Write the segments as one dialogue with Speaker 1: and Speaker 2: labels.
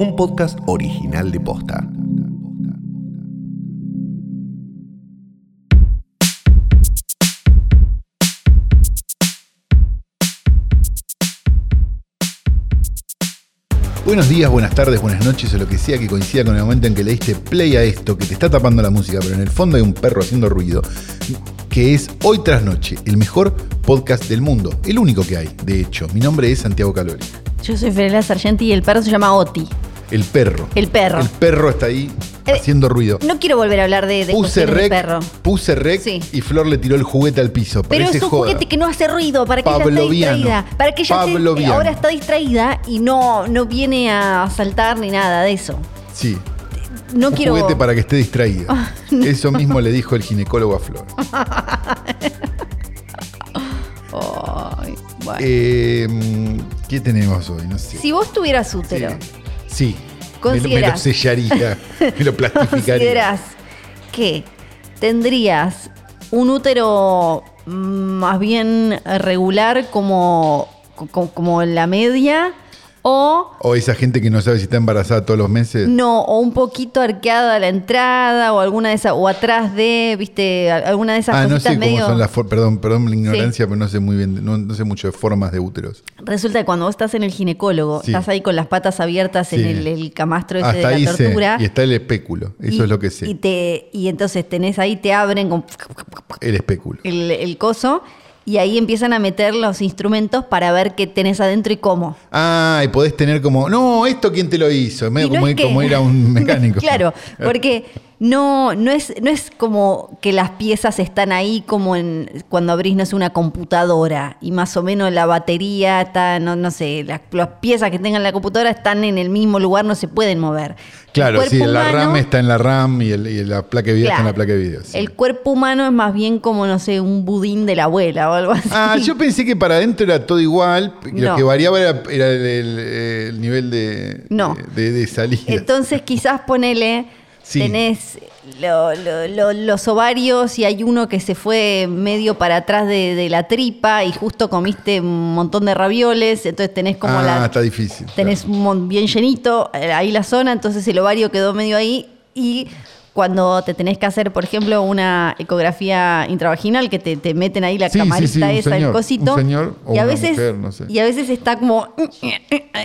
Speaker 1: un podcast original de Posta.
Speaker 2: Buenos días, buenas tardes, buenas noches o lo que sea que coincida con el momento en que le diste play a esto, que te está tapando la música, pero en el fondo hay un perro haciendo ruido, que es Hoy tras Noche, el mejor podcast del mundo, el único que hay, de hecho. Mi nombre es Santiago Calori.
Speaker 3: Yo soy Ferela Sargenti y el perro se llama Oti.
Speaker 2: El perro.
Speaker 3: El perro.
Speaker 2: El perro está ahí
Speaker 3: Eh,
Speaker 2: haciendo ruido.
Speaker 3: No quiero volver a hablar de, de
Speaker 2: Puse
Speaker 3: cuestiones de
Speaker 2: rec,
Speaker 3: perro.
Speaker 2: puse rec
Speaker 3: Sí.
Speaker 2: y Flor le tiró el juguete al piso.
Speaker 3: Pero
Speaker 2: Parece
Speaker 3: es un
Speaker 2: joda.
Speaker 3: juguete que no hace ruido, para que ella esté
Speaker 2: Pavloviano.
Speaker 3: distraída. Para que ella esté-
Speaker 2: Pavloviano.
Speaker 3: ahora está distraída y no, no viene a saltar ni nada de eso.
Speaker 2: Sí,
Speaker 3: No
Speaker 2: un
Speaker 3: quiero. Ah,
Speaker 2: juguete para que esté distraída. Eso mismo le dijo el ginecólogo a Flor.
Speaker 3: Ay, bueno.
Speaker 2: Eh, ¿Qué tenemos hoy? No sé.
Speaker 3: si vos tuvieras útero,
Speaker 2: Sí. Me lo- Me, lo
Speaker 3: Considerás.
Speaker 2: sellaría, me lo plastificaría.
Speaker 3: considerás que tendrías un útero mm, más bien regular como, como, como la media o
Speaker 2: O esa gente que no sabe si está embarazada todos los meses.
Speaker 3: No, o un poquito arqueado a la entrada, o alguna de esas, o atrás de, viste, Al- alguna de esas
Speaker 2: ah, no
Speaker 3: cositas
Speaker 2: sé cómo
Speaker 3: medio.
Speaker 2: son las formas. Perdón, perdón la ignorancia, pero no sé muy bien, no, no sé mucho de formas de úteros.
Speaker 3: Resulta que cuando vos estás en el ginecólogo,
Speaker 2: Sí.
Speaker 3: estás ahí con las patas abiertas en
Speaker 2: Sí.
Speaker 3: el, el camastro ese
Speaker 2: Hasta
Speaker 3: de
Speaker 2: ahí
Speaker 3: la
Speaker 2: sé.
Speaker 3: tortura.
Speaker 2: Y está el espéculo. Eso
Speaker 3: y-
Speaker 2: es lo que sé.
Speaker 3: Y, te, y entonces tenés ahí, te abren con
Speaker 2: el espéculo.
Speaker 3: el, el coso, y ahí empiezan a meter los instrumentos para ver qué tenés adentro y cómo.
Speaker 2: Ah, y podés tener como, no, ¿esto quién te lo hizo? Medio
Speaker 3: Y no
Speaker 2: como,
Speaker 3: es
Speaker 2: ir-
Speaker 3: que-
Speaker 2: como ir a un mecánico. Eh,
Speaker 3: claro, porque no, no, es, no es como que las piezas están ahí como en cuando abrís, no sé, una computadora y más o menos la batería está, no, no sé, las, las piezas que tengan la computadora están en el mismo lugar, no se pueden mover. El
Speaker 2: Claro, sí,
Speaker 3: cuerpo
Speaker 2: la
Speaker 3: humano-
Speaker 2: RAM está en la RAM y, el- y la placa de video está en la
Speaker 3: claro,
Speaker 2: placa de video. sí.
Speaker 3: El cuerpo humano es más bien como, no sé, un budín de la abuela o algo así.
Speaker 2: Ah, yo pensé que para adentro era todo igual, y lo
Speaker 3: No.
Speaker 2: que variaba era, era el, el- el nivel de,
Speaker 3: No.
Speaker 2: de, de salida.
Speaker 3: Entonces quizás ponele,
Speaker 2: Sí.
Speaker 3: tenés lo- lo- lo- los ovarios y hay uno que se fue medio para atrás de, de la tripa y justo comiste un montón de ravioles, entonces tenés como
Speaker 2: ah,
Speaker 3: la...
Speaker 2: está difícil.
Speaker 3: Tenés un mon- bien llenito eh, ahí la zona, entonces el ovario quedó medio ahí y... Cuando te tenés que hacer, por ejemplo, una ecografía intravaginal, que te, te meten ahí la
Speaker 2: Sí, sí,
Speaker 3: camarita
Speaker 2: sí, un
Speaker 3: esa,
Speaker 2: señor,
Speaker 3: el cosito.
Speaker 2: un señor o
Speaker 3: y a
Speaker 2: una
Speaker 3: veces,
Speaker 2: mujer, no sé.
Speaker 3: Y a veces está como.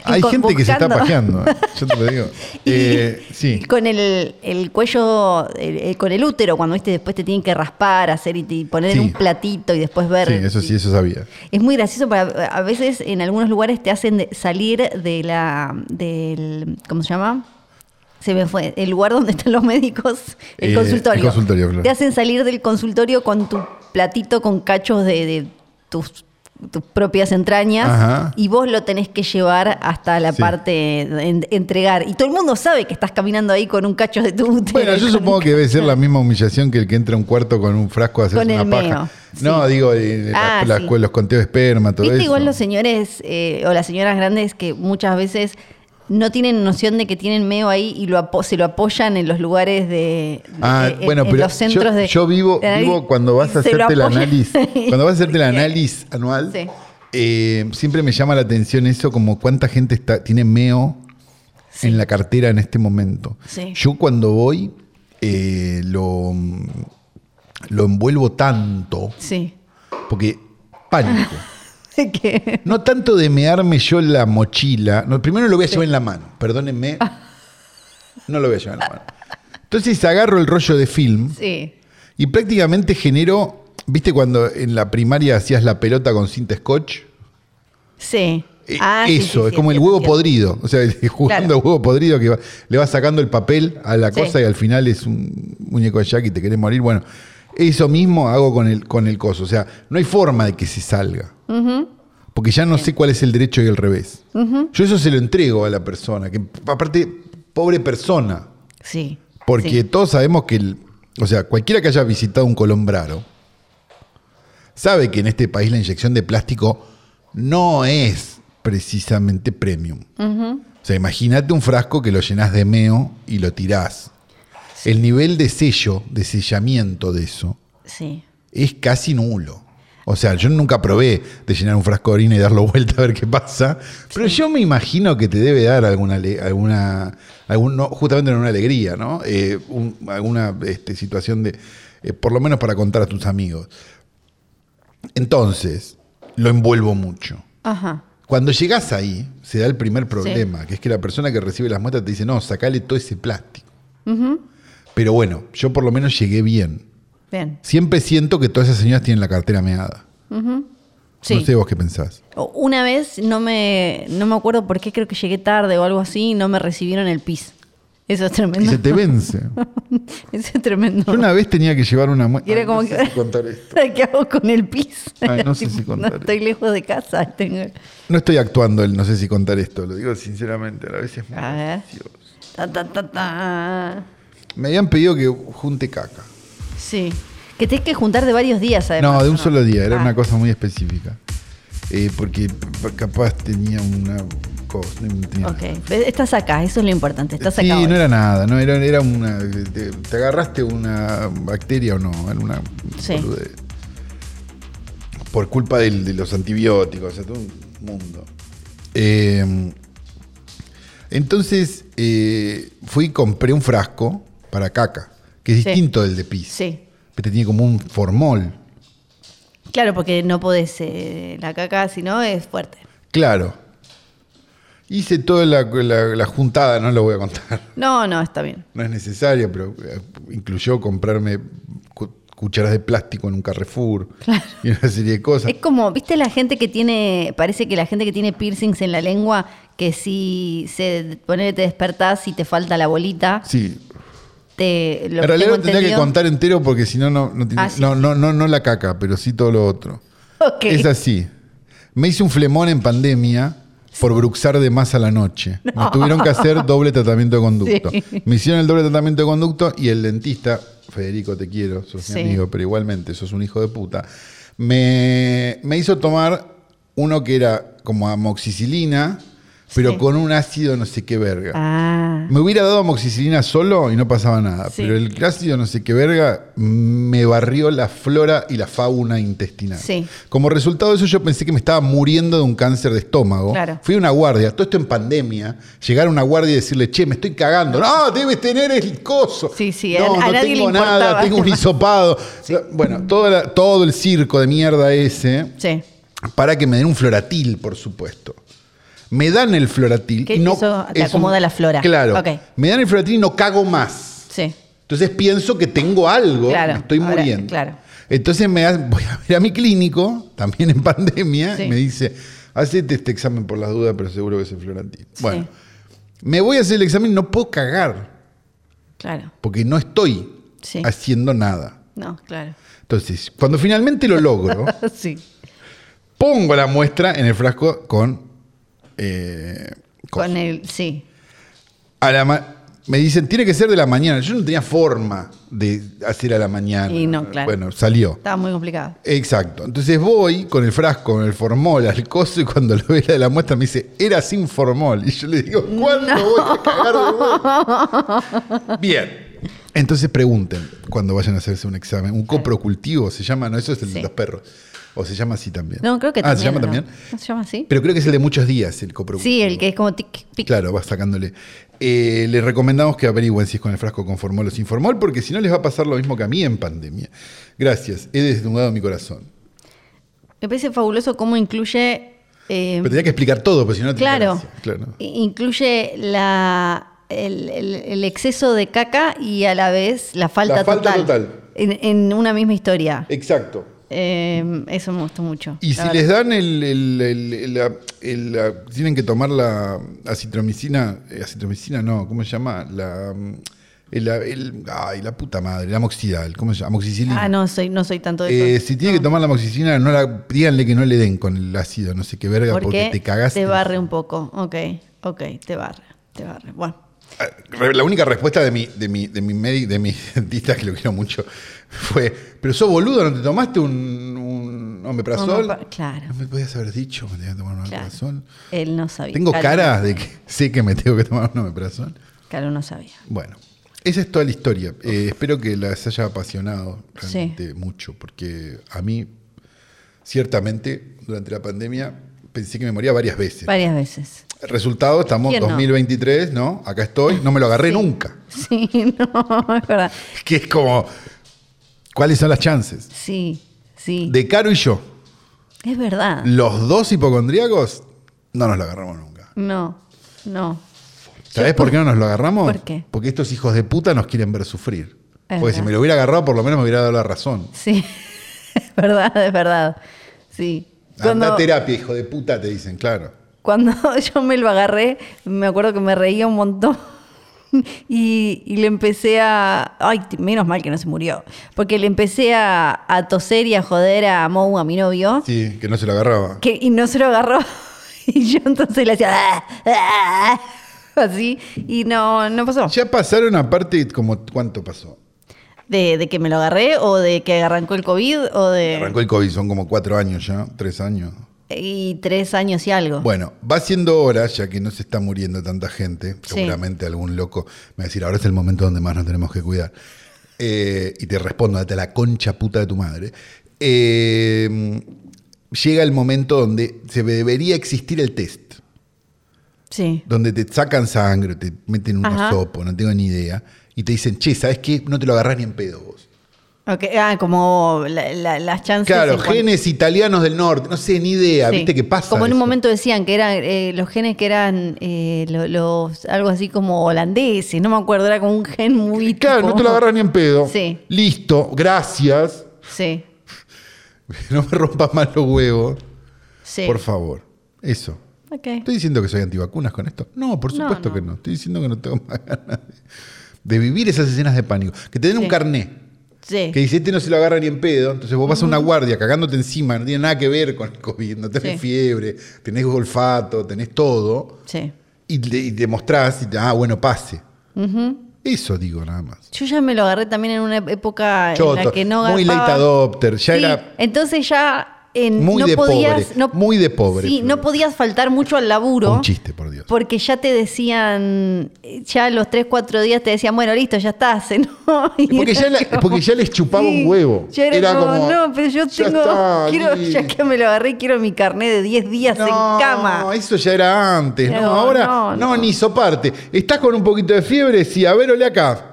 Speaker 2: Hay gente que se está
Speaker 3: buscando.
Speaker 2: pajeando, eh, yo te lo digo.
Speaker 3: Y,
Speaker 2: Eh, sí.
Speaker 3: y con el, el cuello, el- el- con el útero, cuando viste, después te tienen que raspar, hacer y, te- poner
Speaker 2: Sí.
Speaker 3: en un platito y después ver.
Speaker 2: Sí, eso sí, eso sabía.
Speaker 3: Es muy gracioso, para, a veces en algunos lugares te hacen de- salir de la, del, ¿cómo se llama? Se me fue, el lugar donde están los médicos, el
Speaker 2: Eh,
Speaker 3: consultorio.
Speaker 2: el consultorio, claro.
Speaker 3: Te hacen salir del consultorio con tu platito con cachos de, de tus tus propias entrañas
Speaker 2: Ajá.
Speaker 3: y vos lo tenés que llevar hasta la
Speaker 2: Sí.
Speaker 3: parte de en- entregar y todo el mundo sabe que estás caminando ahí con un cacho de tu útero
Speaker 2: Bueno,
Speaker 3: y
Speaker 2: yo
Speaker 3: con
Speaker 2: supongo
Speaker 3: un
Speaker 2: que debe ser la misma humillación que el que entra a un cuarto con un frasco a hacer
Speaker 3: Con
Speaker 2: una
Speaker 3: el
Speaker 2: paja.
Speaker 3: meo, sí.
Speaker 2: No, digo, eh, la-
Speaker 3: Ah,
Speaker 2: la-
Speaker 3: sí.
Speaker 2: los conteos de esperma, todo
Speaker 3: Viste
Speaker 2: eso.
Speaker 3: igual los señores eh, o las señoras grandes que muchas veces no tienen noción de que tienen meo ahí y lo apo- se lo apoyan en los lugares de,
Speaker 2: Ah,
Speaker 3: de- en-
Speaker 2: bueno,
Speaker 3: eh, en
Speaker 2: pero
Speaker 3: los centros
Speaker 2: yo,
Speaker 3: de
Speaker 2: yo vivo,
Speaker 3: de análisis,
Speaker 2: vivo cuando vas a
Speaker 3: se lo
Speaker 2: hacerte el
Speaker 3: apoyan
Speaker 2: análisis,
Speaker 3: ahí.
Speaker 2: cuando vas a hacerte el análisis anual,
Speaker 3: Sí.
Speaker 2: eh, siempre me llama la atención eso como cuánta gente está, tiene meo en la cartera en este momento.
Speaker 3: Sí.
Speaker 2: Yo cuando voy eh, lo, lo envuelvo tanto
Speaker 3: Sí.
Speaker 2: porque pánico.
Speaker 3: Que-
Speaker 2: No tanto de mearme yo en la mochila. No, primero lo voy a llevar en la mano. Perdónenme. No lo voy a llevar en la mano. Entonces agarro el rollo de film
Speaker 3: sí.
Speaker 2: y prácticamente genero. ¿Viste cuando en la primaria hacías la pelota con cinta scotch?
Speaker 3: Sí.
Speaker 2: Eh,
Speaker 3: Ah, sí,
Speaker 2: Eso,
Speaker 3: sí,
Speaker 2: es
Speaker 3: sí,
Speaker 2: como el
Speaker 3: entiendo,
Speaker 2: huevo
Speaker 3: entiendo.
Speaker 2: podrido. O sea, jugando
Speaker 3: Claro.
Speaker 2: al huevo podrido que va- le vas sacando el papel a la
Speaker 3: Sí.
Speaker 2: cosa y al final es un muñeco de Jack y te querés morir. Bueno, eso mismo hago con el, con el coso. O sea, no hay forma de que se salga. Porque ya no sé cuál es el derecho y el revés. Yo eso se lo entrego a la persona. Que aparte, pobre persona.
Speaker 3: Sí.
Speaker 2: Porque
Speaker 3: sí.
Speaker 2: todos sabemos que, el- o sea, cualquiera que haya visitado un colombraro sabe que en este país la inyección de plástico no es precisamente premium. O sea, imagínate un frasco que lo llenas de meo y lo tirás. El nivel de sello, de sellamiento de eso,
Speaker 3: Sí.
Speaker 2: es casi nulo. O sea, yo nunca probé de llenar un frasco de orina y darlo vuelta a ver qué pasa. Pero yo me imagino que te debe dar alguna, ale- alguna algún- no, justamente en una alegría, ¿no? Eh, un- alguna este, situación de, eh, por lo menos para contar a tus amigos. Entonces, lo envuelvo mucho.
Speaker 3: Ajá.
Speaker 2: Cuando llegas ahí, se da el primer problema, que es que la persona que recibe las muestras te dice, no, sacale todo ese plástico. Pero bueno, yo por lo menos llegué bien.
Speaker 3: Bien.
Speaker 2: Siempre siento que todas esas señoras tienen la cartera meada.
Speaker 3: Sí.
Speaker 2: No sé vos qué pensás.
Speaker 3: O- Una vez no me, no me acuerdo por qué creo que llegué tarde o algo así y no me recibieron el pis. Eso es
Speaker 2: Y
Speaker 3: tremendo.
Speaker 2: se te vence.
Speaker 3: Eso es tremendo.
Speaker 2: Yo una vez tenía que llevar una
Speaker 3: Y
Speaker 2: muestra.
Speaker 3: era como
Speaker 2: no sé
Speaker 3: que-
Speaker 2: si contar esto.
Speaker 3: ¿Qué hago con el pis?
Speaker 2: Ay, no sé
Speaker 3: Tipo,
Speaker 2: si contar
Speaker 3: no estoy lejos de casa. Tengo...
Speaker 2: No estoy actuando el no sé si contar esto, lo digo sinceramente, a veces es muy
Speaker 3: A ver.
Speaker 2: gracioso.
Speaker 3: Ta, ta, ta, ta.
Speaker 2: Me habían pedido que junte caca.
Speaker 3: Sí. Que tenés que juntar de varios días, además.
Speaker 2: no, de un
Speaker 3: ¿o
Speaker 2: solo día, era
Speaker 3: Ah,
Speaker 2: una cosa muy específica. Eh, porque p- capaz tenía una cosa. no tenía
Speaker 3: Ok.
Speaker 2: nada.
Speaker 3: Ves, Estás acá, eso es lo importante. Estás
Speaker 2: Sí,
Speaker 3: acá. hoy.
Speaker 2: no era nada, no era, era una. Te, te agarraste una bacteria o no, era una.
Speaker 3: Sí.
Speaker 2: boludez. Por culpa del- de los antibióticos, o sea, todo un mundo. Eh, entonces eh, fui y compré un frasco para caca, que es
Speaker 3: Sí.
Speaker 2: distinto del de pis.
Speaker 3: Sí.
Speaker 2: Este tiene como un formol.
Speaker 3: Claro, porque no podés. eh, la caca, si no, es fuerte.
Speaker 2: Claro. Hice toda la, la- la juntada, no lo voy a contar.
Speaker 3: No, no, está bien.
Speaker 2: No es necesario, pero eh, incluyó comprarme cu- cucharas de plástico en un Carrefour y una serie de cosas.
Speaker 3: Es como, ¿viste la gente que tiene, parece que la gente que tiene piercings en la lengua, que si se ponele te despertás y te falta la bolita,
Speaker 2: Sí.
Speaker 3: te lo
Speaker 2: en realidad
Speaker 3: tengo
Speaker 2: lo tendría que
Speaker 3: entendido-
Speaker 2: contar entero porque si no, no, no, tiene-
Speaker 3: Ah, sí.
Speaker 2: no, no, no, no la caca, pero sí todo lo otro.
Speaker 3: Ok.
Speaker 2: Es así. Me hice un flemón en pandemia por bruxar de más a la noche. Me tuvieron que hacer doble tratamiento de conducto.
Speaker 3: Sí.
Speaker 2: Me hicieron el doble tratamiento de conducto y el dentista, Federico, te quiero, sos
Speaker 3: Sí.
Speaker 2: mi amigo, pero igualmente sos un hijo de puta, me, me hizo tomar uno que era como amoxicilina, pero
Speaker 3: Sí.
Speaker 2: con un ácido no sé qué verga.
Speaker 3: Ah,
Speaker 2: Me hubiera dado amoxicilina solo y no pasaba nada,
Speaker 3: Sí.
Speaker 2: pero el ácido no sé qué verga me barrió la flora y la fauna intestinal.
Speaker 3: Sí.
Speaker 2: Como resultado de eso yo pensé que me estaba muriendo de un cáncer de estómago.
Speaker 3: Claro.
Speaker 2: Fui a una guardia, todo esto en pandemia, llegar a una guardia y decirle, che, me estoy cagando. No, debes tener el coso.
Speaker 3: Sí, sí,
Speaker 2: no,
Speaker 3: a- a
Speaker 2: no
Speaker 3: nadie le
Speaker 2: tengo nada,
Speaker 3: importaba.
Speaker 2: tengo un hisopado. Bueno, todo, la- todo el circo de mierda ese
Speaker 3: sí.
Speaker 2: para que me den un floratil, por supuesto. Me dan el floratil.
Speaker 3: Que
Speaker 2: y no,
Speaker 3: eso te
Speaker 2: es
Speaker 3: acomoda la flora.
Speaker 2: Claro.
Speaker 3: Ok.
Speaker 2: Me dan el floratil y no cago más.
Speaker 3: Sí.
Speaker 2: Entonces pienso que tengo algo,
Speaker 3: Claro,
Speaker 2: me estoy
Speaker 3: ahora,
Speaker 2: muriendo.
Speaker 3: claro.
Speaker 2: Entonces me ha- voy a ver a mi clínico, también en pandemia,
Speaker 3: Sí.
Speaker 2: y me dice, hacete este examen por las dudas, pero seguro que es el floratil. Bueno, me voy a hacer el examen y no puedo cagar,
Speaker 3: Claro.
Speaker 2: porque no estoy
Speaker 3: Sí.
Speaker 2: haciendo nada.
Speaker 3: No, claro.
Speaker 2: Entonces, cuando finalmente lo logro,
Speaker 3: Sí.
Speaker 2: pongo la muestra en el frasco con. eh, con-
Speaker 3: Con el. Sí.
Speaker 2: a la ma- me dicen, tiene que ser de la mañana. Yo no tenía forma de hacer a la mañana.
Speaker 3: Y no, claro.
Speaker 2: Bueno, salió.
Speaker 3: Estaba muy complicado.
Speaker 2: Exacto. Entonces voy con el frasco, con el formol, al coso, y cuando lo ve la de la muestra me dice, era sin formol. Y yo le digo, ¿cuándo voy a cagar de vuelta?" Bien. Entonces pregunten cuando vayan a hacerse un examen. Un coprocultivo se llama, no, eso es el de
Speaker 3: Sí.
Speaker 2: los perros. O se llama así también.
Speaker 3: No, creo que
Speaker 2: Ah,
Speaker 3: también.
Speaker 2: se llama
Speaker 3: ¿o no?
Speaker 2: también.
Speaker 3: ¿No se llama así?
Speaker 2: Pero creo que es el de muchos días, el coprocultivo.
Speaker 3: Sí, el que es como tic, pic.
Speaker 2: Claro, vas sacándole. Eh, les recomendamos que averigüen si es con el frasco con formol o sin formol, porque si no les va a pasar lo mismo que a mí en pandemia. Gracias, he desnudado mi corazón.
Speaker 3: Me parece fabuloso cómo incluye. eh,
Speaker 2: Pero tenía que explicar todo, porque si no... no tenía
Speaker 3: Claro.
Speaker 2: gracia. claro.
Speaker 3: I- Incluye la, el, el- el exceso de caca y a la vez la falta,
Speaker 2: La falta total.
Speaker 3: En, en una misma historia.
Speaker 2: Exacto.
Speaker 3: Eh, eso me gustó mucho.
Speaker 2: Y si
Speaker 3: la
Speaker 2: les
Speaker 3: verdad.
Speaker 2: dan el... el- el- el- la- el- la- tienen que tomar la acitromicina... eh, acitromicina no, ¿cómo se llama? La... mm, el- el- ay, la puta madre, la amoxidal, ¿cómo se llama? Amoxicilina.
Speaker 3: Ah, no, soy, no soy tanto de
Speaker 2: Eh,
Speaker 3: eso.
Speaker 2: si tiene que tomar la moxicina, no la, díganle que no le den con el ácido, no sé qué verga, porque te cagaste.
Speaker 3: Te barre un poco. Ok, ok, te barre. Te barre. Bueno.
Speaker 2: Ah, La única respuesta de mi, de mi, de mi médico, de mi dentista, que lo quiero mucho, fue, pero sos boludo, ¿no te tomaste un, un omeprazol?
Speaker 3: Omepa- claro.
Speaker 2: No me podías haber dicho que tenía que tomar un
Speaker 3: Claro.
Speaker 2: omeprazol.
Speaker 3: Él no sabía.
Speaker 2: Tengo
Speaker 3: Claro,
Speaker 2: cara de que sé que me tengo que tomar un omeprazol.
Speaker 3: Claro, no sabía.
Speaker 2: Bueno, esa es toda la historia. Eh, espero que las haya apasionado
Speaker 3: Sí.
Speaker 2: realmente mucho, porque a mí Ciertamente, durante la pandemia pensé que me moría varias veces.
Speaker 3: Varias veces.
Speaker 2: El resultado, estamos
Speaker 3: ¿Quién no?
Speaker 2: 2023, ¿no? Acá estoy, no me lo agarré nunca.
Speaker 3: Sí, no, es verdad.
Speaker 2: Que es como, ¿cuáles son las chances?
Speaker 3: Sí, sí. Ah.
Speaker 2: De Caro y yo,
Speaker 3: Es verdad.
Speaker 2: los dos hipocondríacos, no nos lo agarramos nunca.
Speaker 3: No, no.
Speaker 2: ¿Sabés por qué no nos lo agarramos?
Speaker 3: ¿Por qué?
Speaker 2: Porque estos hijos de puta nos quieren ver sufrir.
Speaker 3: Es
Speaker 2: Porque si
Speaker 3: verdad.
Speaker 2: me lo hubiera agarrado, por lo menos me hubiera dado la razón.
Speaker 3: Sí, es verdad, es verdad. Sí.
Speaker 2: Anda
Speaker 3: Cuando,
Speaker 2: a terapia, hijo de puta, te dicen, claro.
Speaker 3: cuando yo me lo agarré, me acuerdo que me reía un montón. Y, y le empecé a. Ay, t- menos mal que no se murió. Porque le empecé a, a toser y a joder a Mou, a mi novio.
Speaker 2: Sí, que no se lo agarraba.
Speaker 3: que, y no se lo agarró. Y yo entonces le hacía. "Ah, ah", así. Y no, no pasó.
Speaker 2: Ya pasaron aparte, como, ¿cuánto pasó?
Speaker 3: De, de que me lo agarré o de que arrancó el COVID o de.
Speaker 2: Arrancó el COVID, son como cuatro años ya, tres años.
Speaker 3: Y tres años y algo.
Speaker 2: Bueno, va siendo hora, ya que no se está muriendo tanta gente,
Speaker 3: Sí.
Speaker 2: seguramente algún loco me va a decir, ahora es el momento donde más nos tenemos que cuidar. Eh, y te respondo, date a la concha puta de tu madre. Eh, llega el momento donde se debería existir el test,
Speaker 3: Sí.
Speaker 2: donde te sacan sangre, te meten un
Speaker 3: Ajá.
Speaker 2: sopo, no tengo ni idea, y te dicen, che, ¿sabes qué? No te lo agarrás ni en pedo vos.
Speaker 3: Ok, Ah, como la- la- las chances.
Speaker 2: Claro,
Speaker 3: en cuanto-
Speaker 2: genes italianos del norte, no sé, ni idea,
Speaker 3: Sí.
Speaker 2: ¿viste qué pasa?
Speaker 3: Como en un
Speaker 2: eso?
Speaker 3: momento decían que eran eh, los genes que eran eh, lo- los algo así como holandeses, no me acuerdo, era como un gen muy.
Speaker 2: Claro,
Speaker 3: tipo-
Speaker 2: no te lo agarras ni en pedo.
Speaker 3: Sí.
Speaker 2: Listo, gracias.
Speaker 3: Sí,
Speaker 2: No me rompas más los huevos.
Speaker 3: sí.
Speaker 2: Por favor. Eso.
Speaker 3: Ok.
Speaker 2: ¿Estoy diciendo que soy antivacunas con esto? No, por
Speaker 3: No,
Speaker 2: supuesto
Speaker 3: no.
Speaker 2: que no. Estoy diciendo que no tengo más ganas de, de vivir esas escenas de pánico. Que te den
Speaker 3: Sí.
Speaker 2: un carné.
Speaker 3: Sí.
Speaker 2: Que dice, este no se lo agarra ni en pedo. Entonces vos vas a una guardia cagándote encima, no tiene nada que ver con el COVID, no tenés
Speaker 3: Sí.
Speaker 2: fiebre, tenés olfato, tenés todo.
Speaker 3: Sí.
Speaker 2: Y, le- y te mostrás, y te- ah, bueno, pase.
Speaker 3: Ujú.
Speaker 2: Eso digo nada más.
Speaker 3: Yo ya me lo agarré también en una época en la
Speaker 2: Choto,
Speaker 3: que no
Speaker 2: muy late
Speaker 3: garpaba.
Speaker 2: adopter, ya
Speaker 3: Sí,
Speaker 2: era
Speaker 3: Entonces ya en-
Speaker 2: Muy
Speaker 3: no
Speaker 2: de
Speaker 3: podías,
Speaker 2: pobre,
Speaker 3: no-
Speaker 2: muy de pobre,
Speaker 3: Sí,
Speaker 2: Flor.
Speaker 3: no podías faltar mucho al laburo.
Speaker 2: un chiste, por Dios.
Speaker 3: Porque ya te decían, eh, ya a los 3, 4 días te decían, bueno, listo, ya estás, ¿no? Y
Speaker 2: Porque
Speaker 3: era
Speaker 2: ya, la-
Speaker 3: como-
Speaker 2: porque ya les chupaba
Speaker 3: Sí,
Speaker 2: un huevo.
Speaker 3: Ya era, como, no, pero yo
Speaker 2: "Ya
Speaker 3: tengo,
Speaker 2: está,
Speaker 3: quiero,
Speaker 2: Lili".
Speaker 3: ya que me lo agarré, quiero mi carnet de 10 días
Speaker 2: No,
Speaker 3: en cama.
Speaker 2: eso ya era antes, ¿no?
Speaker 3: No,
Speaker 2: Ahora,
Speaker 3: no,
Speaker 2: no,
Speaker 3: no.
Speaker 2: ni soparte. ¿Estás con un poquito de fiebre? Sí, a ver, ole acá.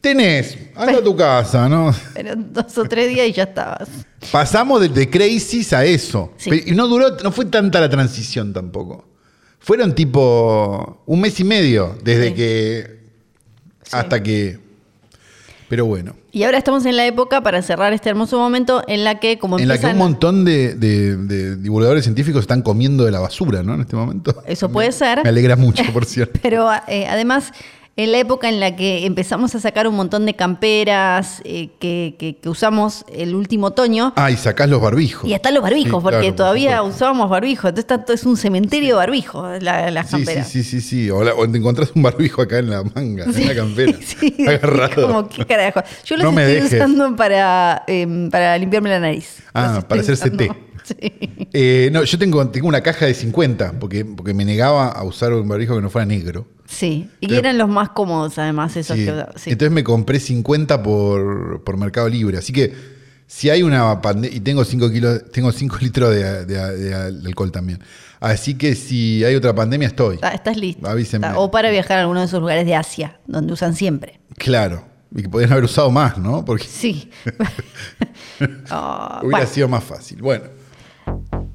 Speaker 2: Tenés, anda a tu casa, ¿no?
Speaker 3: Pero dos o tres días y ya estabas.
Speaker 2: Pasamos de, de crisis a eso.
Speaker 3: Sí.
Speaker 2: Pero- y no duró, no fue tanta la transición tampoco. Fueron tipo un mes y medio desde
Speaker 3: Sí.
Speaker 2: que. hasta que. Pero bueno.
Speaker 3: Y ahora estamos en la época, para cerrar este hermoso momento, en la que como
Speaker 2: En la que un
Speaker 3: empiezan...
Speaker 2: montón de, de- de divulgadores científicos están comiendo de la basura, ¿no? En este momento.
Speaker 3: Eso puede ser.
Speaker 2: Me alegra mucho, por cierto.
Speaker 3: Pero eh, además, en la época en la que empezamos a sacar un montón de camperas eh, que, que- que usamos el último otoño,
Speaker 2: Ah, y sacás los barbijos.
Speaker 3: y hasta los barbijos,
Speaker 2: Sí,
Speaker 3: porque
Speaker 2: claro, por
Speaker 3: todavía
Speaker 2: supuesto.
Speaker 3: usábamos barbijos. Entonces está- es un cementerio de barbijos la- las
Speaker 2: Sí, sí,
Speaker 3: camperas.
Speaker 2: sí, sí, sí. O, la- o te encontrás un barbijo acá en la manga, en la campera.
Speaker 3: Sí,
Speaker 2: agarrado.
Speaker 3: como, ¿qué carajo? Yo los
Speaker 2: No me
Speaker 3: estoy
Speaker 2: dejes.
Speaker 3: usando para, em, para limpiarme la nariz.
Speaker 2: Ah,
Speaker 3: Los
Speaker 2: para
Speaker 3: estoy
Speaker 2: hacerse
Speaker 3: usando.
Speaker 2: té.
Speaker 3: Sí.
Speaker 2: Eh, no, yo tengo, tengo una caja de 50 porque, porque me negaba a usar un barbijo que no fuera negro.
Speaker 3: Sí. Y
Speaker 2: Pero-
Speaker 3: eran los más cómodos, además, esos
Speaker 2: Sí.
Speaker 3: que usaba. Sí.
Speaker 2: Entonces me compré 50 por, por Mercado Libre. Así que si hay una pandemia, y tengo 5 kilos, tengo 5 litros de, de- de alcohol también. Así que si hay otra pandemia, estoy.
Speaker 3: Está- Ah, estás listo.
Speaker 2: Avísenme.
Speaker 3: Está- O para viajar a alguno de esos lugares de Asia, donde usan siempre.
Speaker 2: Claro. Y que podrían haber usado más, ¿no? Porque
Speaker 3: Sí. Ah,
Speaker 2: hubiera
Speaker 3: bueno,
Speaker 2: sido más fácil. Bueno.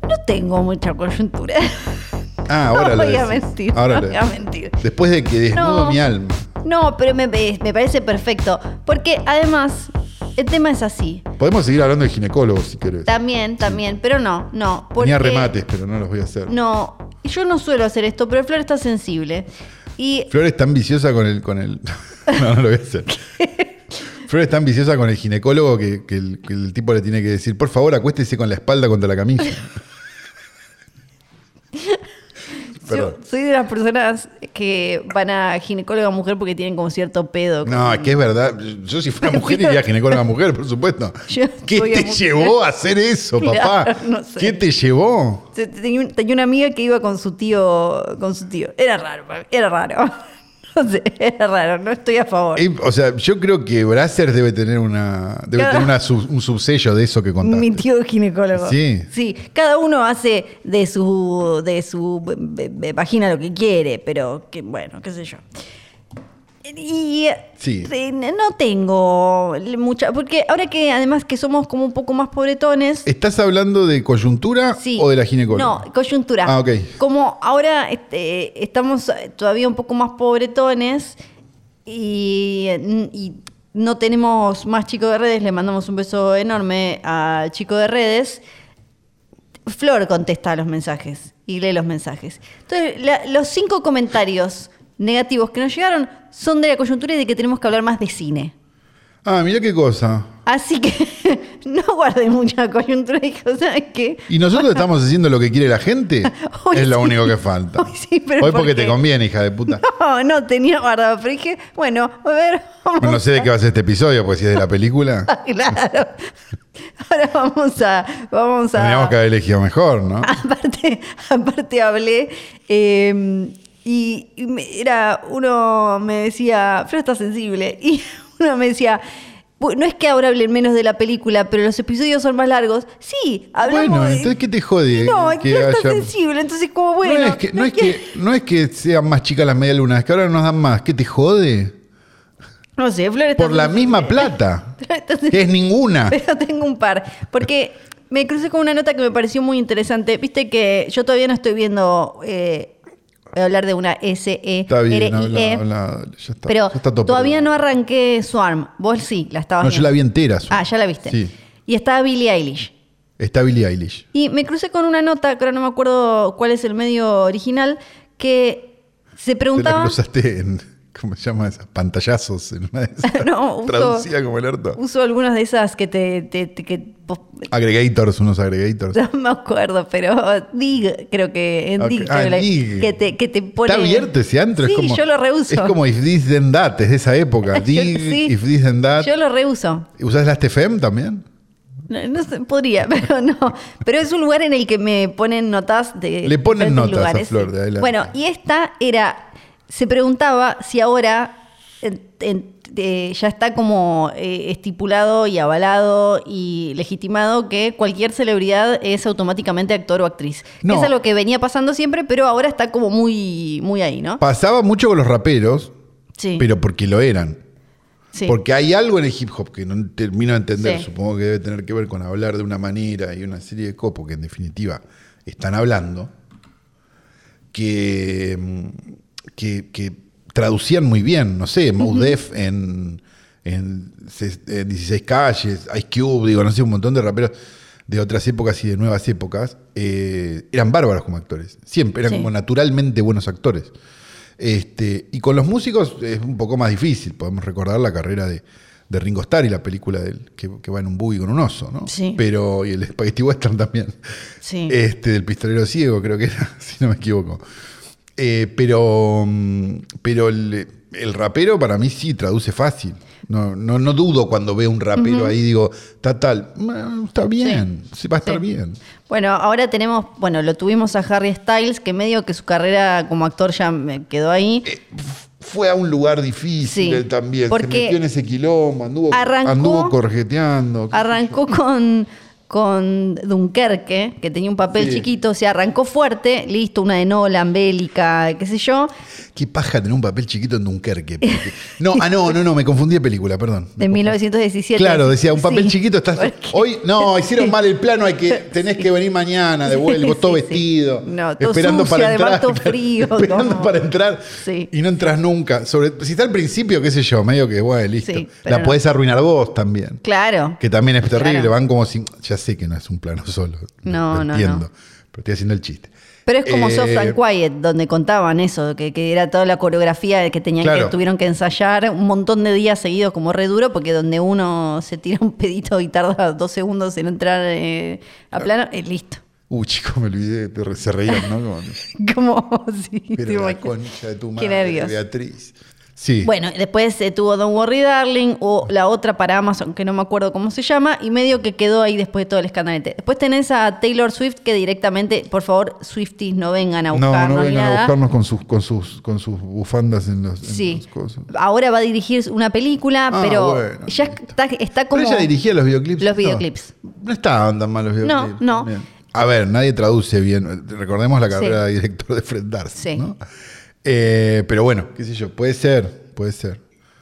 Speaker 3: no tengo mucha coyuntura.
Speaker 2: Ah, ahora
Speaker 3: No
Speaker 2: lo
Speaker 3: voy a
Speaker 2: decís.
Speaker 3: mentir,
Speaker 2: Ahora
Speaker 3: no
Speaker 2: lo
Speaker 3: voy a
Speaker 2: decís.
Speaker 3: mentir.
Speaker 2: Después de que desnudo
Speaker 3: No.
Speaker 2: mi alma.
Speaker 3: No, pero me, me parece perfecto. Porque además, el tema es así.
Speaker 2: Podemos seguir hablando de ginecólogos si querés.
Speaker 3: También, también, pero no, no. Porque,
Speaker 2: Tenía remates, pero no los voy a hacer.
Speaker 3: No, yo no suelo hacer esto, pero Flor está sensible. Y
Speaker 2: Flor es tan viciosa con el. Con el... No, no lo voy a hacer. Flor es tan viciosa con el ginecólogo que, que el, que el tipo le tiene que decir, por favor, acuéstese con la espalda contra la camisa.
Speaker 3: yo
Speaker 2: Perdón.
Speaker 3: soy de las personas que van a ginecóloga mujer porque tienen como cierto pedo.
Speaker 2: No, es que es verdad. Yo si fuera mujer iría a ginecóloga mujer, por supuesto.
Speaker 3: Yo
Speaker 2: ¿Qué
Speaker 3: voy a
Speaker 2: te
Speaker 3: mujer.
Speaker 2: llevó a hacer eso, papá?
Speaker 3: Claro, no sé.
Speaker 2: ¿Qué te llevó?
Speaker 3: Se- Tenía, un- tenía una amiga que iba con su tío, con su tío. Era raro, para mí, era raro. No sé, es raro, no estoy a favor.
Speaker 2: Eh, o sea, yo creo que Brazzers debe tener una debe
Speaker 3: Claro.
Speaker 2: tener una sub- un subsello de eso que contaste.
Speaker 3: Mi tío es ginecólogo.
Speaker 2: Sí.
Speaker 3: cada uno hace de su, de su b- b- b- vagina lo que quiere, pero que, bueno, qué sé yo. Y
Speaker 2: Sí.
Speaker 3: eh, no tengo mucha, porque ahora que además que somos como un poco más pobretones,
Speaker 2: ¿Estás hablando de coyuntura
Speaker 3: Sí.
Speaker 2: o de la ginecóloga?
Speaker 3: No, coyuntura.
Speaker 2: Ah, ok.
Speaker 3: Como ahora este, estamos todavía un poco más pobretones y, y no tenemos más chico de redes, le mandamos un beso enorme al chico de redes. Flor contesta los mensajes y lee los mensajes. Entonces, la- los cinco comentarios negativos que nos llegaron son de la coyuntura y de que tenemos que hablar más de cine.
Speaker 2: Ah, mira qué cosa.
Speaker 3: Así que no guardé mucha coyuntura y dije, ¿sabes qué?
Speaker 2: ¿Y nosotros estamos haciendo lo que quiere la gente?
Speaker 3: Hoy
Speaker 2: es lo
Speaker 3: sí.
Speaker 2: único que falta.
Speaker 3: Hoy sí, pero
Speaker 2: Hoy
Speaker 3: ¿por
Speaker 2: porque
Speaker 3: qué?
Speaker 2: te conviene, hija de puta.
Speaker 3: No, no tenía guardado, pero dije, bueno, a ver, vamos.
Speaker 2: Bueno, no sé de qué va a ser este episodio, porque si es de la película,
Speaker 3: a- Claro. Ahora vamos a. Vamos
Speaker 2: tendríamos
Speaker 3: a.
Speaker 2: que haber elegido mejor, ¿no?
Speaker 3: ah, Aparte, aparte hablé. eh, y y me- era. Uno me decía, Flor está sensible. Y uno me decía. "Bu- No es que ahora hablen menos de la película, pero los episodios son más largos. Sí, hablamos.
Speaker 2: Bueno,
Speaker 3: de-
Speaker 2: entonces, ¿qué te jode?
Speaker 3: No,
Speaker 2: que
Speaker 3: Flor está
Speaker 2: haya-
Speaker 3: sensible, entonces, como bueno.
Speaker 2: no, es que, no, es que, no es que sean más chicas las medialunas, es que ahora nos dan más. ¿Qué te jode?
Speaker 3: No sé, Flor está
Speaker 2: Por la
Speaker 3: sensible.
Speaker 2: misma plata,
Speaker 3: Flor está
Speaker 2: que es ninguna.
Speaker 3: Pero tengo un par. Porque me crucé con una nota que me pareció muy interesante. Viste que yo todavía no estoy viendo. eh, voy a hablar de una S E
Speaker 2: Está bien,
Speaker 3: R I
Speaker 2: habla,
Speaker 3: E.
Speaker 2: habla, ya está.
Speaker 3: Pero
Speaker 2: ya está todo
Speaker 3: todavía
Speaker 2: perdido.
Speaker 3: no arranqué Swarm. Vos sí, la estabas
Speaker 2: No, yo
Speaker 3: viendo.
Speaker 2: la vi entera. su-
Speaker 3: Ah, ya la viste.
Speaker 2: Sí.
Speaker 3: Y estaba Billie Eilish.
Speaker 2: Está Billie Eilish.
Speaker 3: Y me crucé con una nota, que ahora no me acuerdo cuál es el medio original, que se
Speaker 2: Te la
Speaker 3: preguntaba.
Speaker 2: cruzaste en, ¿cómo se llama? Esas pantallazos en una de esas.
Speaker 3: No, uso-
Speaker 2: Traducida como el harto.
Speaker 3: Uso algunas de esas que te, te- te- que vos-
Speaker 2: Aggregators, unos aggregators.
Speaker 3: No me acuerdo, pero Dig, creo que en
Speaker 2: Ok.
Speaker 3: Dig,
Speaker 2: Ah,
Speaker 3: creo que la-
Speaker 2: Dig.
Speaker 3: que te, que te pone.
Speaker 2: Está abierto ese antro.
Speaker 3: Sí,
Speaker 2: es como,
Speaker 3: yo lo reuso.
Speaker 2: Es como If This Then That, es de esa época.
Speaker 3: Yo-
Speaker 2: Dig,
Speaker 3: sí.
Speaker 2: If This Then That.
Speaker 3: Yo lo reuso.
Speaker 2: ¿Usás las TFM también?
Speaker 3: No, no sé, podría, pero no. Pero es un lugar en el que me ponen notas de.
Speaker 2: Le ponen
Speaker 3: diferentes
Speaker 2: notas a Flor de adelante.
Speaker 3: Bueno, y esta era. Se preguntaba si ahora en- en- eh, ya está como eh, estipulado y avalado y legitimado que cualquier celebridad es automáticamente actor o actriz. Que
Speaker 2: No.
Speaker 3: es algo que venía pasando siempre, pero ahora está como muy, muy ahí, ¿no?
Speaker 2: Pasaba mucho con los raperos,
Speaker 3: Sí.
Speaker 2: pero porque lo eran.
Speaker 3: Sí.
Speaker 2: Porque hay algo en el hip hop que no termino de entender.
Speaker 3: Sí.
Speaker 2: Supongo que debe tener que ver con hablar de una manera y una serie de copos que en definitiva están hablando. Que, mm, que, que traducían muy bien. No sé, Mos Def en, en, se- en 16 calles, Ice Cube, digo, no sé, un montón de raperos de otras épocas y de nuevas épocas. eh, eran bárbaros como actores. Siempre, eran
Speaker 3: Sí.
Speaker 2: como naturalmente buenos actores. Este, y con los músicos es un poco más difícil. Podemos recordar la carrera de, de Ringo Starr y la película de él, que, que va en un buggy con un oso, ¿no?
Speaker 3: Sí.
Speaker 2: Pero, y el Spaghetti Western también.
Speaker 3: Sí.
Speaker 2: Este, del pistolero ciego, creo que era, si no me equivoco. Eh, pero mm, pero el, el rapero para mí sí traduce fácil. No, no, no dudo cuando veo un rapero ahí, digo, está tal, "Mm, está bien, sí, va a estar
Speaker 3: Sí.
Speaker 2: bien.
Speaker 3: Bueno, ahora tenemos, bueno, lo tuvimos a Harry Styles, que medio que su carrera como actor ya me quedó ahí.
Speaker 2: Eh, Fue a un lugar difícil
Speaker 3: Sí,
Speaker 2: él también,
Speaker 3: porque
Speaker 2: se metió en ese quilombo, anduvo,
Speaker 3: arrancó-
Speaker 2: anduvo corjeteando. qué sé
Speaker 3: Arrancó con, con Dunkerque, que tenía un papel
Speaker 2: Sí.
Speaker 3: chiquito, o sea, arrancó fuerte, listo, una de Nolan, Bélica, qué sé
Speaker 2: yo.
Speaker 3: yo,
Speaker 2: Qué paja tener un papel chiquito en Dunkerque. porque- No, ah, no, no, no, me confundí de película, perdón.
Speaker 3: de 1917.
Speaker 2: Claro, decía, un papel
Speaker 3: Sí,
Speaker 2: chiquito estás.
Speaker 3: porque-
Speaker 2: Hoy, no, hicieron mal el plano, hay que, tenés que venir mañana de vuelta, vos
Speaker 3: Sí,
Speaker 2: todo
Speaker 3: sí.
Speaker 2: vestido.
Speaker 3: No, todo sucio, además todo frío,
Speaker 2: esperando
Speaker 3: todo.
Speaker 2: para entrar.
Speaker 3: Sí.
Speaker 2: Y no entras nunca. Sobre, si está al principio, qué sé yo, medio que, bueno, listo.
Speaker 3: Sí, pero
Speaker 2: la
Speaker 3: no.
Speaker 2: podés arruinar vos también.
Speaker 3: Claro.
Speaker 2: Que también es terrible,
Speaker 3: Claro.
Speaker 2: van como sin. Ya sé que no es un plano solo.
Speaker 3: No,
Speaker 2: lo
Speaker 3: no,
Speaker 2: entiendo,
Speaker 3: no.
Speaker 2: Pero estoy haciendo el chiste.
Speaker 3: Pero es como
Speaker 2: Eh,
Speaker 3: Soft and Quiet, donde contaban eso, que, que era toda la coreografía que tenían
Speaker 2: Claro.
Speaker 3: que tuvieron que ensayar un montón de días seguidos como re duro, porque donde uno se tira un pedito y tarda dos segundos en entrar eh, a plano, es listo.
Speaker 2: Uh, chico, me olvidé, te- se reían, ¿no? Como-
Speaker 3: Como sí,
Speaker 2: Pero
Speaker 3: te
Speaker 2: la
Speaker 3: imaginas.
Speaker 2: concha de tu
Speaker 3: Qué
Speaker 2: madre,
Speaker 3: nervios.
Speaker 2: Beatriz. Sí.
Speaker 3: Bueno, después se tuvo Don't Worry Darling o la otra para Amazon, que no me acuerdo cómo se llama, y medio que quedó ahí después de todo el escandalete. Después tenés a Taylor Swift que directamente, por favor, Swifties no vengan a
Speaker 2: no,
Speaker 3: buscarnos
Speaker 2: no
Speaker 3: ni
Speaker 2: vengan a
Speaker 3: nada.
Speaker 2: buscarnos con sus, con sus, con sus bufandas en los, en
Speaker 3: Sí.
Speaker 2: las cosas.
Speaker 3: Ahora va a dirigir una película,
Speaker 2: Ah,
Speaker 3: pero
Speaker 2: bueno,
Speaker 3: ya
Speaker 2: listo.
Speaker 3: está, está como.
Speaker 2: Pero ella dirigía los videoclips.
Speaker 3: Los
Speaker 2: ¿no?
Speaker 3: videoclips.
Speaker 2: No estaban tan mal los videoclips.
Speaker 3: no.
Speaker 2: también. A ver, nadie traduce bien. Recordemos la carrera de director de Fred Darst.
Speaker 3: Sí.
Speaker 2: ¿no? Eh, pero bueno, qué sé yo, puede ser, puede ser.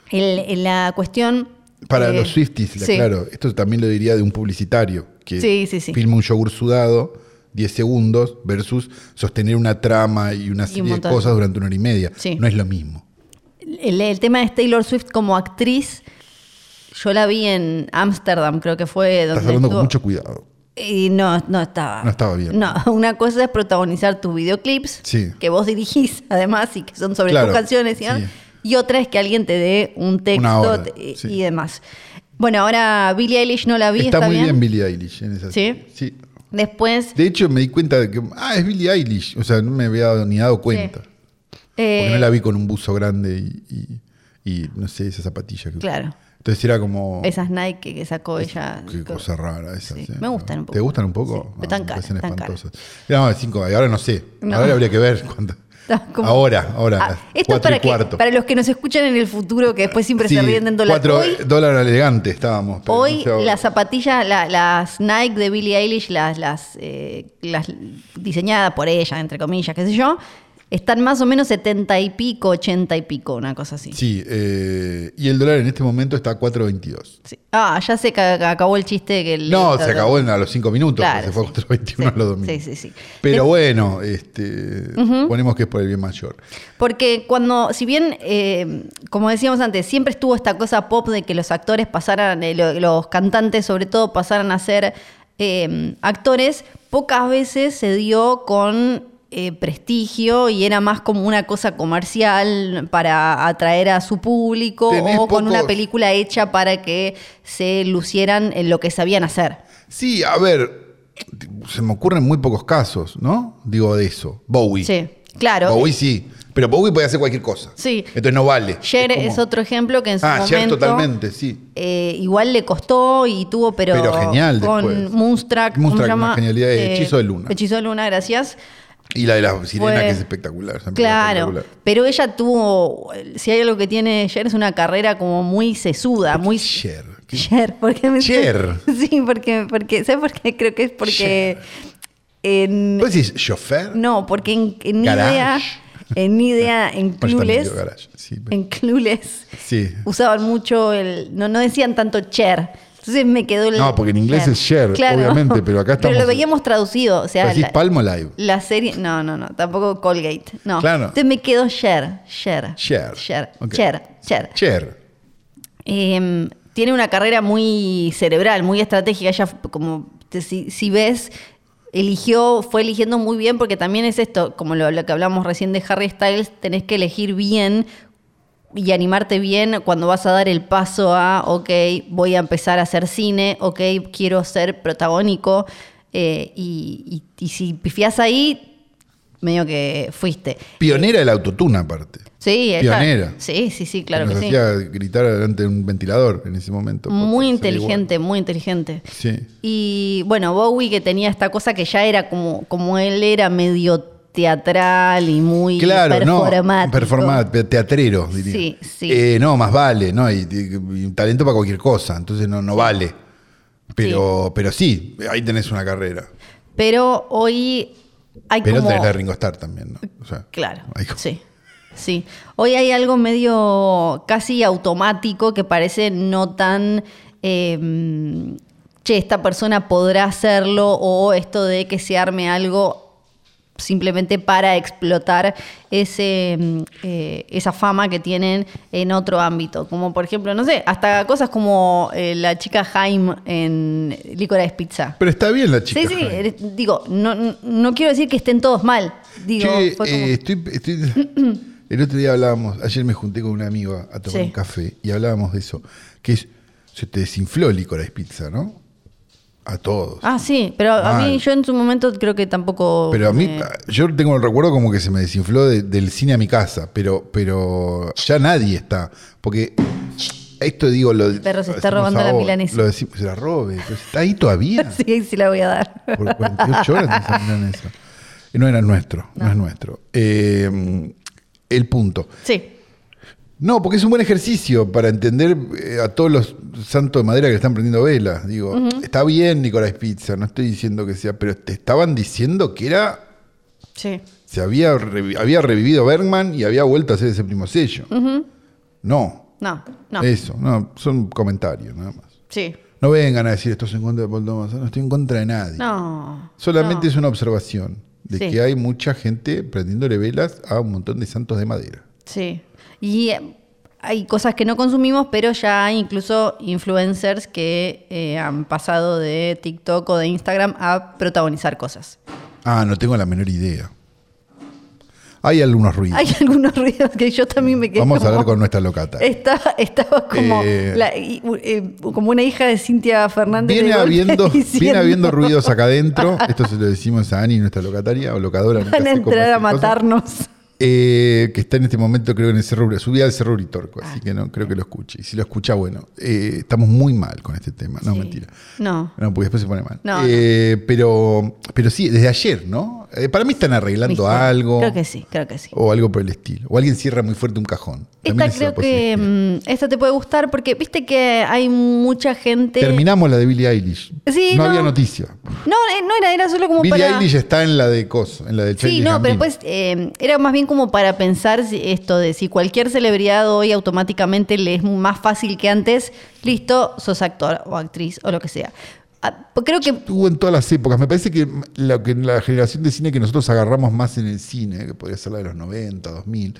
Speaker 3: el- el- la cuestión.
Speaker 2: Para
Speaker 3: eh,
Speaker 2: los Swifties, le
Speaker 3: sí.
Speaker 2: claro. Esto también lo diría de un publicitario que
Speaker 3: Sí, sí, sí.
Speaker 2: filma un yogur sudado 10 segundos versus sostener una trama y una
Speaker 3: un
Speaker 2: serie de
Speaker 3: montón.
Speaker 2: cosas durante una hora y media.
Speaker 3: Sí.
Speaker 2: No es lo mismo.
Speaker 3: El, el tema de Taylor Swift como actriz, yo la vi en Ámsterdam, creo que fue donde
Speaker 2: Estás hablando
Speaker 3: estuvo.
Speaker 2: con mucho cuidado.
Speaker 3: Y no, no estaba.
Speaker 2: No estaba bien.
Speaker 3: No, una cosa es protagonizar tus videoclips,
Speaker 2: Sí.
Speaker 3: que vos dirigís además y que son sobre
Speaker 2: Claro,
Speaker 3: tus canciones. Y,
Speaker 2: sí.
Speaker 3: y otra es que alguien te dé un
Speaker 2: Una
Speaker 3: texto
Speaker 2: hora,
Speaker 3: te- y,
Speaker 2: sí.
Speaker 3: demás. Bueno, ahora Billie Eilish no la vi,
Speaker 2: Está,
Speaker 3: está,
Speaker 2: muy bien Billie Eilish ¿eh? en esa
Speaker 3: ¿Sí?
Speaker 2: serie. Sí.
Speaker 3: Después,
Speaker 2: De hecho, me di cuenta de que, ah, es Billie Eilish. O sea, no me había dado- ni dado cuenta.
Speaker 3: eh,
Speaker 2: Porque no la vi con un buzo grande y, y- y, no sé, esa zapatilla. que-
Speaker 3: claro,
Speaker 2: Entonces era como...
Speaker 3: esas Nike que sacó ella.
Speaker 2: Qué
Speaker 3: co-
Speaker 2: Oh. cosa rara esas.
Speaker 3: Sí,
Speaker 2: ¿eh?
Speaker 3: me gustan un poco.
Speaker 2: ¿Te gustan un poco? Ah,
Speaker 3: Sí, pero están
Speaker 2: me
Speaker 3: caras,
Speaker 2: parecen
Speaker 3: están caras.
Speaker 2: espantosas. No, de cinco, ahora no sé.
Speaker 3: No.
Speaker 2: Ahora habría que ver. cuánto-
Speaker 3: Está como-
Speaker 2: Ahora, ahora.
Speaker 3: Ah,
Speaker 2: las
Speaker 3: esto es
Speaker 2: cuatro
Speaker 3: para,
Speaker 2: y
Speaker 3: que-
Speaker 2: cuarto.
Speaker 3: para los que nos escuchan en el futuro, que después siempre se
Speaker 2: Sí,
Speaker 3: ríen en dólar.
Speaker 2: Cuatro
Speaker 3: Hoy-
Speaker 2: dólares elegante estábamos. pero
Speaker 3: Hoy
Speaker 2: no sé ahora.
Speaker 3: las zapatillas, la- las Nike de Billie Eilish, las, las, eh, las diseñadas por ella, entre comillas, qué sé yo, están más o menos 70 y pico, 80 y pico, una cosa así.
Speaker 2: Sí, eh, y el dólar en este momento está a 4.22.
Speaker 3: Sí. Ah, ya se ca- ca- acabó el chiste que el-
Speaker 2: No,
Speaker 3: el-
Speaker 2: se acabó en, a los 5 minutos,
Speaker 3: Claro,
Speaker 2: porque se fue
Speaker 3: sí.
Speaker 2: a 421
Speaker 3: Sí,
Speaker 2: a los domingos.
Speaker 3: sí, sí, Eh, sí.
Speaker 2: Pero
Speaker 3: De-
Speaker 2: bueno, este, ponemos que es por el bien mayor.
Speaker 3: Porque cuando, si bien, eh, como decíamos antes, siempre estuvo esta cosa pop de que los actores pasaran, eh, lo- los cantantes sobre todo pasaran a ser eh, actores, pocas veces se dio con eh, prestigio y era más como una cosa comercial para atraer a su público
Speaker 2: Tenés
Speaker 3: o con una
Speaker 2: pocos-
Speaker 3: película hecha para que se lucieran en lo que sabían hacer.
Speaker 2: Sí, a ver, se me ocurren muy pocos casos, ¿no? Digo de eso. Bowie.
Speaker 3: Sí, claro.
Speaker 2: Bowie sí, pero Bowie puede hacer cualquier cosa.
Speaker 3: Sí.
Speaker 2: Entonces no vale.
Speaker 3: Cher es,
Speaker 2: como-
Speaker 3: otro ejemplo que en su
Speaker 2: Ah,
Speaker 3: momento...
Speaker 2: Cher totalmente, sí.
Speaker 3: Eh, igual le costó y tuvo, pero,
Speaker 2: Pero genial después.
Speaker 3: con Moonstruck, ¿cómo
Speaker 2: Moonstruck,
Speaker 3: se llama? Eh,
Speaker 2: una genialidad de Hechizo de Luna.
Speaker 3: Hechizo de Luna, gracias.
Speaker 2: Y la de la sirena,
Speaker 3: Fue-
Speaker 2: que es espectacular. es una película
Speaker 3: Claro,
Speaker 2: espectacular.
Speaker 3: pero ella tuvo, si hay algo que tiene Cher es una carrera como muy sesuda, muy
Speaker 2: Cher. ¿Qué-
Speaker 3: Cher, porque me-
Speaker 2: Cher.
Speaker 3: sí, porque porque ¿sabes por qué? Creo que es porque en
Speaker 2: ¿Vos decís chofer?
Speaker 3: no, porque en, en
Speaker 2: Garage.
Speaker 3: idea en idea en
Speaker 2: Bueno, yo también
Speaker 3: Clueless,
Speaker 2: digo garage, sí, pero-
Speaker 3: en Clueless
Speaker 2: Sí.
Speaker 3: usaban mucho el. No, no decían tanto Cher. Entonces me quedó el.
Speaker 2: No, porque en inglés es Cher, obviamente, pero acá
Speaker 3: Pero
Speaker 2: estamos-
Speaker 3: lo veíamos traducido. O sea,
Speaker 2: ¿Vos decís
Speaker 3: la,
Speaker 2: Palmolive?
Speaker 3: la serie. No, no, no. Tampoco Colgate. No.
Speaker 2: Claro.
Speaker 3: Entonces me quedó Cher. Cher.
Speaker 2: Cher.
Speaker 3: Cher.
Speaker 2: Ok.
Speaker 3: Cher. Cher.
Speaker 2: Cher.
Speaker 3: Eh, tiene una carrera muy cerebral, muy estratégica. Ella, como te- si, si ves, eligió, fue eligiendo muy bien, porque también es esto, como lo, lo que hablamos recién de Harry Styles, tenés que elegir bien y animarte bien cuando vas a dar el paso a, ok, voy a empezar a hacer cine, ok, quiero ser protagónico. eh, y, y- y si pifias ahí, medio que fuiste.
Speaker 2: Pionera del autotune, aparte.
Speaker 3: Sí, ella-
Speaker 2: Pionera.
Speaker 3: Sí, sí, sí, claro
Speaker 2: nos
Speaker 3: que sí.
Speaker 2: hacía gritar delante de un ventilador en ese momento.
Speaker 3: Muy
Speaker 2: porque sería igual.
Speaker 3: inteligente, muy inteligente.
Speaker 2: Sí.
Speaker 3: Y bueno, Bowie que tenía esta cosa que ya era como, como él era medio teatral y muy
Speaker 2: Claro, no.
Speaker 3: performático.
Speaker 2: Performat, teatrero, diría.
Speaker 3: Sí, sí.
Speaker 2: Eh, no, más vale, ¿no? Y, y- y talento para cualquier cosa, entonces no, no vale. Pero sí. pero sí, ahí tenés una carrera.
Speaker 3: Pero hoy hay
Speaker 2: Pero
Speaker 3: como...
Speaker 2: tenés la de Ringo Starr también, ¿no? O sea,
Speaker 3: Claro,
Speaker 2: ahí como-
Speaker 3: sí. Sí, hoy hay algo medio casi automático que parece no tan, eh, che, esta persona podrá hacerlo o esto de que se arme algo simplemente para explotar ese, mm, eh, esa fama que tienen en otro ámbito. Como por ejemplo, no sé, hasta cosas como eh, la chica Haim en Licorice Pizza.
Speaker 2: Pero está bien la chica.
Speaker 3: sí, sí,
Speaker 2: Jaime.
Speaker 3: eh, digo, no, no- no quiero decir que estén todos mal. Digo,
Speaker 2: Che,
Speaker 3: fue como-
Speaker 2: eh, estoy, estoy- el otro día hablábamos, ayer me junté con una amiga a tomar
Speaker 3: Sí.
Speaker 2: un café y hablábamos de eso, que es, se te desinfló el licor pizza, ¿no? A todos.
Speaker 3: Ah, sí, pero a
Speaker 2: Mal.
Speaker 3: mí yo en su momento creo que tampoco...
Speaker 2: Pero a mí,
Speaker 3: me-
Speaker 2: yo tengo el recuerdo como que se me desinfló de- del cine a mi casa, pero, pero ya nadie está. Porque esto digo, lo El
Speaker 3: perro se está robando la milanesa.
Speaker 2: Lo decimos, se la robe, pero está ahí todavía.
Speaker 3: Sí, sí la voy a dar.
Speaker 2: Por 48 horas tenés esa milanesa. Y no era nuestro, no, es nuestro. Eh, el punto.
Speaker 3: Sí.
Speaker 2: No, porque es un buen ejercicio para entender eh, a todos los santos de madera que le están prendiendo velas. Digo, está bien Nicolás Pizza, no estoy diciendo que sea, pero te estaban diciendo que era
Speaker 3: Sí.
Speaker 2: se había, revi- había revivido Bergman y había vuelto a hacer ese primo sello. No,
Speaker 3: No, no.
Speaker 2: Eso, no, son comentarios nada más.
Speaker 3: Sí.
Speaker 2: No vengan a decir esto es en contra de Paul Thomas, no estoy en contra de nadie.
Speaker 3: No.
Speaker 2: Solamente
Speaker 3: no.
Speaker 2: es una observación de
Speaker 3: Sí.
Speaker 2: que hay mucha gente prendiéndole velas a un montón de santos de madera.
Speaker 3: Sí. Y eh, hay cosas que no consumimos, pero ya hay incluso influencers que eh, han pasado de TikTok o de Instagram a protagonizar cosas.
Speaker 2: Ah, no tengo la menor idea. Hay algunos ruidos.
Speaker 3: Hay algunos ruidos que yo también me quedé
Speaker 2: Vamos a
Speaker 3: como-
Speaker 2: hablar con nuestra locata.
Speaker 3: Estaba, estaba como,
Speaker 2: Eh.
Speaker 3: la- y- u- eh, como una hija de Cintia Fernández.
Speaker 2: Viene
Speaker 3: de golpe
Speaker 2: habiendo, viene
Speaker 3: diciendo,
Speaker 2: habiendo ruidos acá adentro. Esto se lo decimos a Ani, nuestra locataria o locadora. nunca
Speaker 3: Van a
Speaker 2: sé cómo es
Speaker 3: entrar a
Speaker 2: esa cosa.
Speaker 3: matarnos.
Speaker 2: Eh, que está en este momento, creo, en el Cerro Subí al Cerro Uritorco,
Speaker 3: Ah.
Speaker 2: así que no creo que lo escuche. Y si lo escucha, bueno, eh, estamos muy mal con este tema. No,
Speaker 3: Sí.
Speaker 2: mentira.
Speaker 3: No.
Speaker 2: No, porque después se pone mal.
Speaker 3: No,
Speaker 2: Eh, Pero, pero sí, desde ayer, ¿no? Eh, para mí están arreglando
Speaker 3: ¿Viste?
Speaker 2: algo.
Speaker 3: Creo que sí, creo que sí.
Speaker 2: O algo por el estilo. O alguien cierra muy fuerte un cajón. También
Speaker 3: Esta
Speaker 2: es una
Speaker 3: creo que
Speaker 2: posibilidad.
Speaker 3: mm, esta te puede gustar porque viste que hay mucha gente.
Speaker 2: Terminamos la de Billie Eilish.
Speaker 3: Sí,
Speaker 2: no,
Speaker 3: no.
Speaker 2: había noticia.
Speaker 3: No, eh, no era, era solo como
Speaker 2: Billie
Speaker 3: para.
Speaker 2: Eilish está en la de Coso, en la de
Speaker 3: Sí,
Speaker 2: Childish
Speaker 3: no, pero
Speaker 2: Gambino.
Speaker 3: después eh, era más bien como para pensar si- esto de si cualquier celebridad hoy automáticamente le es más fácil que antes, listo, sos actor o actriz o lo que sea. Ah, Creo que
Speaker 2: Estuvo en todas las épocas. Me parece que la, que la generación de cine que nosotros agarramos más en el cine, que podría ser la de los 90, 2000,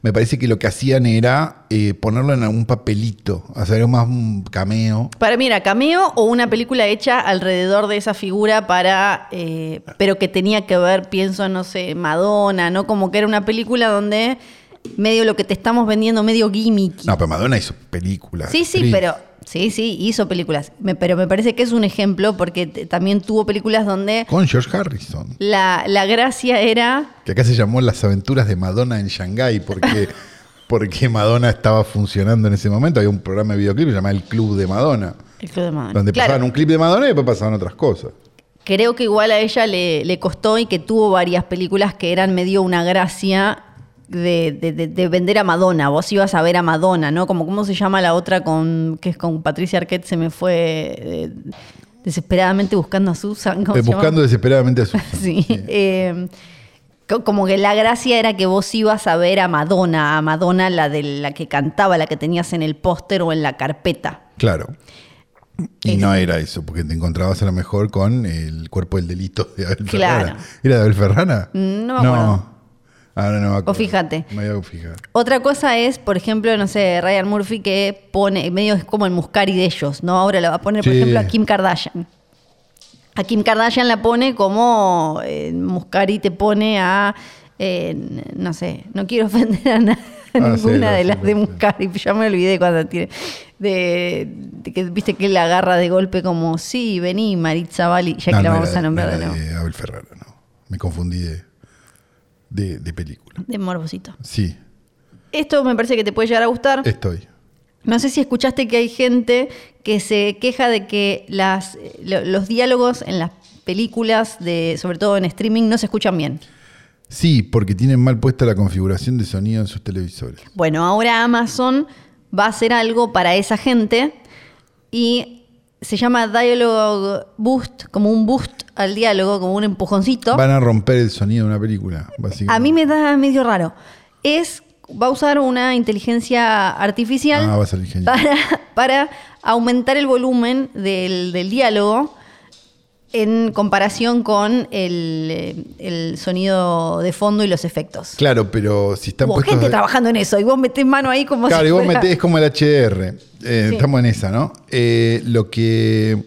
Speaker 2: me parece que lo que hacían era eh, ponerlo en algún papelito, hacer más un cameo.
Speaker 3: Para mí era cameo o una película hecha alrededor de esa figura para, eh, pero que tenía que ver, pienso, no sé, Madonna, ¿no? Como que era una película donde medio lo que te estamos vendiendo, medio gimmick.
Speaker 2: No, pero Madonna hizo películas.
Speaker 3: sí, sí,
Speaker 2: actriz.
Speaker 3: pero sí, sí, hizo películas. Me- pero me parece que es un ejemplo porque t- también tuvo películas donde
Speaker 2: Con George Harrison,
Speaker 3: la, la gracia era...
Speaker 2: que acá se llamó Las aventuras de Madonna en Shanghái, porque, porque Madonna estaba funcionando en ese momento. Había un programa de videoclip llamado El Club de Madonna,
Speaker 3: El Club de Madonna.
Speaker 2: donde
Speaker 3: Claro.
Speaker 2: pasaban un clip de Madonna y después pasaban otras cosas.
Speaker 3: Creo que igual a ella le, le costó y que tuvo varias películas que eran medio una gracia de, de- de- de vender a Madonna. Vos ibas a ver a Madonna, ¿no? Como cómo se llama la otra con que es con Patricia Arquette, se me fue eh, desesperadamente buscando a Susan. ¿cómo
Speaker 2: Eh,
Speaker 3: se llama?
Speaker 2: buscando desesperadamente a Susan.
Speaker 3: Sí. eh, co- como que la gracia era que vos ibas a ver a Madonna, a Madonna la de la que cantaba, la que tenías en el póster o en la carpeta.
Speaker 2: Claro. Y
Speaker 3: Es-
Speaker 2: no era eso, porque te encontrabas a lo mejor con el cuerpo del delito de Abel
Speaker 3: Claro.
Speaker 2: Ferrara. ¿Era de Abel Ferrara?
Speaker 3: Mm, no me acuerdo.
Speaker 2: Ahora no me acuerdo.
Speaker 3: O fíjate.
Speaker 2: Me voy a fijar.
Speaker 3: Otra cosa es, por ejemplo, no sé, Ryan Murphy que pone, medio es como el Muscari de ellos, ¿no? Ahora la va a poner, por
Speaker 2: Sí.
Speaker 3: ejemplo, a Kim Kardashian. A Kim Kardashian la pone como eh, Muscari te pone a, eh, no sé, no quiero ofender a, na- a
Speaker 2: Ah, sí,
Speaker 3: ninguna
Speaker 2: no,
Speaker 3: de
Speaker 2: sí,
Speaker 3: las de
Speaker 2: no, sí.
Speaker 3: Muscari, ya me olvidé cuando tiene, de, de que viste que él la agarra de golpe como, sí, vení Maritza Bali, ya
Speaker 2: No,
Speaker 3: que la
Speaker 2: no
Speaker 3: vamos
Speaker 2: era-
Speaker 3: a nombrar
Speaker 2: no
Speaker 3: de
Speaker 2: era
Speaker 3: nuevo.
Speaker 2: de Abel Ferrara, no. Me confundí de, de, de película.
Speaker 3: De morbosito.
Speaker 2: Sí,
Speaker 3: Esto me parece que te puede llegar a gustar.
Speaker 2: estoy.
Speaker 3: No sé si escuchaste que hay gente que se queja de que las, lo- los diálogos en las películas, de, sobre todo en streaming, no se escuchan bien.
Speaker 2: Sí, porque tienen mal puesta la configuración de sonido en sus televisores.
Speaker 3: Bueno, ahora Amazon va a hacer algo para esa gente y se llama Dialogue Boost, como un boost al diálogo, como un empujoncito.
Speaker 2: Van a romper el sonido de una película, básicamente.
Speaker 3: A mí me da medio raro. Es, va a usar una inteligencia artificial
Speaker 2: Ah, va a ser el genio.
Speaker 3: para, para aumentar el volumen del, del diálogo en comparación con el, eh, el sonido de fondo y los efectos.
Speaker 2: Claro, pero si están
Speaker 3: Hubo
Speaker 2: puestos...
Speaker 3: gente
Speaker 2: de-
Speaker 3: trabajando en eso y vos metés mano ahí como
Speaker 2: Claro,
Speaker 3: si
Speaker 2: y vos
Speaker 3: fuera-
Speaker 2: metés es como el HDR. Eh,
Speaker 3: Sí.
Speaker 2: Estamos en esa, ¿no? Eh, lo que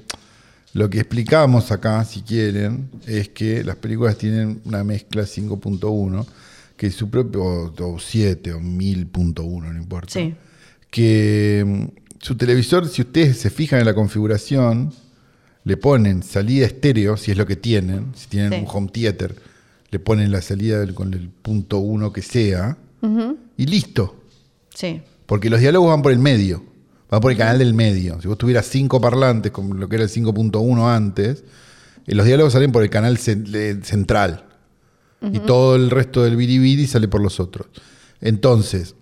Speaker 2: lo que explicamos acá, si quieren, es que las películas tienen una mezcla 5.1, que es su propio, o, o 7, o 1000.1, no importa.
Speaker 3: Sí.
Speaker 2: Que mm, su televisor, si ustedes se fijan en la configuración, le ponen salida estéreo, si es lo que tienen, si tienen
Speaker 3: Sí.
Speaker 2: un home theater, le ponen la salida del- con el punto uno que sea, y listo.
Speaker 3: Sí.
Speaker 2: Porque los diálogos van por el medio, van por el canal del medio. Si vos tuvieras cinco parlantes, como lo que era el 5.1 antes, eh, los diálogos salen por el canal cen- de- central. Y todo el resto del biribiri sale por los otros. Entonces,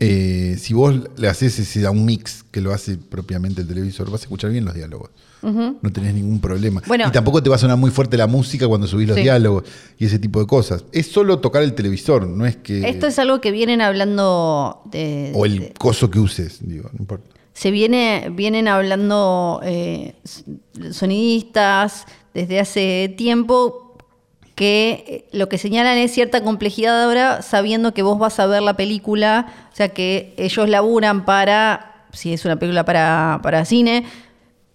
Speaker 2: eh, si vos le haces ese a un mix que lo hace propiamente el televisor, vas a escuchar bien los diálogos. No tenés ningún problema.
Speaker 3: Bueno.
Speaker 2: y tampoco te va a sonar muy fuerte la música cuando subís los
Speaker 3: Sí.
Speaker 2: diálogos y ese tipo de cosas. Es solo tocar el televisor, no es que.
Speaker 3: Esto es algo que vienen hablando
Speaker 2: Eh,
Speaker 3: de,
Speaker 2: O
Speaker 3: de-
Speaker 2: el coso que uses, digo, no importa.
Speaker 3: se viene, vienen hablando eh, s- sonidistas desde hace tiempo que eh, lo que señalan es cierta complejidad ahora sabiendo que vos vas a ver la película, o sea que ellos laburan para, si es una película para, para cine,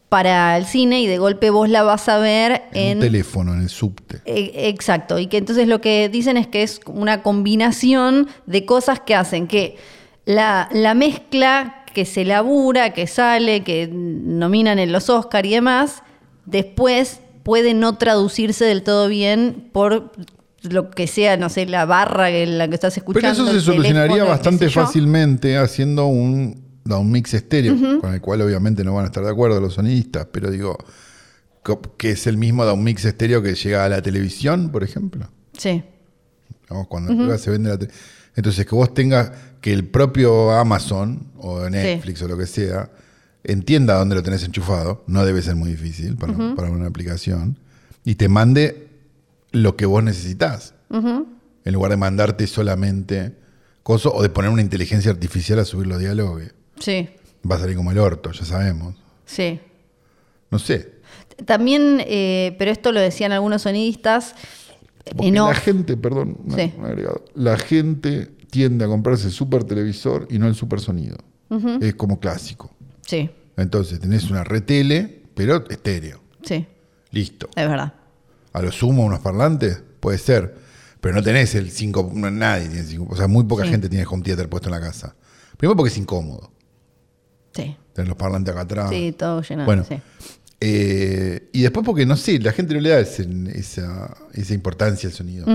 Speaker 3: para el cine y de golpe vos la vas a ver
Speaker 2: En
Speaker 3: en...
Speaker 2: un teléfono, en el subte.
Speaker 3: E- Exacto, y que entonces lo que dicen es que es una combinación de cosas que hacen que la, la mezcla que se labura, que sale, que nominan en los Oscar y demás, después puede no traducirse del todo bien por lo que sea, no sé, la barra en la que estás escuchando.
Speaker 2: Pero eso se
Speaker 3: el
Speaker 2: solucionaría
Speaker 3: teléfono, qué
Speaker 2: bastante
Speaker 3: sé yo.
Speaker 2: fácilmente haciendo un, no, un mix estéreo, con el cual obviamente no van a estar de acuerdo los sonidistas, pero digo, co- que es el mismo de un mix estéreo que llega a la televisión, por ejemplo.
Speaker 3: Sí,
Speaker 2: ¿no? Cuando arriba se vende la tele. Entonces, que vos tengas que el propio Amazon o Netflix o lo que sea entienda dónde lo tenés enchufado, no debe ser muy difícil para, para una aplicación, y te mande lo que vos necesitas. En lugar de mandarte solamente cosas o de poner una inteligencia artificial a subir los diálogos, que
Speaker 3: sí,
Speaker 2: va a salir como el orto, ya sabemos.
Speaker 3: sí.
Speaker 2: No sé.
Speaker 3: También, eh, pero esto lo decían algunos sonidistas,
Speaker 2: Porque
Speaker 3: en
Speaker 2: la
Speaker 3: off.
Speaker 2: gente, perdón, un-
Speaker 3: Sí.
Speaker 2: un agregado. la gente tiende a comprarse el super televisor y no el super sonido. Es como clásico.
Speaker 3: Sí,
Speaker 2: Entonces tenés una retele, pero estéreo.
Speaker 3: sí,
Speaker 2: Listo.
Speaker 3: es verdad.
Speaker 2: A lo sumo unos parlantes, puede ser. Pero no tenés el 5, nadie tiene 5. O sea, muy poca
Speaker 3: Sí.
Speaker 2: gente tiene home theater puesto en la casa. Primero porque es incómodo.
Speaker 3: Sí,
Speaker 2: Tener los parlantes acá atrás.
Speaker 3: sí, todo llenado.
Speaker 2: Bueno,
Speaker 3: sí.
Speaker 2: eh, y después porque, no sé, la gente no le da ese- esa, esa importancia al sonido.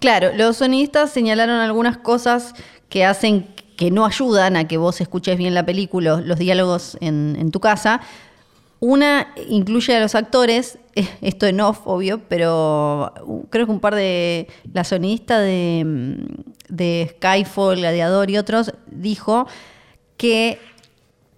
Speaker 3: Claro, los sonidistas señalaron algunas cosas que hacen que no ayudan a que vos escuches bien la película, los diálogos en, en tu casa. Una incluye a los actores, eh, esto en off, obvio, pero u- creo que un par de. La sonidista de, mm, de Skyfall, Gladiador y otros dijo que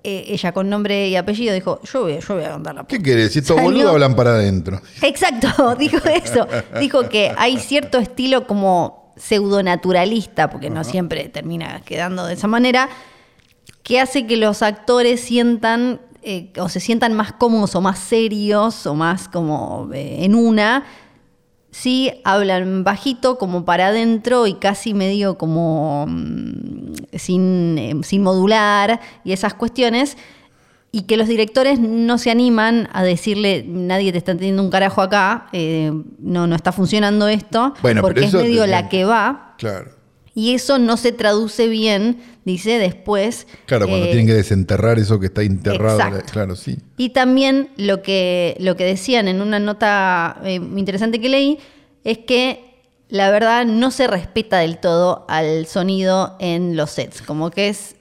Speaker 3: eh, ella con nombre y apellido dijo: Yo voy, yo voy a contar la
Speaker 2: ¿Qué querés? Si estos
Speaker 3: Salió-
Speaker 2: boludos hablan para adentro.
Speaker 3: Exacto, dijo eso. Dijo que hay cierto estilo como pseudonaturalista, porque no siempre termina quedando de esa manera, que hace que los actores sientan eh, o se sientan más cómodos o más serios o más como eh, en una. Sí, hablan bajito, como para adentro y casi medio como mm, sin, eh, sin modular y esas cuestiones y que los directores no se animan a decirle nadie te está entendiendo un carajo acá, eh, no, no está funcionando esto,
Speaker 2: Bueno, pero
Speaker 3: porque es
Speaker 2: eso
Speaker 3: medio
Speaker 2: tendrían
Speaker 3: la
Speaker 2: que-
Speaker 3: que va,
Speaker 2: Claro.
Speaker 3: y eso no se traduce bien, dice después.
Speaker 2: Claro, cuando
Speaker 3: eh,
Speaker 2: tienen que desenterrar eso que está enterrado. eh,
Speaker 3: exacto.
Speaker 2: Claro, sí.
Speaker 3: Y también lo que, lo que decían en una nota eh, interesante que leí es que la verdad no se respeta del todo al sonido en los sets, como que es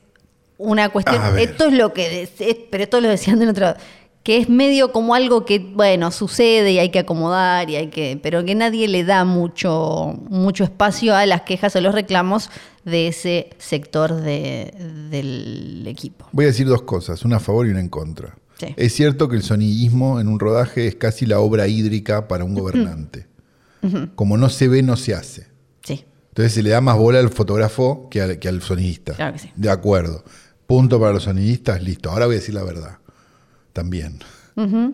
Speaker 3: una cuestión,
Speaker 2: A ver.
Speaker 3: esto es lo que, des- es- pero esto lo decían del otro lado, que es medio como algo que, bueno, sucede y hay que acomodar y hay que, pero que nadie le da mucho, mucho espacio a las quejas o los reclamos de ese sector de- del equipo.
Speaker 2: Voy a decir dos cosas, una a favor y una en contra.
Speaker 3: Sí.
Speaker 2: Es cierto que el sonidismo en un rodaje es casi la obra hídrica para un gobernante. Como no se ve, no se hace.
Speaker 3: Sí,
Speaker 2: Entonces se le da más bola al fotógrafo que al, que al sonidista.
Speaker 3: Claro que sí.
Speaker 2: De acuerdo. Punto para los sonidistas, listo. Ahora voy a decir la verdad. También.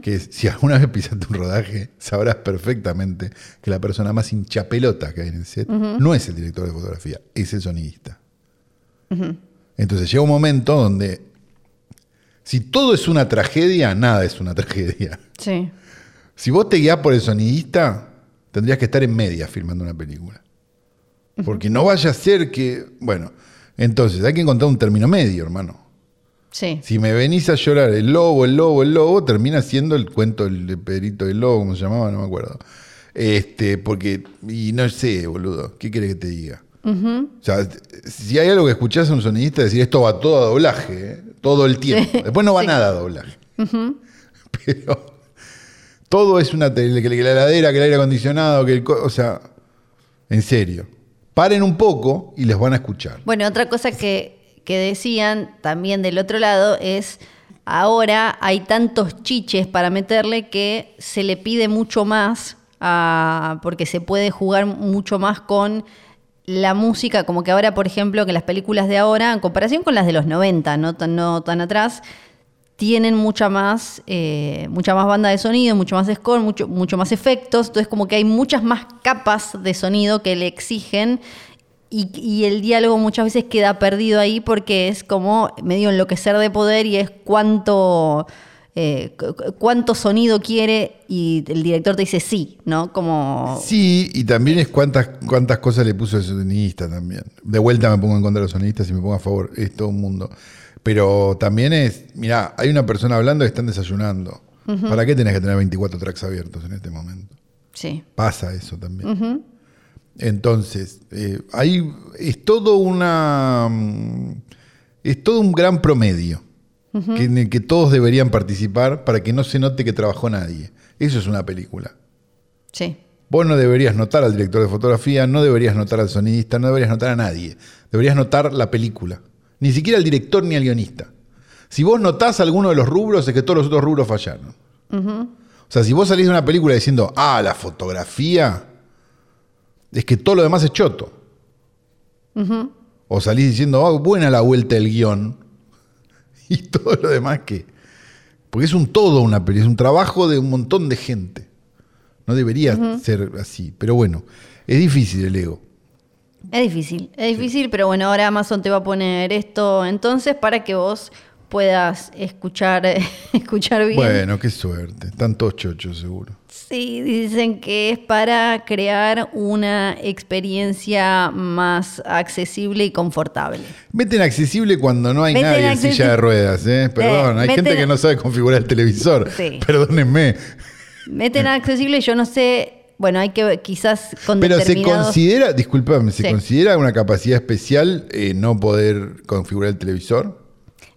Speaker 2: Que es, si alguna vez pisaste un rodaje, sabrás perfectamente que la persona más hinchapelota que hay en el set no es el director de fotografía, es el sonidista. Entonces llega un momento donde si todo es una tragedia, nada es una tragedia.
Speaker 3: sí.
Speaker 2: Si vos te guiás por el sonidista, tendrías que estar en media filmando una película. Porque no vaya a ser que. Bueno, entonces hay que encontrar un término medio, hermano.
Speaker 3: Sí.
Speaker 2: Si me venís a llorar el lobo, el lobo, el lobo, termina siendo el cuento del- de Pedrito el lobo, como se llamaba, no me acuerdo. Este, porque, y no sé, boludo, ¿qué querés que te diga? O sea, si hay algo que escuchás a un sonidista decir, esto va todo a doblaje, ¿eh? todo el tiempo. Después no va nada a doblaje. Pero todo es una tele, que la heladera, que el aire acondicionado, que el... co- O sea, en serio. Paren un poco y les van a escuchar.
Speaker 3: Bueno, otra cosa que, que decían también del otro lado es, ahora hay tantos chiches para meterle que se le pide mucho más, ah, porque se puede jugar mucho más con la música, como que ahora, por ejemplo, que las películas de ahora, en comparación con las de los 90, no tan, no tan atrás, tienen mucha más, eh, mucha más banda de sonido, mucho más score, mucho, mucho más efectos. Entonces, como que hay muchas más capas de sonido que le exigen. Y, y el diálogo muchas veces queda perdido ahí porque es como medio enloquecer de poder y es cuánto, eh, cu- cu- cuánto sonido quiere y el director te dice sí, ¿no? Como...
Speaker 2: Sí, y también es cuántas, cuántas cosas le puso el sonidista también. De vuelta me pongo en contra de los sonidistas y me pongo a favor, es todo un mundo. Pero también es, mirá, hay una persona hablando y están desayunando. ¿Para qué tenés que tener 24 tracks abiertos en este momento?
Speaker 3: Sí.
Speaker 2: Pasa eso también. Entonces, eh, hay, es todo una. mm, Es todo un gran promedio que- en el que todos deberían participar para que no se note que trabajó nadie. Eso es una película.
Speaker 3: Sí.
Speaker 2: Vos no deberías notar al director de fotografía, no deberías notar al sonidista, no deberías notar a nadie. Deberías notar la película. Ni siquiera al director ni al guionista. Si vos notás alguno de los rubros, es que todos los otros rubros fallaron. O sea, si vos salís de una película diciendo, ah, la fotografía, es que todo lo demás es choto. O salís diciendo, ah, buena la vuelta del guión, y todo lo demás que. Porque es un todo una película, es un trabajo de un montón de gente. No debería ser así, pero bueno, es difícil el ego.
Speaker 3: Es difícil, es difícil, pero bueno, ahora Amazon te va a poner esto entonces para que vos puedas escuchar, escuchar bien.
Speaker 2: Bueno, qué suerte. Están todos chochos, seguro.
Speaker 3: Sí, dicen que es para crear una experiencia más accesible y confortable.
Speaker 2: Meten accesible cuando no hay
Speaker 3: Meten
Speaker 2: nadie en
Speaker 3: accesi-
Speaker 2: silla de ruedas, ¿eh? Perdón, hay
Speaker 3: meten-
Speaker 2: gente que no sabe configurar el televisor.
Speaker 3: Sí.
Speaker 2: Perdónenme.
Speaker 3: Meten accesible, yo no sé, bueno, hay que ver, quizás con
Speaker 2: Pero se
Speaker 3: determinados-
Speaker 2: considera, disculpame, ¿se
Speaker 3: Sí.
Speaker 2: considera una capacidad especial eh, no poder configurar el televisor?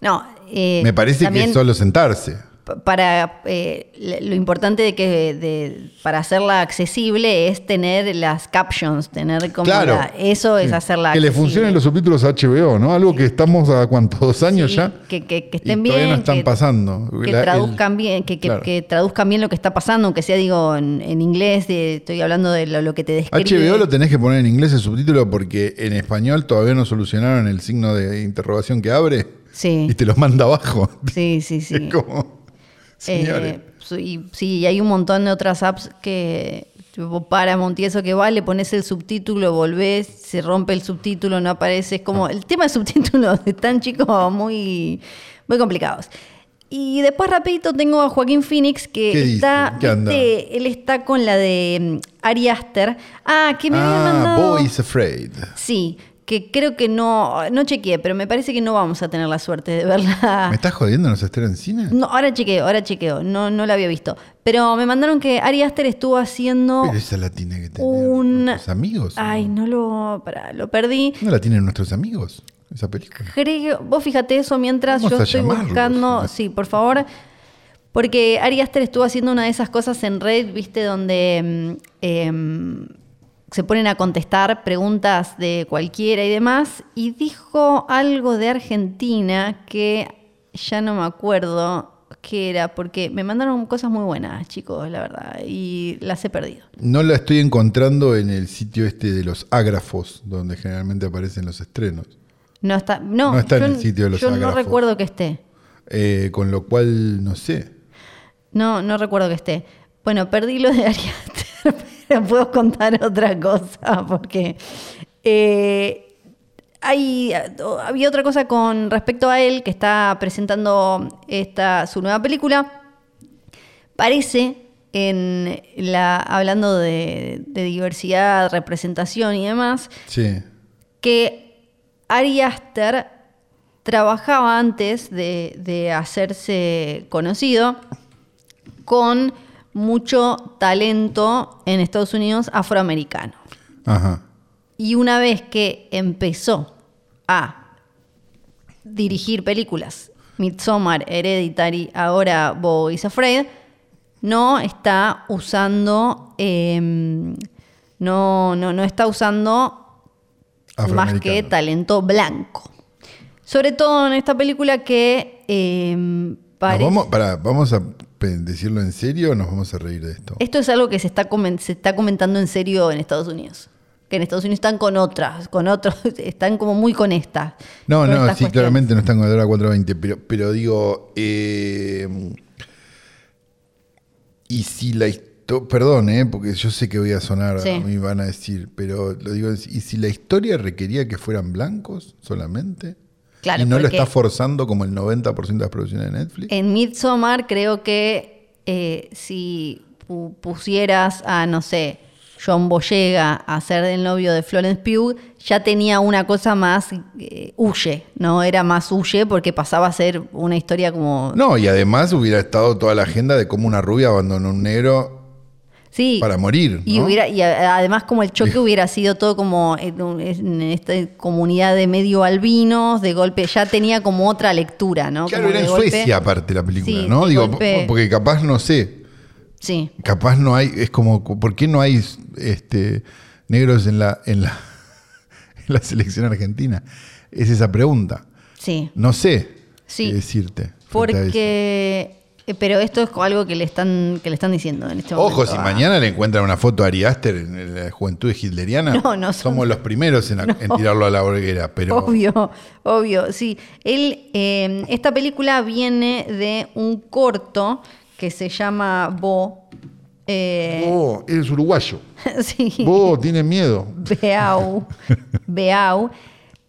Speaker 3: No, eh,
Speaker 2: Me parece
Speaker 3: también-
Speaker 2: que solo sentarse.
Speaker 3: P- para eh, le- lo importante de que de- para hacerla accesible es tener las captions, tener como
Speaker 2: Claro.
Speaker 3: la- eso es
Speaker 2: Sí.
Speaker 3: hacerla
Speaker 2: Que le
Speaker 3: accesible.
Speaker 2: funcionen los subtítulos a HBO, ¿no? Algo que estamos a cuántos dos años
Speaker 3: Sí,
Speaker 2: ya.
Speaker 3: que- que- que estén
Speaker 2: y todavía
Speaker 3: bien,
Speaker 2: no están
Speaker 3: que-
Speaker 2: pasando.
Speaker 3: que
Speaker 2: La- el-
Speaker 3: traduzcan bien, que, que-
Speaker 2: Claro.
Speaker 3: que traduzcan bien lo que está pasando, aunque sea digo en, en inglés, de- estoy hablando de lo, lo que te describe.
Speaker 2: HBO lo tenés que poner en inglés el subtítulo porque en español todavía no solucionaron el signo de interrogación que abre
Speaker 3: Sí.
Speaker 2: y te los manda abajo.
Speaker 3: Sí, sí, sí.
Speaker 2: Es como. Señores.
Speaker 3: Eh, su- y, sí, y hay un montón de otras apps que tipo Paramount y eso que va, le pones el subtítulo, volvés, se rompe el subtítulo, no aparece. Es como el tema de subtítulos están chicos muy, muy complicados. Y después rapidito tengo a Joaquín Phoenix que
Speaker 2: ¿Qué dice?
Speaker 3: está,
Speaker 2: ¿Qué anda?
Speaker 3: viste, él está con la de mm, Ari Aster. Ah, que me había
Speaker 2: ah,
Speaker 3: mandado.
Speaker 2: Boy is Afraid.
Speaker 3: Sí, que creo que no, no chequeé, pero me parece que no vamos a tener la suerte de verla.
Speaker 2: ¿Me estás jodiendo? ¿No se estrena en cine?
Speaker 3: Ah. No, ahora chequeo, ahora chequeo. No, no la había visto. Pero me mandaron que Ari Aster estuvo haciendo
Speaker 2: Pero esa la tiene que tener.
Speaker 3: un...
Speaker 2: ¿Nuestros amigos?
Speaker 3: Ay, no lo... Pará, lo perdí.
Speaker 2: ¿No la tienen nuestros amigos? Esa película.
Speaker 3: Creo... Vos fíjate eso mientras
Speaker 2: Vamos
Speaker 3: yo
Speaker 2: a
Speaker 3: estoy
Speaker 2: llamarlos.
Speaker 3: buscando... Sí, por favor. Porque Ari Aster estuvo haciendo una de esas cosas en red, viste, donde mm, em, se ponen a contestar preguntas de cualquiera y demás. Y dijo algo de Argentina que ya no me acuerdo qué era, porque me mandaron cosas muy buenas, chicos, la verdad. Y las he perdido.
Speaker 2: No la estoy encontrando en el sitio este de los ágrafos, donde generalmente aparecen los estrenos.
Speaker 3: No está, no,
Speaker 2: No está en
Speaker 3: yo-
Speaker 2: el sitio de los
Speaker 3: Yo no
Speaker 2: ágrafos.
Speaker 3: recuerdo que esté.
Speaker 2: Eh, con lo cual, no sé.
Speaker 3: No, no recuerdo que esté. Bueno, perdí lo de Ariaster, pero puedo contar otra cosa, porque eh, hay, había otra cosa con respecto a él que está presentando esta, su nueva película. Parece, en la, hablando de, de diversidad, representación y demás,
Speaker 2: Sí.
Speaker 3: que Ari Aster trabajaba antes de, de hacerse conocido con mucho talento en Estados Unidos afroamericano.
Speaker 2: Ajá.
Speaker 3: Y una vez que empezó a dirigir películas, Midsommar, Hereditary, ahora Bo is Afraid, no está usando, eh, no, no, no está usando más que
Speaker 2: Afroamericano.
Speaker 3: talento blanco. Sobre todo en esta película que eh,
Speaker 2: ¿Nos
Speaker 3: parece...
Speaker 2: vamos, pará, ¿Vamos a pe- decirlo en serio o nos vamos a reír de esto?
Speaker 3: Esto es algo que se está, comen- se está comentando en serio en Estados Unidos. Que en Estados Unidos están con otras, con otros, están como muy con esta.
Speaker 2: No,
Speaker 3: con
Speaker 2: no, sí,
Speaker 3: estas cuestiones.
Speaker 2: claramente no están con el dólar a 4.20, pero, pero digo, eh, y si la historia, perdón, eh, porque yo sé que voy a sonar,
Speaker 3: Sí.
Speaker 2: a mí van a decir, pero lo digo, y si la historia requería que fueran blancos solamente,
Speaker 3: Claro,
Speaker 2: y no lo
Speaker 3: porque- Eh,
Speaker 2: está forzando como el 90% de las producciones de Netflix,
Speaker 3: En Midsommar creo que eh, si pu- pusieras a, no sé, John Boyega a ser el novio de Florence Pugh, ya tenía una cosa más eh, huye, ¿no? Era más huye porque pasaba a ser una historia como...
Speaker 2: no, y además hubiera estado toda la agenda de cómo una rubia abandonó a un negro
Speaker 3: sí,
Speaker 2: para morir,
Speaker 3: Y,
Speaker 2: ¿no?
Speaker 3: hubiera, y a- además como el choque hubiera sido todo como en, un- en esta comunidad de medio albinos, de golpe ya tenía como otra lectura, ¿no?
Speaker 2: Claro,
Speaker 3: Como
Speaker 2: era
Speaker 3: de
Speaker 2: en
Speaker 3: golpe-
Speaker 2: Suecia aparte la película,
Speaker 3: Sí,
Speaker 2: ¿no?
Speaker 3: de
Speaker 2: Digo,
Speaker 3: golpe-
Speaker 2: po- porque capaz, no sé,
Speaker 3: Sí,
Speaker 2: capaz no hay, es como, ¿por qué no hay este, negros en la, en la, en la selección argentina? Es esa pregunta.
Speaker 3: sí.
Speaker 2: No sé
Speaker 3: Sí.
Speaker 2: qué decirte. frente a eso.
Speaker 3: Porque... eh, Pero esto es algo que le están, que le están diciendo en este momento.
Speaker 2: Ojo, si
Speaker 3: a-
Speaker 2: mañana le encuentran una foto a Ari Aster en la juventud hitleriana,
Speaker 3: No, no son-
Speaker 2: somos los primeros en, en tirarlo a la borguera, pero
Speaker 3: Obvio, obvio, sí. Él, eh, esta película viene de un corto que se llama Bo. eh,
Speaker 2: vos Oh, eres uruguayo,
Speaker 3: sí.
Speaker 2: vos tienes miedo.
Speaker 3: Beau, Beau,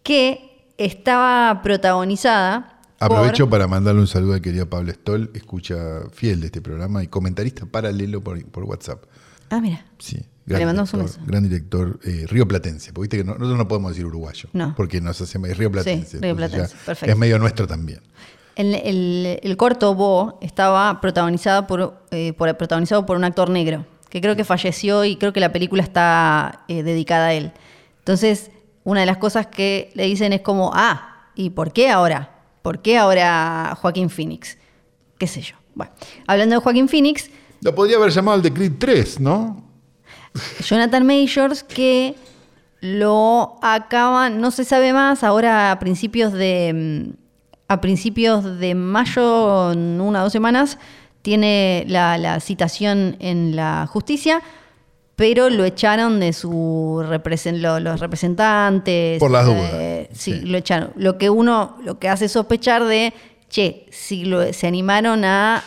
Speaker 3: que estaba protagonizada. por-
Speaker 2: Aprovecho para mandarle un saludo al querido Pablo Stoll, escucha fiel de este programa y comentarista paralelo por, por WhatsApp.
Speaker 3: Ah, mira.
Speaker 2: Sí.
Speaker 3: Le mandamos un
Speaker 2: director,
Speaker 3: beso.
Speaker 2: Gran director eh, rioplatense, porque viste que no- nosotros no podemos decir uruguayo,
Speaker 3: No.
Speaker 2: porque nos hace es rioplatense.
Speaker 3: Sí,
Speaker 2: entonces
Speaker 3: rioplatense,
Speaker 2: ya
Speaker 3: perfecto.
Speaker 2: Es medio nuestro también.
Speaker 3: El, el- el corto Bo estaba protagonizada por, eh, por- protagonizado por un actor negro, que creo que falleció y creo que la película está eh, dedicada a él. Entonces, una de las cosas que le dicen es como, ah, ¿y por qué ahora? ¿Por qué ahora Joaquín Phoenix? ¿Qué sé yo? Bueno, hablando de Joaquín Phoenix,
Speaker 2: Lo podría haber llamado el de Creed 3, ¿no?
Speaker 3: Jonathan Majors que lo acaban, no se sabe más, ahora a principios de mm, a principios de mayo, en una o dos semanas, tiene la, la citación en la justicia, pero lo echaron de su represen- lo- los representantes.
Speaker 2: Por las
Speaker 3: eh,
Speaker 2: dudas.
Speaker 3: sí,
Speaker 2: Sí.
Speaker 3: lo echaron. Lo que uno, lo que hace sospechar de, che, si lo- se animaron a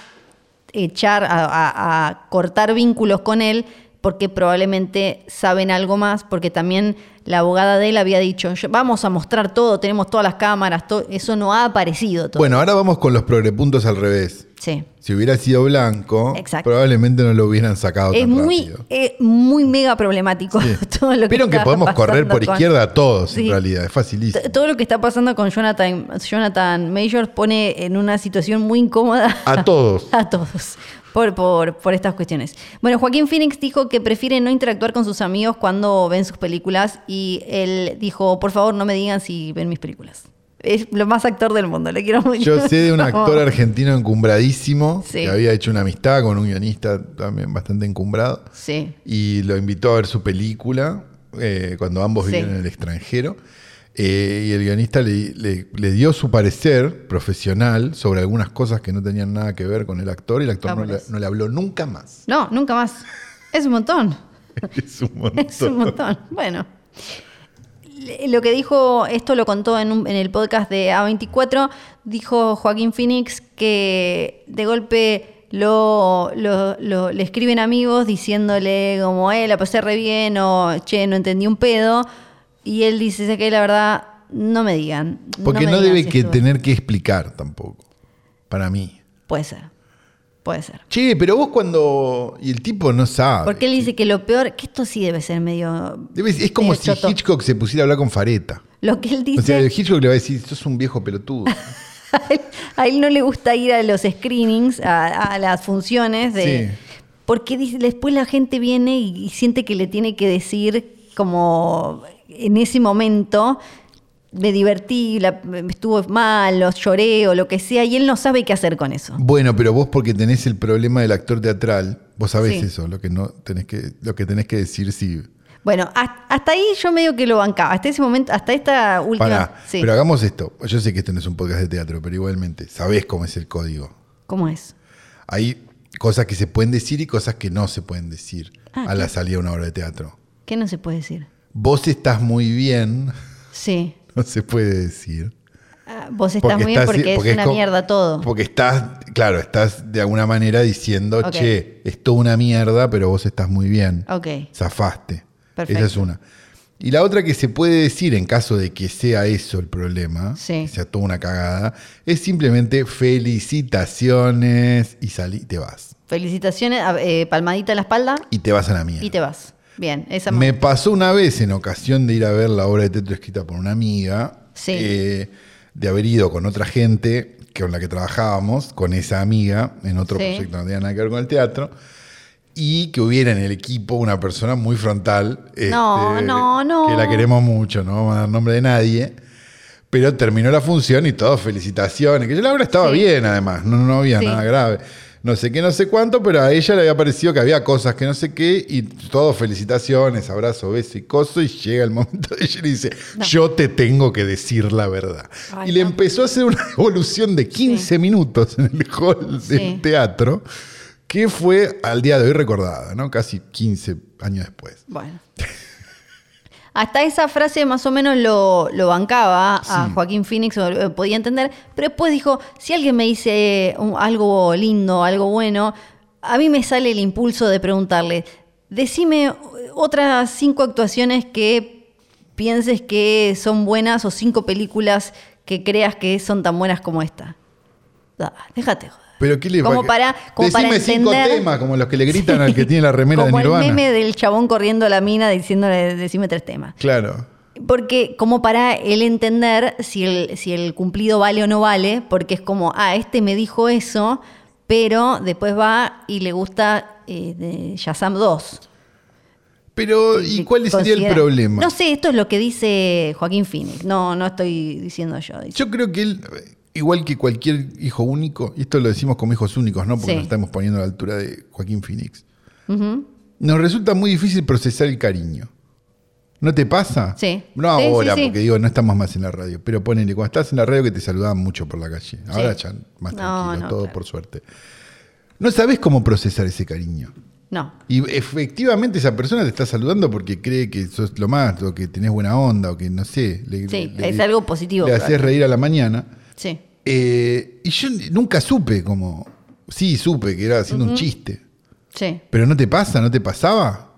Speaker 3: echar, a, a- a cortar vínculos con él, porque probablemente saben algo más, porque también la abogada de él había dicho, "Yo- vamos a mostrar todo, tenemos todas las cámaras, to- eso no ha aparecido todo.
Speaker 2: Bueno, ahora vamos con los progrepuntos al revés.
Speaker 3: Sí.
Speaker 2: Si hubiera sido blanco,
Speaker 3: Exacto.
Speaker 2: probablemente no lo hubieran sacado
Speaker 3: Es
Speaker 2: tan
Speaker 3: muy,
Speaker 2: rápido.
Speaker 3: es muy mega problemático todo lo que
Speaker 2: Vieron que
Speaker 3: está
Speaker 2: podemos correr
Speaker 3: pasando
Speaker 2: por
Speaker 3: con-
Speaker 2: izquierda a todos,
Speaker 3: Sí.
Speaker 2: en realidad, es facilísimo.
Speaker 3: T- Todo lo que está pasando con Jonathan, Jonathan Majors pone en una situación muy incómoda
Speaker 2: A todos.
Speaker 3: a todos por, por, por estas cuestiones. Bueno, Joaquín Phoenix dijo que prefiere no interactuar con sus amigos cuando ven sus películas y él dijo, por favor no me digan si ven mis películas. Es lo más actor del mundo, le quiero mucho.
Speaker 2: Yo sé de un actor
Speaker 3: Vamos.
Speaker 2: argentino encumbradísimo
Speaker 3: Sí.
Speaker 2: que había hecho una amistad con un guionista también bastante encumbrado
Speaker 3: Sí,
Speaker 2: y lo invitó a ver su película eh, cuando ambos
Speaker 3: Sí.
Speaker 2: vivían en el extranjero. Eh, y el guionista le, le- le dio su parecer profesional sobre algunas cosas que no tenían nada que ver con el actor y el actor no le,
Speaker 3: Vámonos.
Speaker 2: no le habló nunca más.
Speaker 3: no, nunca más. Es un montón.
Speaker 2: Es un montón.
Speaker 3: Es un montón. Bueno. Le- Lo que dijo, esto lo contó en, un- en el podcast de A24, dijo Joaquín Phoenix que de golpe lo, lo- lo- le escriben amigos diciéndole como, eh, la pasé re bien o, che, no entendí un pedo. Y él dice, sé que la verdad, no me digan.
Speaker 2: Porque
Speaker 3: me
Speaker 2: no,
Speaker 3: digan
Speaker 2: debe
Speaker 3: si
Speaker 2: que
Speaker 3: estuve".
Speaker 2: tener que explicar tampoco, para mí.
Speaker 3: Puede ser. Puede ser.
Speaker 2: Che, pero vos cuando. Y el tipo no sabe.
Speaker 3: Porque él dice que lo peor, que esto sí debe ser medio.
Speaker 2: Ah, Debe- es como
Speaker 3: medio
Speaker 2: si
Speaker 3: choto.
Speaker 2: Hitchcock se pusiera a hablar con Fareta.
Speaker 3: Lo que él
Speaker 2: O sea,
Speaker 3: dice,
Speaker 2: el Hitchcock le va a decir, sos un viejo pelotudo.
Speaker 3: a, él, a él no le gusta ir a los screenings, a, a las funciones de. Porque dice- después la gente viene y, y siente que le tiene que decir como en ese momento me divertí, la- me estuvo mal, o lloré o lo que sea, y él no sabe qué hacer con eso.
Speaker 2: Bueno, pero vos porque tenés el problema del actor teatral, vos sabés
Speaker 3: Sí.
Speaker 2: eso, lo que no tenés que, lo que tenés que decir si.
Speaker 3: Bueno, has- hasta ahí yo medio que lo bancaba, hasta ese momento, hasta esta última.
Speaker 2: Pará,
Speaker 3: sí.
Speaker 2: pero hagamos esto. Yo sé que esto no es un podcast de teatro, pero igualmente, sabés cómo es el código.
Speaker 3: ¿Cómo es?
Speaker 2: Hay cosas que se pueden decir y cosas que no se pueden decir
Speaker 3: Ah,
Speaker 2: a la
Speaker 3: claro.
Speaker 2: salida de una obra de teatro.
Speaker 3: ¿Qué no se puede decir?
Speaker 2: Vos estás muy bien,
Speaker 3: Sí.
Speaker 2: no se puede decir.
Speaker 3: Ah, Vos estás muy bien
Speaker 2: estás-
Speaker 3: porque, es una
Speaker 2: como-
Speaker 3: mierda todo.
Speaker 2: Porque estás, claro, estás de alguna manera diciendo,
Speaker 3: Ok.
Speaker 2: che, es toda una mierda, pero vos estás muy bien.
Speaker 3: Ok.
Speaker 2: Zafaste.
Speaker 3: Perfecto.
Speaker 2: Esa es una. Y la otra que se puede decir en caso de que sea eso el problema,
Speaker 3: Sí.
Speaker 2: que sea toda una cagada, es simplemente felicitaciones y salí, te vas.
Speaker 3: Felicitaciones, a- eh, palmadita en la espalda
Speaker 2: Y te vas a la mierda.
Speaker 3: y te vas. Bien, esa
Speaker 2: Me pasó una vez en ocasión de ir a ver la obra de teatro escrita por una amiga,
Speaker 3: Sí.
Speaker 2: eh, de haber ido con otra gente que- con la que trabajábamos, con esa amiga, en otro
Speaker 3: Sí.
Speaker 2: proyecto que no tenía nada que ver con el teatro, y que hubiera en el equipo una persona muy frontal. este,
Speaker 3: No, no, no.
Speaker 2: Que la queremos mucho, no vamos a dar nombre de nadie. Pero terminó la función y todo, felicitaciones. Que yo la obra estaba
Speaker 3: Sí.
Speaker 2: bien, además, no, no había
Speaker 3: Sí.
Speaker 2: nada grave. No sé qué, no sé cuánto, pero a ella le había parecido que había cosas que no sé qué y todo felicitaciones, abrazo, beso y coso. Y llega el momento de ella y le dice: Yo te tengo que decir la verdad.
Speaker 3: Ay,
Speaker 2: y le
Speaker 3: no.
Speaker 2: empezó a hacer una evolución de 15 minutos en el hall
Speaker 3: Sí.
Speaker 2: del teatro, que fue al día de hoy recordada, ¿no? Casi 15 años después.
Speaker 3: Bueno. Hasta esa frase más o menos lo, lo bancaba a Joaquín Phoenix, o lo podía entender, pero después dijo, si alguien me dice eh, un- algo lindo, algo bueno, a mí me sale el impulso de preguntarle, decime otras cinco actuaciones que pienses que son buenas o cinco películas que creas que son tan buenas como esta. Da, déjate joder.
Speaker 2: Pero ¿qué le
Speaker 3: Como
Speaker 2: que-
Speaker 3: para- como
Speaker 2: Decime
Speaker 3: para
Speaker 2: cinco
Speaker 3: entender-
Speaker 2: temas, como los que le gritan
Speaker 3: Sí.
Speaker 2: al que tiene la remera
Speaker 3: Como
Speaker 2: de Nirvana.
Speaker 3: el meme del chabón corriendo a la mina diciéndole, decime tres temas.
Speaker 2: Claro.
Speaker 3: Porque como para él entender si el, si el cumplido vale o no vale, porque es como, ah, este me dijo eso, pero después va y le gusta eh, de Shazam 2.
Speaker 2: Pero, ¿y cuál sería
Speaker 3: Considera-
Speaker 2: el problema?
Speaker 3: No sé, esto es lo que dice Joaquín Phoenix, no, no estoy diciendo yo. dice.
Speaker 2: Yo creo que él, igual que cualquier hijo único, y esto lo decimos como hijos únicos, ¿no? Porque
Speaker 3: Sí.
Speaker 2: nos estamos poniendo a la altura de Joaquín Phoenix. Nos resulta muy difícil procesar el cariño. ¿No te pasa?
Speaker 3: Sí.
Speaker 2: No
Speaker 3: Sí, sí,
Speaker 2: ahora,
Speaker 3: sí.
Speaker 2: porque digo, no estamos más en la radio. Pero ponele, cuando estás en la radio que te saludaban mucho por la calle. Ahora
Speaker 3: Sí.
Speaker 2: ya más
Speaker 3: No,
Speaker 2: tranquilo,
Speaker 3: no,
Speaker 2: todo
Speaker 3: claro.
Speaker 2: por suerte. No sabes cómo procesar ese cariño.
Speaker 3: No,
Speaker 2: Y efectivamente esa persona te está saludando porque cree que sos lo más, o que tenés buena onda, o que no sé. le-
Speaker 3: Sí,
Speaker 2: le-
Speaker 3: es algo positivo,
Speaker 2: Le haces
Speaker 3: probablemente.
Speaker 2: reír a la mañana.
Speaker 3: sí.
Speaker 2: Eh, y yo nunca supe como. Sí, supe que era haciendo un chiste.
Speaker 3: Sí.
Speaker 2: Pero no te pasa, no te pasaba.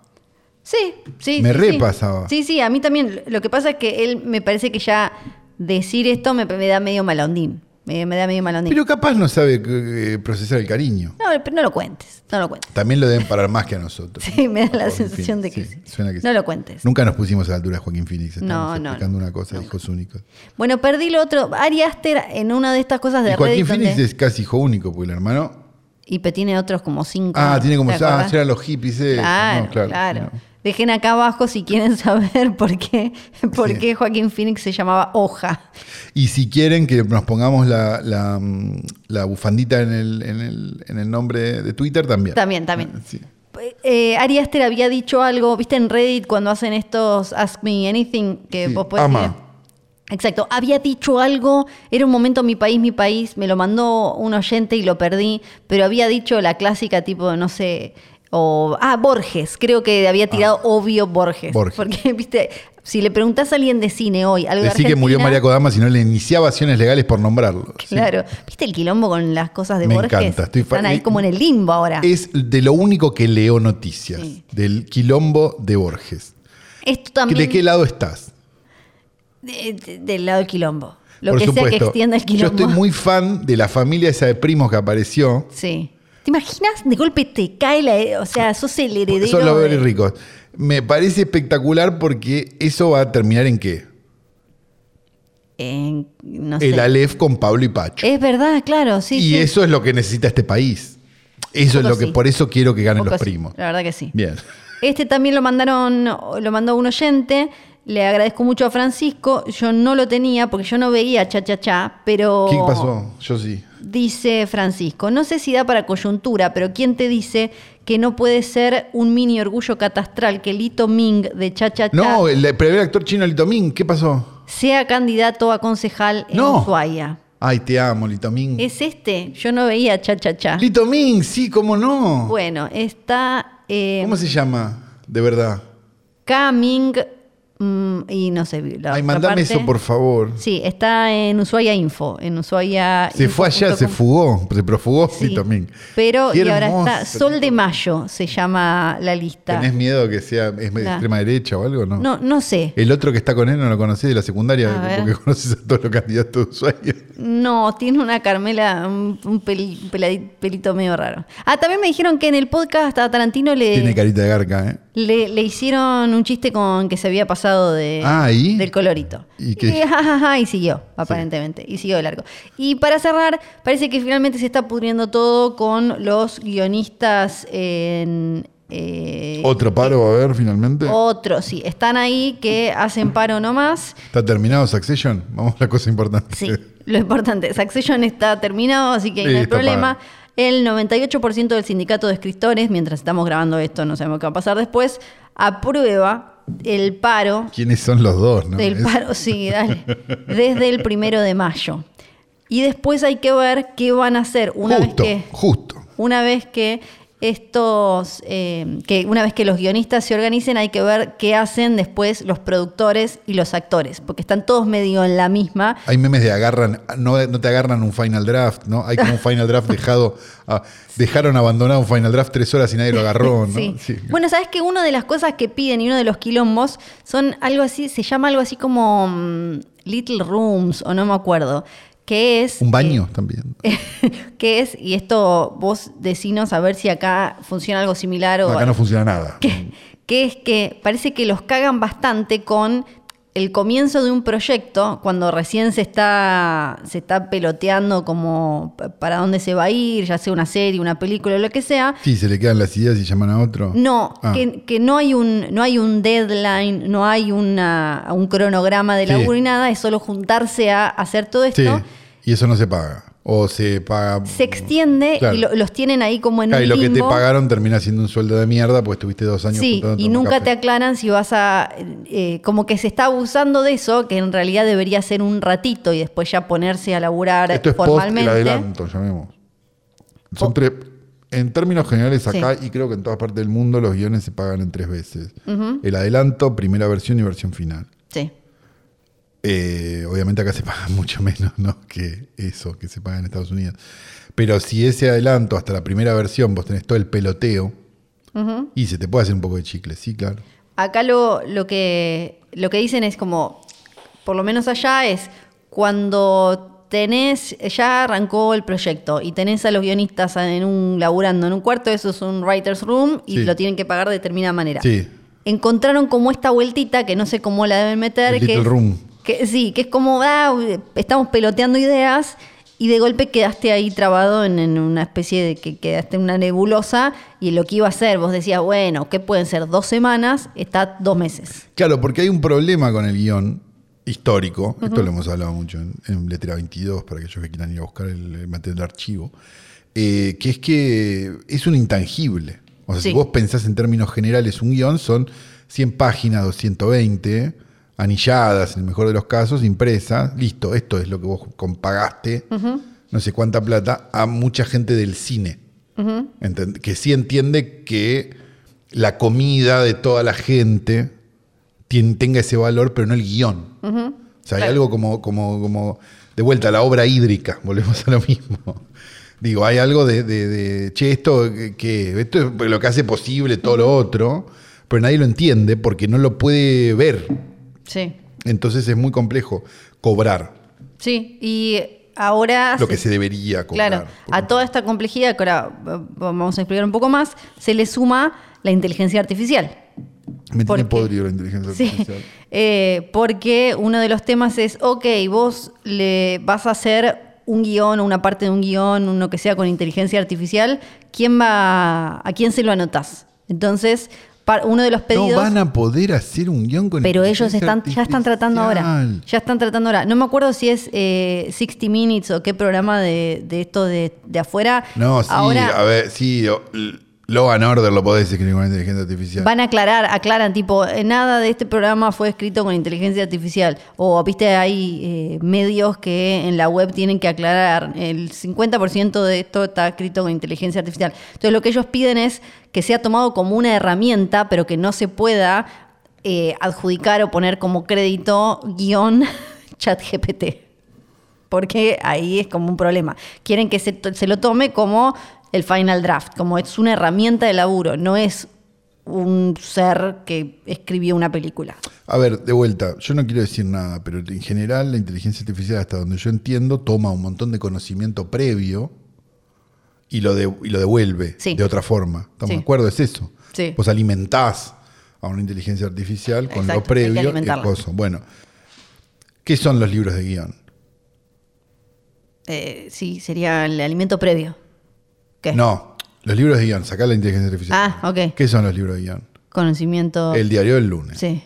Speaker 3: Sí, sí.
Speaker 2: Me
Speaker 3: sí,
Speaker 2: repasaba.
Speaker 3: Sí. sí, sí, a mí también. Lo que pasa es que él me parece que ya decir esto me, me da medio malondín. Me, me da medio malondín.
Speaker 2: Pero capaz no sabe eh, procesar el cariño.
Speaker 3: no, pero no lo cuentes, no lo cuentes.
Speaker 2: También lo deben parar más que a nosotros.
Speaker 3: Sí, me da la
Speaker 2: Joaquín
Speaker 3: sensación de
Speaker 2: Phoenix,
Speaker 3: que
Speaker 2: sí,
Speaker 3: sí.
Speaker 2: suena que sí.
Speaker 3: No lo cuentes.
Speaker 2: Nunca nos pusimos a la altura de Joaquín Phoenix.
Speaker 3: No,
Speaker 2: Estamos
Speaker 3: no,
Speaker 2: explicando
Speaker 3: no.
Speaker 2: una cosa, hijos únicos.
Speaker 3: Bueno, perdí lo otro. Ari Aster en una de estas cosas de
Speaker 2: Y Joaquín
Speaker 3: Reddit donde-
Speaker 2: Phoenix es casi hijo único, porque el hermano.
Speaker 3: Y pe- tiene otros como cinco.
Speaker 2: Ah, tiene como.
Speaker 3: ¿te
Speaker 2: Ah,
Speaker 3: acordás?
Speaker 2: eran los hippies. esos,
Speaker 3: Claro,
Speaker 2: ¿no?
Speaker 3: claro.
Speaker 2: no.
Speaker 3: Dejen acá abajo si quieren saber por qué, por
Speaker 2: Sí.
Speaker 3: qué Joaquín Phoenix se llamaba Hoja.
Speaker 2: Y si quieren que nos pongamos la, la, mm, la bufandita en el, en el- en el nombre de Twitter, también. Ah,
Speaker 3: También, también.
Speaker 2: Sí.
Speaker 3: Eh, Ari Aster había dicho algo, viste en Reddit cuando hacen estos Ask Me Anything que
Speaker 2: Sí,
Speaker 3: vos podés
Speaker 2: ama.
Speaker 3: leer. Exacto, había dicho algo, era un momento mi país, mi país, me lo mandó un oyente y lo perdí, pero había dicho la clásica tipo, no sé, o, ah, Borges, creo que había tirado obvio Borges,
Speaker 2: Ah. Borges.
Speaker 3: porque, viste, si le preguntás a alguien de cine hoy, algo de
Speaker 2: Decí que murió
Speaker 3: Argentina,
Speaker 2: María Kodama si no le iniciaba acciones legales por nombrarlo. Sí.
Speaker 3: Claro, viste el quilombo con las cosas de
Speaker 2: Me
Speaker 3: Borges,
Speaker 2: encanta, estoy fa-
Speaker 3: están ahí
Speaker 2: eh,
Speaker 3: como en el limbo ahora.
Speaker 2: Es de lo único que leo noticias,
Speaker 3: Sí.
Speaker 2: del quilombo de Borges.
Speaker 3: Esto también...
Speaker 2: ¿De qué lado estás?
Speaker 3: De- de- del lado del quilombo. Lo
Speaker 2: Por
Speaker 3: que sea
Speaker 2: supuesto.
Speaker 3: que extienda el quilombo.
Speaker 2: Yo estoy muy fan de la familia esa de primos que apareció.
Speaker 3: Sí. ¿Te imaginas? De golpe te cae la... O sea, sos el heredero.
Speaker 2: Eso lo veo
Speaker 3: de-
Speaker 2: muy rico. Me parece espectacular porque eso va a terminar en qué?
Speaker 3: en- no
Speaker 2: El
Speaker 3: sé.
Speaker 2: Aleph con Pablo y Pacho.
Speaker 3: Es verdad, claro, sí.
Speaker 2: y
Speaker 3: sí.
Speaker 2: eso es lo que necesita este país. Eso es
Speaker 3: Poco
Speaker 2: lo que
Speaker 3: sí.
Speaker 2: por eso quiero que ganen
Speaker 3: Poco
Speaker 2: los
Speaker 3: sí,
Speaker 2: primos.
Speaker 3: La verdad que sí.
Speaker 2: Bien.
Speaker 3: Este también lo mandaron, lo mandó un oyente. Le agradezco mucho a Francisco. Yo no lo tenía porque yo no veía cha cha cha, pero.
Speaker 2: ¿Qué pasó? Yo sí.
Speaker 3: Dice Francisco, no sé si da para coyuntura, pero ¿quién te dice que no puede ser un mini orgullo catastral que Lito Ming de Cha Cha Cha
Speaker 2: No, eh. el primer actor chino Litomín, ¿qué pasó?
Speaker 3: sea candidato a concejal en
Speaker 2: No.
Speaker 3: Ushuaia?
Speaker 2: Ay, te amo, Litomín.
Speaker 3: ¿Es este? Yo no veía Cha Cha Cha.
Speaker 2: Litomín, sí, cómo no.
Speaker 3: Bueno, está eh,
Speaker 2: ¿Cómo se llama? De verdad.
Speaker 3: Ka Ming mm, y no sé. La
Speaker 2: Ay,
Speaker 3: otra
Speaker 2: mandame
Speaker 3: parte.
Speaker 2: eso, por favor.
Speaker 3: Sí, está en Ushuaia Info, en Ushuaia.
Speaker 2: Se fue allá, se fugó, se profugó
Speaker 3: Sí,
Speaker 2: Litomín.
Speaker 3: Pero
Speaker 2: Qué
Speaker 3: y ahora está
Speaker 2: hermoso.
Speaker 3: Sol de Mayo, se llama la lista.
Speaker 2: ¿Tenés miedo que sea es medio
Speaker 3: Claro.
Speaker 2: extrema derecha o algo? No.
Speaker 3: No, no sé.
Speaker 2: El otro que está con él no lo conocés de la secundaria,
Speaker 3: A ver.
Speaker 2: porque conoces a todos los candidatos de Ushuaia.
Speaker 3: No, tiene una Carmela, un, un peli- un peladi- pelito medio raro. Ah, también me dijeron que en el podcast a Tarantino
Speaker 2: Tiene
Speaker 3: le,
Speaker 2: carita de garca, ¿eh?
Speaker 3: le, le hicieron un chiste con que se había pasado de,
Speaker 2: Ah, ¿y?
Speaker 3: del colorito.
Speaker 2: ¿Y qué?
Speaker 3: ja, ja, ja, y siguió, aparentemente. Y siguió de largo. Y para cerrar, parece que finalmente se está pudriendo todo con los guionistas en. eh,
Speaker 2: Otro paro va a haber finalmente.
Speaker 3: otro, sí, están ahí que hacen paro nomás.
Speaker 2: ¿Está terminado Succession? Vamos a la cosa importante.
Speaker 3: Sí, lo importante, Succession está terminado, así que ahí no hay
Speaker 2: Listo,
Speaker 3: problema.
Speaker 2: para.
Speaker 3: El 98% del sindicato de escritores, mientras estamos grabando esto, no sabemos qué va a pasar después, aprueba el paro,
Speaker 2: ¿Quiénes son los dos? No?
Speaker 3: del
Speaker 2: Es-
Speaker 3: paro, sí, dale, desde el primero de mayo. Y después hay que ver qué van a hacer una
Speaker 2: justo,
Speaker 3: vez que
Speaker 2: justo.
Speaker 3: una vez que estos, eh, que una vez que los guionistas se organicen, hay que ver qué hacen después los productores y los actores, porque están todos medio en la misma.
Speaker 2: Hay memes de agarran, no, no te agarran un final draft, ¿no? Hay como un final draft dejado, ah, dejaron abandonado un final draft tres horas y nadie lo agarró, ¿no?
Speaker 3: Sí.
Speaker 2: Sí.
Speaker 3: Bueno, sabes que una de las cosas que piden y uno de los quilombos son algo así, se llama algo así como mm, Little Rooms o no me acuerdo, que es
Speaker 2: Un baño también.
Speaker 3: que es y esto vos decinos a ver si acá funciona algo similar o
Speaker 2: Acá no funciona nada.
Speaker 3: que, que es que parece que los cagan bastante con el comienzo de un proyecto, cuando recién se está, se está peloteando como p- para dónde se va a ir, ya sea una serie, una película o lo que sea.
Speaker 2: Sí, se le quedan las ideas y llaman a otro.
Speaker 3: No,
Speaker 2: Ah.
Speaker 3: que, que no, hay un, no hay un deadline, no hay una, un cronograma de
Speaker 2: Sí.
Speaker 3: laburo y nada, es solo juntarse a hacer todo
Speaker 2: Sí,
Speaker 3: esto.
Speaker 2: y eso no se paga. O se paga.
Speaker 3: Se extiende
Speaker 2: Claro.
Speaker 3: y lo- los tienen ahí como en
Speaker 2: Claro, y
Speaker 3: un
Speaker 2: lo que te
Speaker 3: limbo.
Speaker 2: pagaron termina siendo un sueldo de mierda porque estuviste dos años
Speaker 3: Sí,
Speaker 2: juntando
Speaker 3: y
Speaker 2: tomar
Speaker 3: nunca te
Speaker 2: café.
Speaker 3: aclaran si vas a... eh, como que se está abusando de eso, que en realidad debería ser un ratito y después ya ponerse a laburar
Speaker 2: Esto es post el
Speaker 3: formalmente.
Speaker 2: adelanto, llamemos. Son
Speaker 3: Po-
Speaker 2: tres. En términos generales,
Speaker 3: Sí.
Speaker 2: acá y creo que en todas partes del mundo, los guiones se pagan en tres veces: el adelanto, primera versión y versión final.
Speaker 3: sí.
Speaker 2: Eh, obviamente acá se paga mucho menos ¿no? que eso que se paga en Estados Unidos. Pero si ese adelanto hasta la primera versión vos tenés todo el peloteo y se te puede hacer un poco de chicle, sí, claro.
Speaker 3: Acá lo, lo, que, lo que dicen es como, por lo menos allá es, cuando tenés, ya arrancó el proyecto y tenés a los guionistas en un, laburando en un cuarto, eso es un writer's room y
Speaker 2: Sí.
Speaker 3: lo tienen que pagar de determinada manera.
Speaker 2: Sí.
Speaker 3: Encontraron como esta vueltita, que no sé cómo la deben meter,
Speaker 2: El
Speaker 3: que,
Speaker 2: little
Speaker 3: es-
Speaker 2: room.
Speaker 3: que- sí, que es como, ah, estamos peloteando ideas y de golpe quedaste ahí trabado en, en una especie de que quedaste en una nebulosa y lo que iba a ser, vos decías, bueno, que pueden ser dos semanas, está dos meses.
Speaker 2: Claro, porque hay un problema con el guión histórico. Esto lo hemos hablado mucho en, en Letra 22, para aquellos que quieran ir a buscar el, el material de archivo. eh, que es que es un intangible. O sea,
Speaker 3: Sí.
Speaker 2: si vos pensás en términos generales, un guión son 100 páginas, 220, anilladas, en el mejor de los casos, impresas. Listo, esto es lo que vos compagaste, no sé cuánta plata, a mucha gente del cine. Entend- Que sí entiende que la comida de toda la gente tien- tenga ese valor, pero no el guión. O sea, hay algo como, como, como, de vuelta, la obra hídrica, volvemos a lo mismo. Digo, hay algo de, de- de, che, esto, eh, que, esto es lo que hace posible todo lo otro, pero nadie lo entiende porque no lo puede ver.
Speaker 3: Sí.
Speaker 2: Entonces es muy complejo cobrar.
Speaker 3: Ah, Sí, y ahora...
Speaker 2: lo que
Speaker 3: se-
Speaker 2: se debería cobrar.
Speaker 3: Claro,
Speaker 2: Porque-
Speaker 3: a toda esta complejidad que ahora eh, vamos a explicar un poco más, se le suma la inteligencia artificial.
Speaker 2: Me tiene
Speaker 3: porque-
Speaker 2: podrido la inteligencia
Speaker 3: Sí.
Speaker 2: artificial.
Speaker 3: Eh, porque uno de los temas es, ok, vos le vas a hacer un guión o una parte de un guión, uno que sea con inteligencia artificial, ¿quién va, ¿a quién se lo anotás? Entonces, par- uno de los pedidos...
Speaker 2: No van a poder hacer un guión con
Speaker 3: Pero ellos
Speaker 2: inteligencia
Speaker 3: están, ya están tratando ahora.
Speaker 2: artificial.
Speaker 3: Ya están tratando ahora. No me acuerdo si es eh, 60 Minutes o qué programa de, de esto de, de afuera.
Speaker 2: No, sí,
Speaker 3: ahora
Speaker 2: a ver, sí, lo- Law and Order lo podés escribir con inteligencia artificial.
Speaker 3: van a aclarar, aclaran, tipo, eh, nada de este programa fue escrito con inteligencia artificial. O, viste, hay eh, medios que en la web tienen que aclarar, el 50% de esto está escrito con inteligencia artificial. Entonces, lo que ellos piden es que sea tomado como una herramienta, pero que no se pueda eh, adjudicar o poner como crédito guión chat GPT porque ahí es como un problema. Quieren que se, to- se lo tome como el final draft, como es una herramienta de laburo, no es un ser que escribió una película.
Speaker 2: A ver, de vuelta, yo no quiero decir nada, pero en general la inteligencia artificial, hasta donde yo entiendo, toma un montón de conocimiento previo y lo, de- y lo devuelve
Speaker 3: Sí.
Speaker 2: de otra forma. ¿Estamos
Speaker 3: Sí.
Speaker 2: de acuerdo? Es eso.
Speaker 3: Sí.
Speaker 2: Vos alimentás a una inteligencia artificial con
Speaker 3: Exacto, hay
Speaker 2: lo
Speaker 3: que
Speaker 2: previo y
Speaker 3: alimentarla.
Speaker 2: cosas. Bueno, ¿qué son los libros de guión?
Speaker 3: Eh, sí, sería el alimento previo. ¿Qué?
Speaker 2: No, los libros de guión, sacá la inteligencia artificial.
Speaker 3: Ah, ok. Oh.
Speaker 2: ¿Qué son los libros de guión?
Speaker 3: Conocimiento.
Speaker 2: El diario del lunes.
Speaker 3: Sí.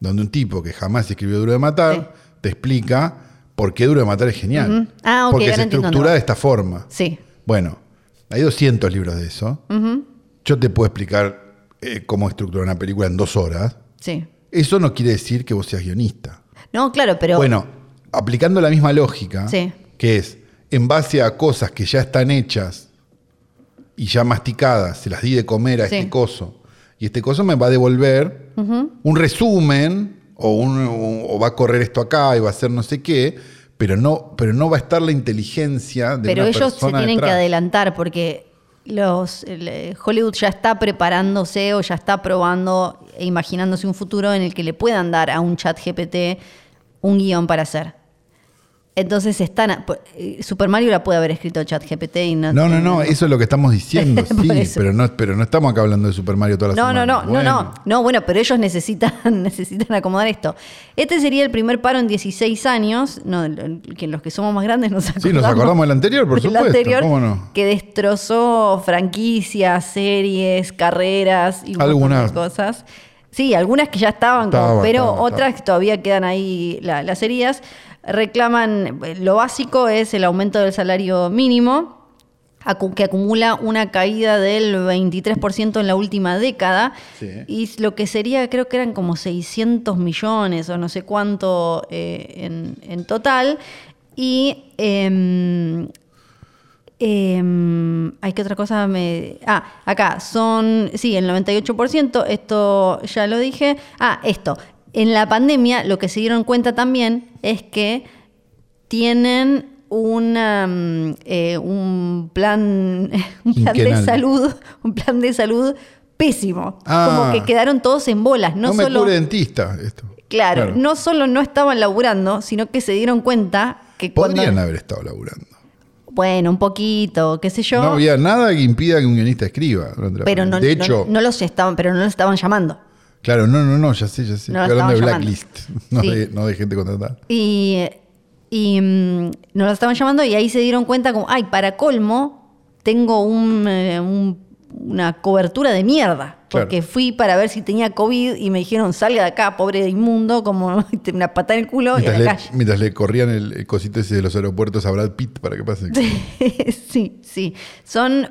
Speaker 2: donde un tipo que jamás escribió Duro de Matar te explica por qué Duro de Matar es genial.
Speaker 3: Ujú. Ah, ok,
Speaker 2: Porque
Speaker 3: ahora
Speaker 2: se
Speaker 3: entiendo dónde
Speaker 2: estructura
Speaker 3: va.
Speaker 2: de esta forma.
Speaker 3: Sí.
Speaker 2: Bueno, hay 200 libros de eso. Yo te puedo explicar eh, cómo estructurar una película en dos horas.
Speaker 3: Sí.
Speaker 2: Eso no quiere decir que vos seas guionista.
Speaker 3: No, claro, pero.
Speaker 2: Bueno, aplicando la misma lógica,
Speaker 3: Sí.
Speaker 2: que es en base a cosas que ya están hechas y ya masticadas, se las di de comer a
Speaker 3: Sí.
Speaker 2: este coso, y este coso me va a devolver un resumen o, un- o- o va a correr esto acá y va a hacer no sé qué, pero no, pero no va a estar la inteligencia de
Speaker 3: pero
Speaker 2: una
Speaker 3: ellos se
Speaker 2: persona
Speaker 3: tienen que
Speaker 2: detrás.
Speaker 3: adelantar porque los el, eh, Hollywood ya está preparándose o ya está probando e imaginándose un futuro en el que le puedan dar a un chat GPT un guión para hacer. Entonces están a- por- eh, Super Mario la puede haber escrito chat GPT y no
Speaker 2: No, no, no, eso es lo que estamos diciendo,
Speaker 3: Por
Speaker 2: sí,
Speaker 3: eso.
Speaker 2: pero no, pero no estamos acá hablando de Super Mario todas las
Speaker 3: No, no,
Speaker 2: semanas.
Speaker 3: no, no,
Speaker 2: Bueno.
Speaker 3: no, no, bueno, pero ellos necesitan, necesitan acomodar esto. Este sería el primer paro en 16 años, no, el- el- que los que somos más grandes nos acordamos.
Speaker 2: nos acordamos del anterior, por
Speaker 3: del
Speaker 2: supuesto,
Speaker 3: anterior,
Speaker 2: ¿cómo no?
Speaker 3: Que destrozó franquicias, series, carreras y un montón
Speaker 2: Algunas.
Speaker 3: de cosas. Sí, algunas que ya estaban, como-
Speaker 2: Estaba,
Speaker 3: pero
Speaker 2: estaba, estaba.
Speaker 3: otras que todavía quedan ahí la- las heridas. Reclaman, eh, lo básico es el aumento del salario mínimo acu- que acumula una caída del 23% en la última década
Speaker 2: Sí.
Speaker 3: y lo que sería, creo que eran como 600 millones o no sé cuánto eh, en, en total. Y em, eh, hay que otra cosa me. Ah, acá son. Sí, el 98%. Esto ya lo dije. Ah, esto. En la pandemia, lo que se dieron cuenta también es que tienen una, mm, eh, un plan, un plan de
Speaker 2: Quinquenal.
Speaker 3: salud, un plan de salud pésimo.
Speaker 2: Ah.
Speaker 3: Como que quedaron todos en bolas. No,
Speaker 2: No me
Speaker 3: solo.
Speaker 2: cure dentista esto.
Speaker 3: Claro, no solo no estaban laburando, sino que se dieron cuenta que cuando-
Speaker 2: Podrían haber estado laburando.
Speaker 3: Bueno, un poquito, qué sé yo.
Speaker 2: no había nada que impida que un guionista escriba. durante la
Speaker 3: pero
Speaker 2: pandemia.
Speaker 3: no,
Speaker 2: de
Speaker 3: no-
Speaker 2: hecho,
Speaker 3: no los estaban, pero no los estaban llamando.
Speaker 2: claro, no, no, no, ya sé, ya sé.
Speaker 3: No lo
Speaker 2: Estoy hablando de
Speaker 3: estaban
Speaker 2: blacklist,
Speaker 3: llamando.
Speaker 2: no,
Speaker 3: Sí.
Speaker 2: de, no de gente contratada.
Speaker 3: Y, y mm, no los estaban llamando y ahí se dieron cuenta como, ay, para colmo, tengo un, eh, un- una cobertura de mierda.
Speaker 2: Claro.
Speaker 3: Porque fui para ver si tenía COVID y me dijeron, salga de acá, pobre inmundo, como una patada en el culo y a
Speaker 2: Mientras
Speaker 3: la
Speaker 2: le,
Speaker 3: calle.
Speaker 2: mientras le corrían el, el cosito ese de los aeropuertos a Brad Pitt para que pase.
Speaker 3: sí, sí. Son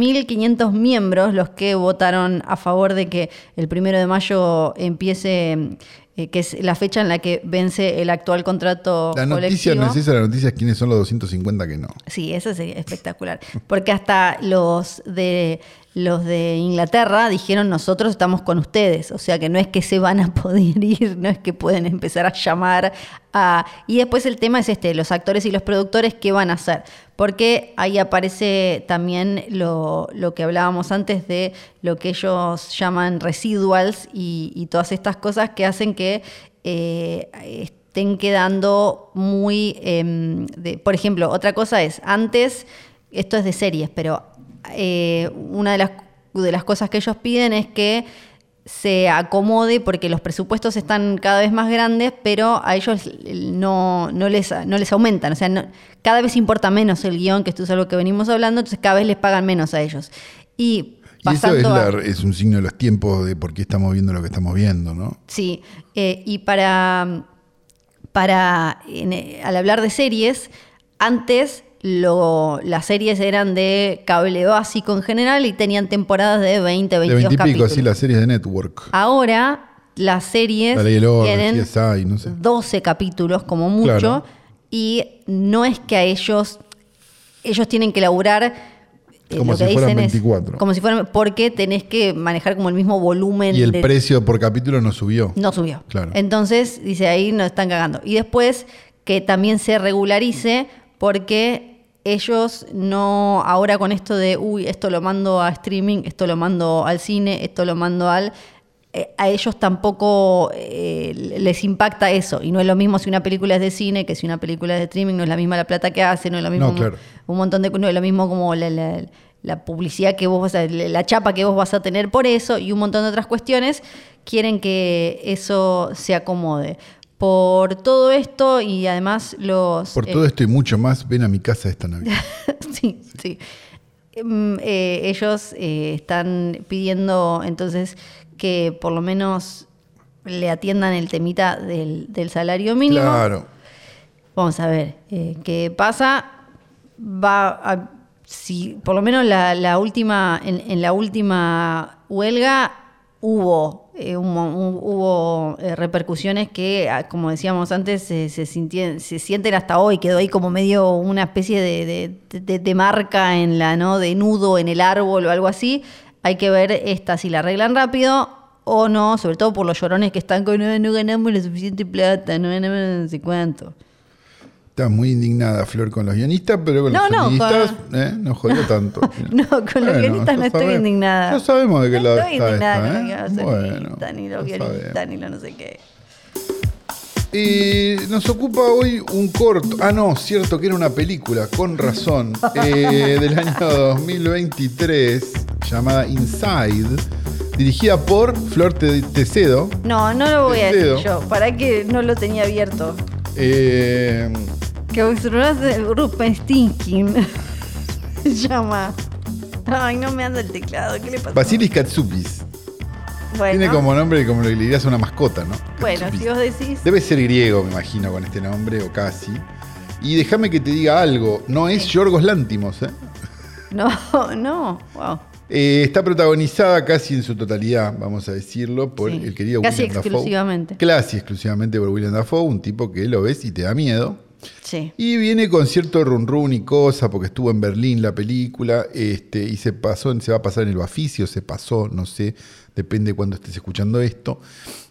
Speaker 3: 11.500 miembros los que votaron a favor de que el primero de mayo empiece, eh, que es la fecha en la que vence el actual contrato
Speaker 2: La noticia
Speaker 3: colectivo.
Speaker 2: no es esa, la noticia es quiénes son los 250 que no.
Speaker 3: Sí, eso sería espectacular. Porque hasta los de los de Inglaterra dijeron nosotros estamos con ustedes. O sea que no es que se van a poder ir, no es que pueden empezar a llamar a. Y después el tema es este, los actores y los productores, ¿qué van a hacer? Porque ahí aparece también lo, lo que hablábamos antes de lo que ellos llaman residuals y, y todas estas cosas que hacen que eh, estén quedando muy... em, de- por ejemplo, otra cosa es, antes, esto es de series, pero eh, una de las, de las cosas que ellos piden es que se acomode porque los presupuestos están cada vez más grandes, pero a ellos no, no les, no les aumentan. O sea, no- cada vez importa menos el guión, que esto es algo que venimos hablando, entonces cada vez les pagan menos a ellos. Y,
Speaker 2: Y eso
Speaker 3: pasando
Speaker 2: es,
Speaker 3: a-
Speaker 2: la- es un signo de los tiempos de por qué estamos viendo lo que estamos viendo, ¿no?
Speaker 3: Sí, eh, y para, para en, eh, al hablar de series, antes lo- las series eran de cable básico en general y tenían temporadas de 20,
Speaker 2: De
Speaker 3: 22
Speaker 2: veintipico,
Speaker 3: capítulos. Ah,
Speaker 2: así las series de Network.
Speaker 3: Ahora las series
Speaker 2: La ley del orden,
Speaker 3: tienen
Speaker 2: CSI, no sé.
Speaker 3: 12 capítulos como mucho
Speaker 2: Claro.
Speaker 3: y no es que a ellos ellos tienen que laburar eh,
Speaker 2: Como
Speaker 3: lo que
Speaker 2: si fueran
Speaker 3: dicen es-
Speaker 2: 24.
Speaker 3: como si fueran porque tenés que manejar como el mismo volumen
Speaker 2: Y el
Speaker 3: de-
Speaker 2: precio por capítulo no subió.
Speaker 3: no subió.
Speaker 2: Claro.
Speaker 3: Entonces, dice, ahí nos están cagando. Y después, que también se regularice, porque ellos no, ahora con esto de, uy, esto lo mando a streaming, esto lo mando al cine, esto lo mando al... eh, A ellos tampoco eh, les impacta eso. Y no es lo mismo si una película es de cine que si una película es de streaming. No es la misma la plata que hace, no es lo mismo
Speaker 2: No, claro.
Speaker 3: un montón de no es lo mismo como la, la- la publicidad que vos vas a, la chapa que vos vas a tener por eso y un montón de otras cuestiones quieren que eso se acomode por todo esto y además los
Speaker 2: Por
Speaker 3: eh,
Speaker 2: todo esto y mucho más, ven a mi casa esta Navidad.
Speaker 3: sí, sí. Em, eh, ellos eh, están pidiendo entonces que por lo menos le atiendan el temita del, del salario mínimo
Speaker 2: Claro.
Speaker 3: Vamos a ver eh, qué pasa. Va a- si por lo menos la, la última en, en la última huelga hubo eh, un mo- un- hubo eh, repercusiones que ah, como decíamos antes se, se sintien- se sienten hasta hoy quedó ahí como medio una especie de, de- de- de marca en la no de nudo en el árbol o algo así hay que ver esta si la arreglan rápido o no, sobre todo por los llorones que están con "Ah, no ganamos la suficiente plata, no ganamos no sé cuánto.
Speaker 2: Está muy indignada Flor con los guionistas, pero con
Speaker 3: No,
Speaker 2: los
Speaker 3: no,
Speaker 2: guionistas
Speaker 3: con-
Speaker 2: no jodió tanto.
Speaker 3: No, con los guionistas
Speaker 2: ya
Speaker 3: no estoy indignada.
Speaker 2: Ya sabemos de qué lado
Speaker 3: estoy
Speaker 2: está
Speaker 3: indignada
Speaker 2: esta,
Speaker 3: con
Speaker 2: ¿eh?
Speaker 3: los guionistas,
Speaker 2: Bueno,
Speaker 3: ni los
Speaker 2: ya
Speaker 3: guionistas,
Speaker 2: sabemos.
Speaker 3: ni los no sé qué.
Speaker 2: Y nos ocupa hoy un corto. Ah, no, cierto que era una película, con razón, eh, del año 2023, llamada Inside, dirigida por Flor Te- Tecedo.
Speaker 3: No, no lo voy a
Speaker 2: El
Speaker 3: decir
Speaker 2: dedo.
Speaker 3: yo. ¿Para qué no lo tenía abierto?
Speaker 2: Eh,
Speaker 3: Que Rupenstinskin llama. Ay, no me anda el teclado. ¿Qué le pasa?
Speaker 2: Basilis Katsupis.
Speaker 3: Bueno,
Speaker 2: Tiene como nombre como le dirías a una mascota, ¿no?
Speaker 3: bueno
Speaker 2: Katsupis.
Speaker 3: si vos decís.
Speaker 2: Debe ser griego, me imagino, con este nombre, o casi. Y déjame que te diga algo, no es Yorgos Lántimos, ¿eh?
Speaker 3: No, no. Wow.
Speaker 2: Eh, está protagonizada casi en su totalidad, vamos a decirlo, por
Speaker 3: Sí,
Speaker 2: el querido
Speaker 3: casi
Speaker 2: William Dafoe.
Speaker 3: exclusivamente.
Speaker 2: Casi exclusivamente por William Dafoe, un tipo que lo ves y te da miedo.
Speaker 3: Sí.
Speaker 2: Y viene con cierto run run y cosa, porque estuvo en Berlín la película, este, y se pasó, en- se va a pasar en el Baficio, se pasó, no sé, depende de cuando estés escuchando esto,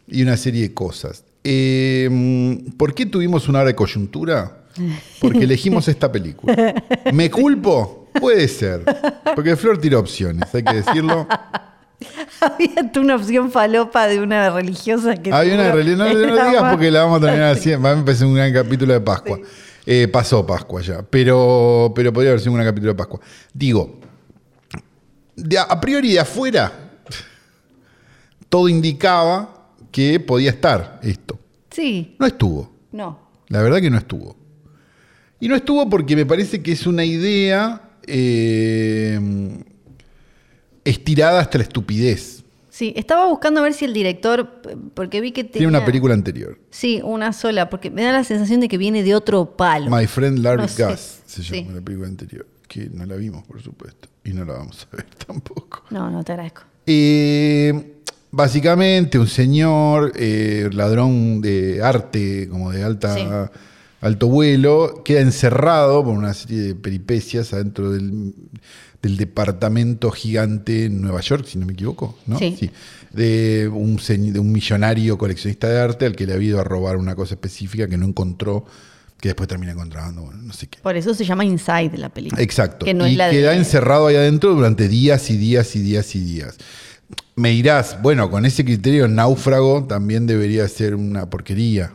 Speaker 2: y una serie de cosas. Eh, ¿Por qué tuvimos una hora de coyuntura? Porque elegimos esta película. ¿Me culpo? Puede ser. Porque Flor tiró opciones, hay que decirlo.
Speaker 3: Había tú una opción falopa de una religiosa que.
Speaker 2: Hay una
Speaker 3: seguro
Speaker 2: realidad, no, no lo
Speaker 3: era
Speaker 2: digas
Speaker 3: más-
Speaker 2: porque la vamos a terminar haciendo. Va a empezar un gran capítulo de Pascua. Eh, pasó Pascua ya, pero, pero podría haber sido un gran capítulo de Pascua. Digo, de a, a priori de afuera, todo indicaba que podía estar esto.
Speaker 3: Sí,
Speaker 2: No estuvo.
Speaker 3: no.
Speaker 2: La verdad que no estuvo. Y no estuvo porque me parece que es una idea eh, estirada hasta la estupidez.
Speaker 3: Sí, estaba buscando a ver si el director, p- porque vi que tenía,
Speaker 2: Tiene una película anterior.
Speaker 3: Sí, una sola, porque me da la sensación de que viene de otro palo.
Speaker 2: My Friend Larry
Speaker 3: No sé.
Speaker 2: Gas se llama
Speaker 3: Sí.
Speaker 2: la película anterior, que no la vimos, por supuesto, y no la vamos a ver tampoco.
Speaker 3: No, no te agradezco.
Speaker 2: Eh, básicamente, un señor, eh, ladrón de arte, como de alta,
Speaker 3: Sí.
Speaker 2: alto vuelo, queda encerrado por una serie de peripecias adentro del, del departamento gigante en Nueva York, si no me equivoco, ¿no?
Speaker 3: Sí.
Speaker 2: De, un, señ- de un millonario coleccionista de arte al que le ha ido a robar una cosa específica que no encontró, que después termina encontrando, bueno, no sé qué.
Speaker 3: Por eso se llama Inside la película.
Speaker 2: Exacto.
Speaker 3: Que no
Speaker 2: y
Speaker 3: es la
Speaker 2: queda
Speaker 3: de...
Speaker 2: encerrado ahí adentro durante días y días y días y días. Me dirás, bueno, con ese criterio náufrago también debería ser una porquería.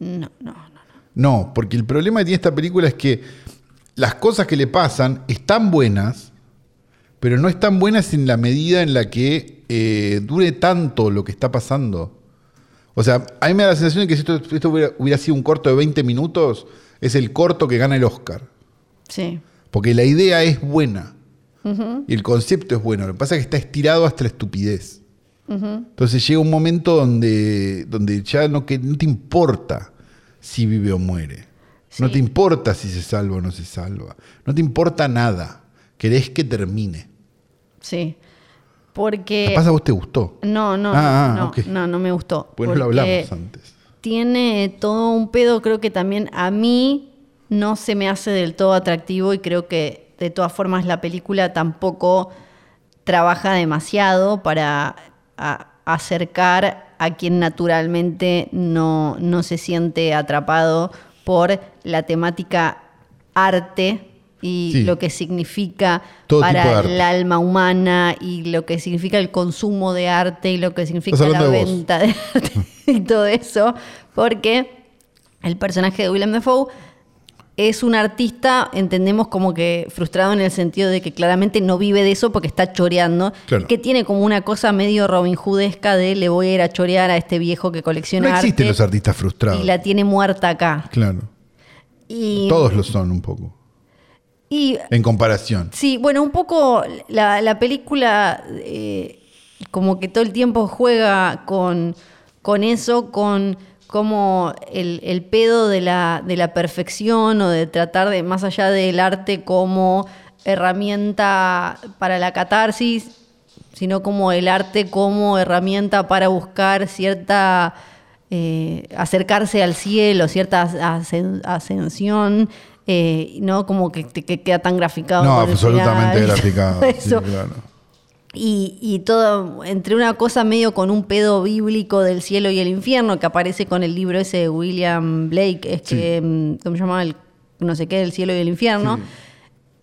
Speaker 3: No, no, no.
Speaker 2: No, porque el problema que tiene esta película es que las cosas que le pasan están buenas, pero no están buenas en la medida en la que eh, dure tanto lo que está pasando. O sea, a mí me da la sensación de que si esto, esto hubiera, hubiera sido un corto de 20 minutos, es el corto que gana el Oscar.
Speaker 3: Sí.
Speaker 2: Porque la idea es buena. Y el concepto es bueno. Lo que pasa es que está estirado hasta la estupidez. Entonces llega un momento donde, donde ya no, que, no te importa si vive o muere. No
Speaker 3: Sí.
Speaker 2: te importa si se salva o no se salva. No te importa nada. Querés que termine.
Speaker 3: Sí. Porque.
Speaker 2: Capaz a vos te gustó.
Speaker 3: No, no,
Speaker 2: Ah, ah,
Speaker 3: no,
Speaker 2: ok.
Speaker 3: no, no me gustó.
Speaker 2: Pues no lo
Speaker 3: Porque
Speaker 2: hablamos antes.
Speaker 3: Tiene todo un pedo, creo que también a mí no se me hace del todo atractivo y creo que de todas formas la película tampoco trabaja demasiado para a- acercar a quien naturalmente no, no se siente atrapado por la temática arte y
Speaker 2: Sí.
Speaker 3: lo que significa
Speaker 2: Todo tipo de
Speaker 3: para
Speaker 2: arte.
Speaker 3: el alma humana y lo que significa el consumo de arte y lo que significa la
Speaker 2: hablando de vos.
Speaker 3: venta de arte y todo eso, porque el personaje de William Dafoe es un artista, entendemos como que frustrado en el sentido de que claramente no vive de eso porque está choreando,
Speaker 2: Claro.
Speaker 3: que tiene como una cosa medio Robin Hoodesca de le voy a ir a chorear a este viejo que
Speaker 2: No
Speaker 3: colecciona
Speaker 2: existen los
Speaker 3: arte
Speaker 2: artistas frustrados.
Speaker 3: y la tiene muerta acá.
Speaker 2: Claro.
Speaker 3: Y,
Speaker 2: Todos lo son un poco.
Speaker 3: y
Speaker 2: En comparación.
Speaker 3: Sí, bueno, un poco la, la película eh, como que todo el tiempo juega con, con eso, con como el, el pedo de la, de la perfección o de tratar de, más allá del arte como herramienta para la catarsis, sino como el arte como herramienta para buscar cierta eh, acercarse al cielo, cierta as- ascen- ascensión, eh, no como que, te- que queda tan graficado.
Speaker 2: No,
Speaker 3: por el
Speaker 2: absolutamente
Speaker 3: final y
Speaker 2: graficado.
Speaker 3: todo
Speaker 2: Sí,
Speaker 3: eso.
Speaker 2: claro.
Speaker 3: Y, y todo, entre una cosa medio con un pedo bíblico del cielo y el infierno que aparece con el libro ese de William Blake, es que, mm, ¿cómo se llama? El, no sé qué, el cielo y el infierno.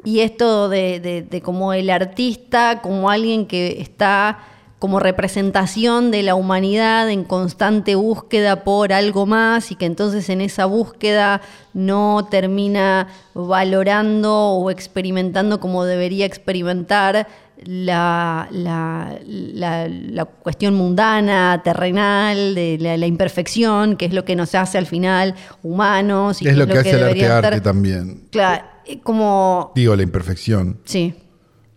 Speaker 3: Y esto de, de- de como el artista, como alguien que está como representación de la humanidad en constante búsqueda por algo más y que entonces en esa búsqueda no termina valorando o experimentando como debería experimentar la, la- la- la cuestión mundana, terrenal, de la, la imperfección, que es lo que nos hace al final humanos. y
Speaker 2: Es lo que hace el arte
Speaker 3: debería
Speaker 2: arte
Speaker 3: estar-
Speaker 2: también.
Speaker 3: Claro, eh, como.
Speaker 2: Digo, la imperfección.
Speaker 3: Sí.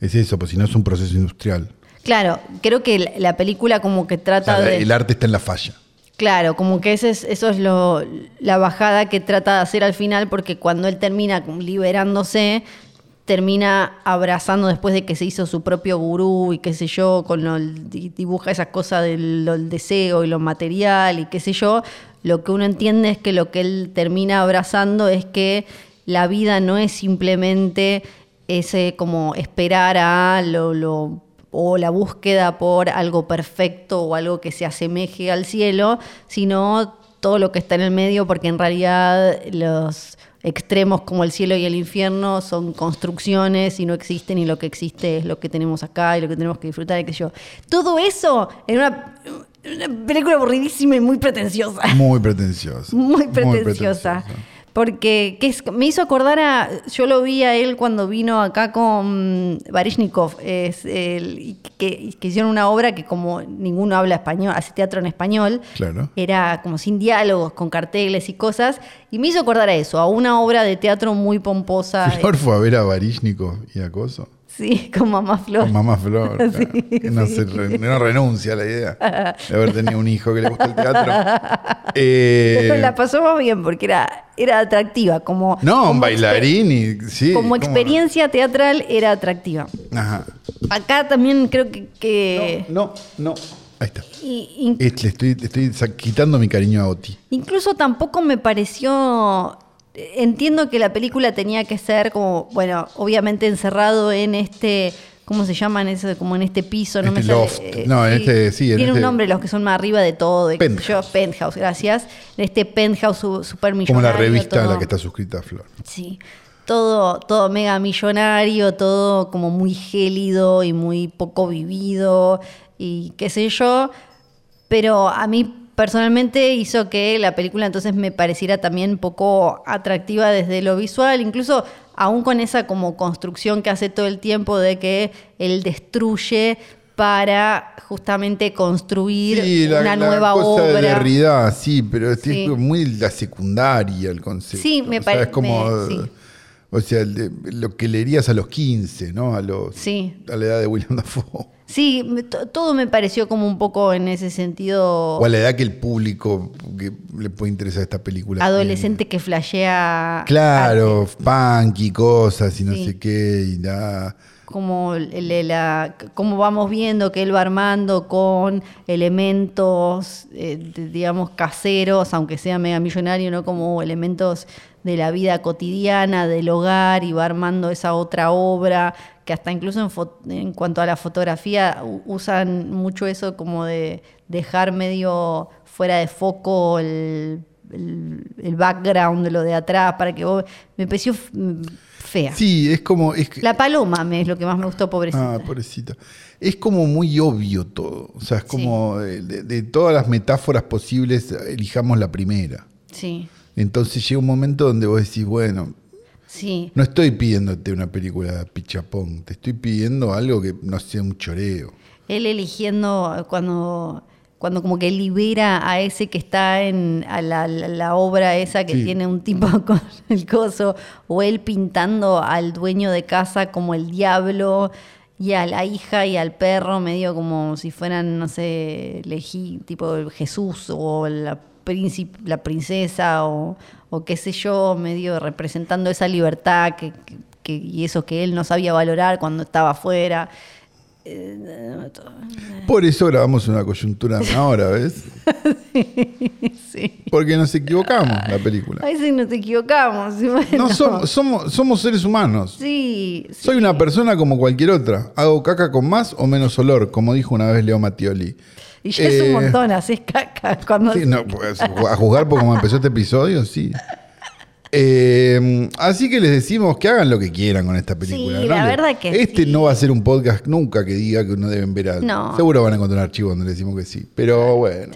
Speaker 2: Es eso, pues si no es un proceso industrial.
Speaker 3: Claro, creo que la- la película como que
Speaker 2: O
Speaker 3: trata
Speaker 2: sea, la-
Speaker 3: de.
Speaker 2: el arte está en la falla.
Speaker 3: Claro, como que ese es, eso es lo, la bajada que trata de hacer al final, porque cuando él termina como liberándose, termina abrazando después de que se hizo su propio gurú y qué sé yo, con lo- di- dibuja esas cosas del lo- el deseo y lo material y qué sé yo. Lo que uno entiende es que lo que él termina abrazando es que la vida no es simplemente ese como esperar a lo, lo- o la búsqueda por algo perfecto o algo que se asemeje al cielo, sino todo lo que está en el medio, porque en realidad los extremos como el cielo y el infierno son construcciones y no existen y lo que existe es lo que tenemos acá y lo que tenemos que disfrutar y qué sé yo. Todo eso en una, una película aburridísima y muy pretenciosa.
Speaker 2: Muy pretenciosa.
Speaker 3: Muy pretenciosa. Porque que es- me hizo acordar a. Yo lo vi a él cuando vino acá con Baryshnikov, es el- y que, y que hicieron una obra que, como ninguno habla español, hace teatro en español,
Speaker 2: Claro.
Speaker 3: era como sin diálogos, con carteles y cosas. Y me hizo acordar a eso, a una obra de teatro muy pomposa.
Speaker 2: Flor fue a ver a Baryshnikov y a Coso.
Speaker 3: Sí, con Mamá Flor.
Speaker 2: Con mamá Flor. claro, que no, se re- no renuncia a la idea de haber tenido un hijo que le gusta el teatro. Eh,
Speaker 3: Pero la pasamos bien porque era, era atractiva. Como,
Speaker 2: no, un
Speaker 3: como exper-
Speaker 2: bailarín y sí.
Speaker 3: Como
Speaker 2: ¿cómo?
Speaker 3: experiencia teatral era atractiva.
Speaker 2: Ajá.
Speaker 3: Acá también creo que. que-
Speaker 2: No, no. Ahí está.
Speaker 3: y- in-
Speaker 2: Es- le estoy, le estoy sa- quitando mi cariño a Oti.
Speaker 3: incluso tampoco me pareció. Entiendo que la película tenía que ser como, bueno, obviamente encerrado en este. ¿Cómo se llaman eso? Como en este piso, no
Speaker 2: Este
Speaker 3: me sale, eh,
Speaker 2: loft. No, en este- sí, en
Speaker 3: Tiene
Speaker 2: este-
Speaker 3: un nombre los que son más arriba de todo. y qué sé
Speaker 2: Penthouse.
Speaker 3: Yo, penthouse, gracias. En este penthouse su- supermillonario.
Speaker 2: Como la revista a la
Speaker 3: todo.
Speaker 2: que está suscrita Flor.
Speaker 3: Sí. Todo, todo mega millonario, todo como muy gélido y muy poco vivido y qué sé yo. Pero a mí personalmente hizo que la película entonces me pareciera también poco atractiva desde lo visual, incluso aún con esa como construcción que hace todo el tiempo de que él destruye para justamente construir
Speaker 2: Sí, la,
Speaker 3: una
Speaker 2: la
Speaker 3: nueva
Speaker 2: cosa
Speaker 3: obra.
Speaker 2: de Derrida, sí, pero es
Speaker 3: Sí.
Speaker 2: muy la secundaria el concepto.
Speaker 3: Sí, me
Speaker 2: O sea, Es
Speaker 3: pare-
Speaker 2: como.
Speaker 3: me- sí.
Speaker 2: O sea, el de- lo que leerías a los 15, ¿no? A, los,
Speaker 3: Sí.
Speaker 2: a la edad de William Dafoe.
Speaker 3: Sí, me- to- todo me pareció como un poco en ese sentido
Speaker 2: O a la edad que el público que le puede interesar esta película.
Speaker 3: adolescente que flashea
Speaker 2: Claro, punk y cosas y no
Speaker 3: Sí.
Speaker 2: sé qué y nada.
Speaker 3: como, el- la- como vamos viendo que él va armando con elementos, eh, de- digamos, caseros, aunque sea mega millonario, ¿no? Como elementos de la vida cotidiana, del hogar, y va armando esa otra obra, que hasta incluso en, fo- en cuanto a la fotografía u- usan mucho eso como de dejar medio fuera de foco el... el- el background de lo de atrás para que vos me pareció f- fea
Speaker 2: Sí, es como. Es, que-
Speaker 3: la paloma me es lo que más me gustó, pobrecita.
Speaker 2: Ah, pobrecita. Es como muy obvio todo. O sea, es
Speaker 3: Sí.
Speaker 2: como eh, de, de todas las metáforas posibles, elijamos la primera.
Speaker 3: Sí,
Speaker 2: Entonces llega un momento donde vos decís, bueno,
Speaker 3: sí.
Speaker 2: no estoy pidiéndote una película de pichapón, te estoy pidiendo algo que no sea un choreo.
Speaker 3: Él eligiendo cuando, cuando como que libera a ese que está en a la, la- la obra esa que
Speaker 2: Sí.
Speaker 3: tiene un tipo con el coso, o él pintando al dueño de casa como el diablo, y a la hija y al perro, medio como si fueran, no sé, lejí, tipo el Jesús o la, príncipe, la princesa o, o qué sé yo, medio representando esa libertad que- que- que, y eso que él no sabía valorar cuando estaba afuera. Ah.
Speaker 2: Por eso grabamos una coyuntura de una hora, ¿ves?
Speaker 3: Sí.
Speaker 2: Porque nos equivocamos la película.
Speaker 3: A veces nos equivocamos. y bueno.
Speaker 2: No somos, somos, somos seres humanos.
Speaker 3: Sí, sí.
Speaker 2: Soy una persona como cualquier otra. Hago caca con más o menos olor, como dijo una vez Leo Mattioli.
Speaker 3: Y ya es un
Speaker 2: Eh,
Speaker 3: montón, haces caca. Cuando...
Speaker 2: Sí, no, pues, a juzgar por cómo empezó este episodio, sí. Eh, así que les decimos que hagan lo que quieran con esta película.
Speaker 3: Sí,
Speaker 2: ¿no?
Speaker 3: la
Speaker 2: Le-
Speaker 3: verdad que
Speaker 2: Este
Speaker 3: sí.
Speaker 2: no va a ser un podcast nunca que diga que no deben ver algo.
Speaker 3: No.
Speaker 2: Seguro van a encontrar un archivo donde le decimos que sí. Pero bueno,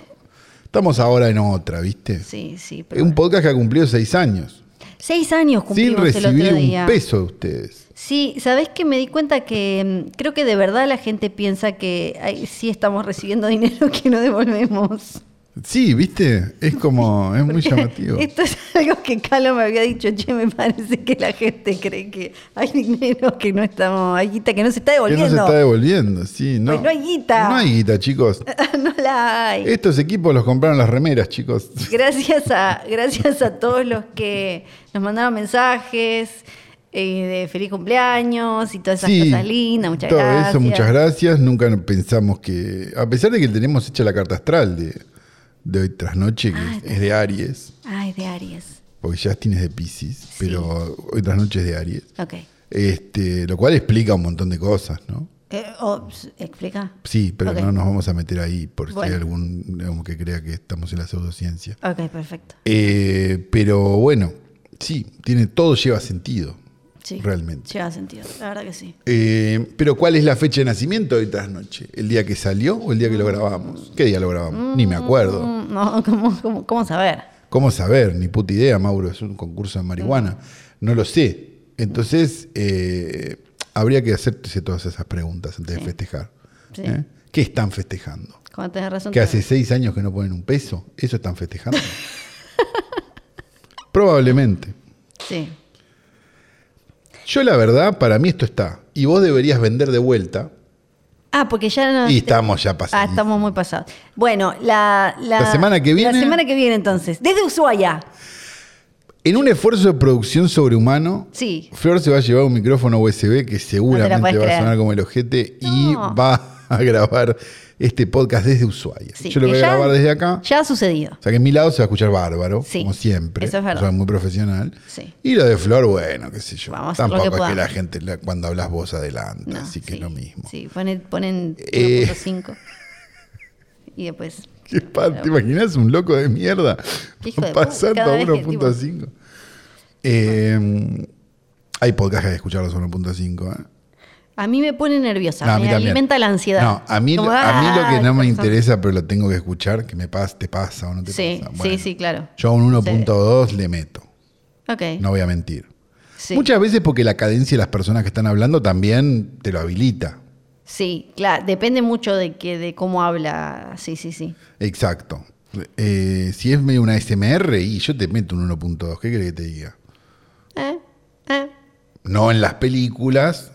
Speaker 2: estamos ahora en otra, ¿viste?
Speaker 3: Sí, sí.
Speaker 2: Es
Speaker 3: pero
Speaker 2: Eh, un
Speaker 3: bueno.
Speaker 2: podcast que ha cumplido seis años.
Speaker 3: Seis años
Speaker 2: Sin
Speaker 3: cumplimos el
Speaker 2: recibir
Speaker 3: otro
Speaker 2: un
Speaker 3: día.
Speaker 2: peso de ustedes.
Speaker 3: Sí, ¿sabés que me di cuenta que mm, creo que de verdad la gente piensa que ay, sí estamos recibiendo dinero que no devolvemos?
Speaker 2: Sí, ¿viste? Es como, es muy llamativo.
Speaker 3: Esto es algo que Calo me había dicho, che, me parece que la gente cree que hay dinero que no estamos, hay guita que no se está
Speaker 2: Que
Speaker 3: devolviendo.
Speaker 2: no se está devolviendo, sí. No,
Speaker 3: Pues no hay guita.
Speaker 2: No hay guita, chicos.
Speaker 3: no la hay.
Speaker 2: Estos equipos los compraron las remeras, chicos.
Speaker 3: Gracias a, gracias a todos los que nos mandaron mensajes eh, de feliz cumpleaños y todas esas cosas lindas. Muchas
Speaker 2: todo
Speaker 3: gracias.
Speaker 2: eso, muchas gracias. Nunca pensamos que. A pesar de que tenemos hecha la carta astral de, de hoy tras noche, que
Speaker 3: Ah,
Speaker 2: es- es de Aries,
Speaker 3: Ay, de Aries.
Speaker 2: porque Justin es de Pisces, pero hoy tras noche es de Aries.
Speaker 3: Ok.
Speaker 2: Este, lo cual explica un montón de cosas, ¿no?
Speaker 3: Eh, oh, s- ¿Explica?
Speaker 2: Sí, pero
Speaker 3: Ok.
Speaker 2: no nos vamos a meter ahí por si hay
Speaker 3: Bueno.
Speaker 2: algún digamos, que crea que estamos en la pseudociencia.
Speaker 3: Ok, perfecto.
Speaker 2: Eh, pero bueno, sí, tiene, todo lleva sentido,
Speaker 3: Sí.
Speaker 2: realmente.
Speaker 3: Lleva sentido, la verdad que sí.
Speaker 2: Eh, pero ¿cuál es la fecha de nacimiento de hoy tras noche? ¿El día que salió o el día que lo grabamos? ¿Qué día lo grabamos? Ni me acuerdo.
Speaker 3: Mm, No, ¿cómo, cómo, cómo saber?
Speaker 2: ¿Cómo saber? Ni puta idea, Mauro. Es un concurso de marihuana. No lo sé. Entonces, eh, habría que hacerse todas esas preguntas antes de festejar.
Speaker 3: Sí.
Speaker 2: ¿Eh? ¿Qué están festejando?
Speaker 3: Cuando tenés razón.
Speaker 2: ¿Que
Speaker 3: te-
Speaker 2: hace seis años que no ponen un peso? ¿Eso están festejando? Probablemente.
Speaker 3: Sí.
Speaker 2: Yo la verdad, para mí esto está. Y vos deberías vender de vuelta.
Speaker 3: Ah, porque ya no.
Speaker 2: Y estamos ya pasando.
Speaker 3: Ah, estamos muy pasados. Bueno, la, la,
Speaker 2: La semana que viene-
Speaker 3: La semana que viene, entonces. Desde Ushuaia.
Speaker 2: En un esfuerzo de producción sobrehumano,
Speaker 3: Sí.
Speaker 2: Flor se va a llevar un micrófono USB que
Speaker 3: No te la
Speaker 2: seguramente
Speaker 3: podés
Speaker 2: va a
Speaker 3: creer.
Speaker 2: sonar como el ojete y
Speaker 3: No.
Speaker 2: va a grabar este podcast desde Ushuaia.
Speaker 3: Sí,
Speaker 2: Yo lo
Speaker 3: que
Speaker 2: voy a
Speaker 3: ya-
Speaker 2: grabar desde acá.
Speaker 3: Ya ha sucedido.
Speaker 2: O sea que en mi lado se va a escuchar bárbaro,
Speaker 3: Sí,
Speaker 2: como siempre.
Speaker 3: eso es verdad.
Speaker 2: O sea, muy profesional.
Speaker 3: Sí.
Speaker 2: Y lo de Flor, bueno, qué sé yo.
Speaker 3: Vamos a hacer lo
Speaker 2: Tampoco
Speaker 3: que
Speaker 2: es que
Speaker 3: podamos.
Speaker 2: la gente la- cuando hablas vos adelante,
Speaker 3: No,
Speaker 2: así que
Speaker 3: sí,
Speaker 2: es lo mismo.
Speaker 3: Sí, ponen, ponen
Speaker 2: Eh.
Speaker 3: 1.5. Y después.
Speaker 2: Qué pa- ¿Te imaginas un loco de mierda
Speaker 3: Hijo de puta,
Speaker 2: pasando
Speaker 3: cada
Speaker 2: a
Speaker 3: vez que, tipo-
Speaker 2: 1.5? Em, Eh, hay podcasts que escucharlos a 1.5. ¿eh?
Speaker 3: A mí me pone nerviosa,
Speaker 2: No, a mí
Speaker 3: me
Speaker 2: también.
Speaker 3: alimenta la ansiedad.
Speaker 2: No, a mí,
Speaker 3: Como,
Speaker 2: a mí lo
Speaker 3: ah,
Speaker 2: que no me
Speaker 3: esta persona.
Speaker 2: interesa, pero lo tengo que escuchar, que me pasa, te pasa o no te
Speaker 3: Sí,
Speaker 2: pasa.
Speaker 3: sí,
Speaker 2: Bueno,
Speaker 3: sí, claro.
Speaker 2: Yo un 1.2 le meto,
Speaker 3: Ok.
Speaker 2: no voy a mentir.
Speaker 3: sí.
Speaker 2: Muchas veces porque la cadencia de las personas que están hablando también te lo habilita.
Speaker 3: Sí, claro, depende mucho de que, de cómo habla. Sí, sí, sí.
Speaker 2: Exacto. Eh, si es medio una SMR, y yo te meto un 1.2, ¿qué crees que te diga?
Speaker 3: Eh, eh,
Speaker 2: No en las películas,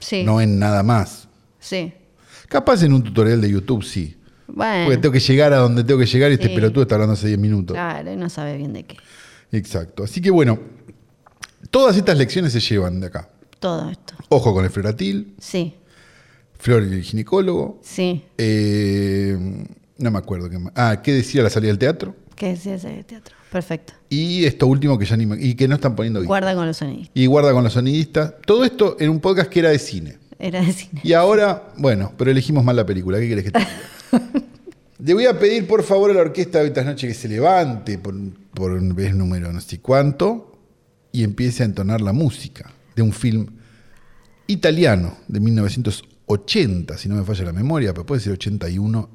Speaker 3: sí.
Speaker 2: no en nada más.
Speaker 3: Sí.
Speaker 2: Capaz en un tutorial de YouTube sí.
Speaker 3: Bueno.
Speaker 2: Porque tengo que llegar a donde tengo que llegar y
Speaker 3: Sí.
Speaker 2: este pelotudo está hablando hace 10 minutos.
Speaker 3: Claro, y no sabe bien de qué.
Speaker 2: Exacto. Así que bueno, todas estas lecciones se llevan de acá.
Speaker 3: Todo esto.
Speaker 2: Ojo con el floratil,
Speaker 3: Sí,
Speaker 2: flor y el ginecólogo.
Speaker 3: sí.
Speaker 2: eh, no me acuerdo qué más. Ah, ¿qué decía la salida del teatro?
Speaker 3: ¿Qué decía ese teatro? Perfecto.
Speaker 2: Y esto último que ya ni me- y que no están poniendo guita.
Speaker 3: Guarda con los sonidistas.
Speaker 2: Y guarda con los sonidistas. Todo esto en un podcast que era de cine.
Speaker 3: Era de cine.
Speaker 2: Y ahora, bueno, pero elegimos mal la película. ¿Qué querés que te diga? Le voy a pedir, por favor, a la orquesta de estas noches que se levante por, por un vez número no sé cuánto y empiece a entonar la música de un film italiano de 1980, si no me falla la memoria, pero puede ser 81,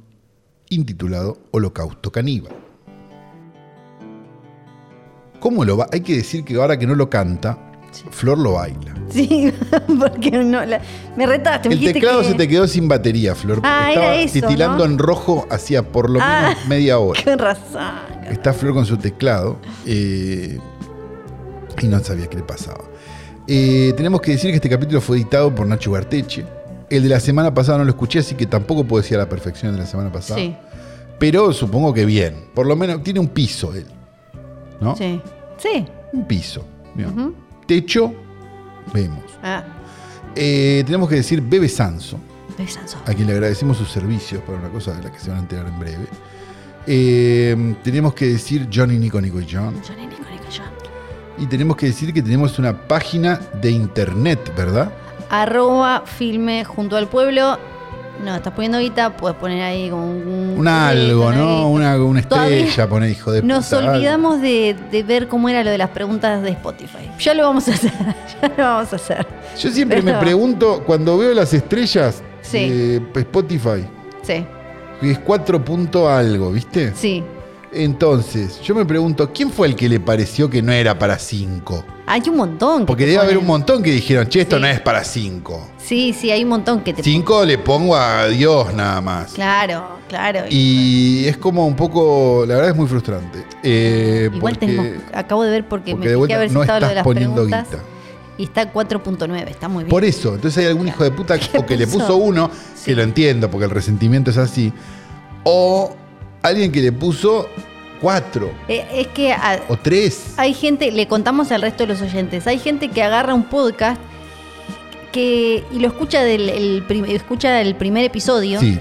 Speaker 2: intitulado Holocausto Caníbal. ¿Cómo lo va? Hay que decir que ahora que no lo canta, Flor lo baila.
Speaker 3: Sí, porque no. la- me retaste. Me
Speaker 2: El
Speaker 3: dijiste
Speaker 2: teclado
Speaker 3: que-
Speaker 2: se te quedó sin batería, Flor. porque
Speaker 3: Ah, era
Speaker 2: Estaba
Speaker 3: eso,
Speaker 2: titilando
Speaker 3: ¿no?
Speaker 2: en rojo hacía por lo menos
Speaker 3: Ah.
Speaker 2: media hora.
Speaker 3: Qué razón.
Speaker 2: Está Flor con su teclado eh, y no sabía qué le pasaba. Eh, tenemos que decir que este capítulo fue editado por Nacho Garteche. El de la semana pasada no lo escuché, así que tampoco puedo decir a la perfección el de la semana pasada.
Speaker 3: Sí,
Speaker 2: Pero supongo que bien. Por lo menos tiene un piso él. ¿No?
Speaker 3: sí. Sí.
Speaker 2: Un piso. Bien. Techo, vemos.
Speaker 3: Ah,
Speaker 2: Eh, tenemos que decir Bebe Sanso.
Speaker 3: besanzo.
Speaker 2: a quien le agradecemos sus servicios para una cosa de la que se van a enterar en breve. Eh, tenemos que decir Johnny Nico Nico y John.
Speaker 3: Johnny, Nico, Nico, John.
Speaker 2: Y tenemos que decir que tenemos una página de internet, ¿verdad?
Speaker 3: Arroba filme junto al pueblo. No, estás poniendo guita, puedes poner ahí como un.
Speaker 2: Un algo,
Speaker 3: una
Speaker 2: ¿no?
Speaker 3: guita.
Speaker 2: Una, una
Speaker 3: Todavía
Speaker 2: estrella, pone hijo de
Speaker 3: Nos
Speaker 2: puta, algo.
Speaker 3: olvidamos de, de ver cómo era lo de las preguntas de Spotify. Ya lo vamos a hacer. Ya lo vamos a hacer.
Speaker 2: Yo siempre me
Speaker 3: Pero-
Speaker 2: pregunto, cuando veo las estrellas
Speaker 3: Sí.
Speaker 2: de Spotify,
Speaker 3: Sí,
Speaker 2: que es 4 punto algo, ¿viste?
Speaker 3: sí.
Speaker 2: Entonces, yo me pregunto, ¿quién fue el que le pareció que no era para 5?
Speaker 3: Hay un montón. que
Speaker 2: Porque
Speaker 3: te
Speaker 2: debe haber
Speaker 3: ponen.
Speaker 2: un montón que dijeron, che, esto
Speaker 3: Sí.
Speaker 2: no es para 5.
Speaker 3: Sí, sí, hay un montón que te
Speaker 2: Cinco le pongo a Dios nada más.
Speaker 3: Claro, claro.
Speaker 2: Y es como un poco, la verdad es muy frustrante. Eh,
Speaker 3: Igual
Speaker 2: porque,
Speaker 3: tenemos- acabo de ver porque,
Speaker 2: porque
Speaker 3: me
Speaker 2: de
Speaker 3: fijé
Speaker 2: vuelta
Speaker 3: a ver si
Speaker 2: no
Speaker 3: estaba lo
Speaker 2: estás
Speaker 3: de las
Speaker 2: poniendo
Speaker 3: preguntas.
Speaker 2: guita.
Speaker 3: Y está 4.9, está muy bien.
Speaker 2: Por eso, entonces hay algún hijo de puta o que le puso
Speaker 3: puso?
Speaker 2: uno,
Speaker 3: Sí.
Speaker 2: que lo entiendo porque el resentimiento es así, o alguien que le puso cuatro
Speaker 3: Eh, es que a-
Speaker 2: o tres.
Speaker 3: hay gente, le contamos al resto de los oyentes, hay gente que agarra un podcast que y lo escucha del el prim- escucha el primer episodio
Speaker 2: Sí,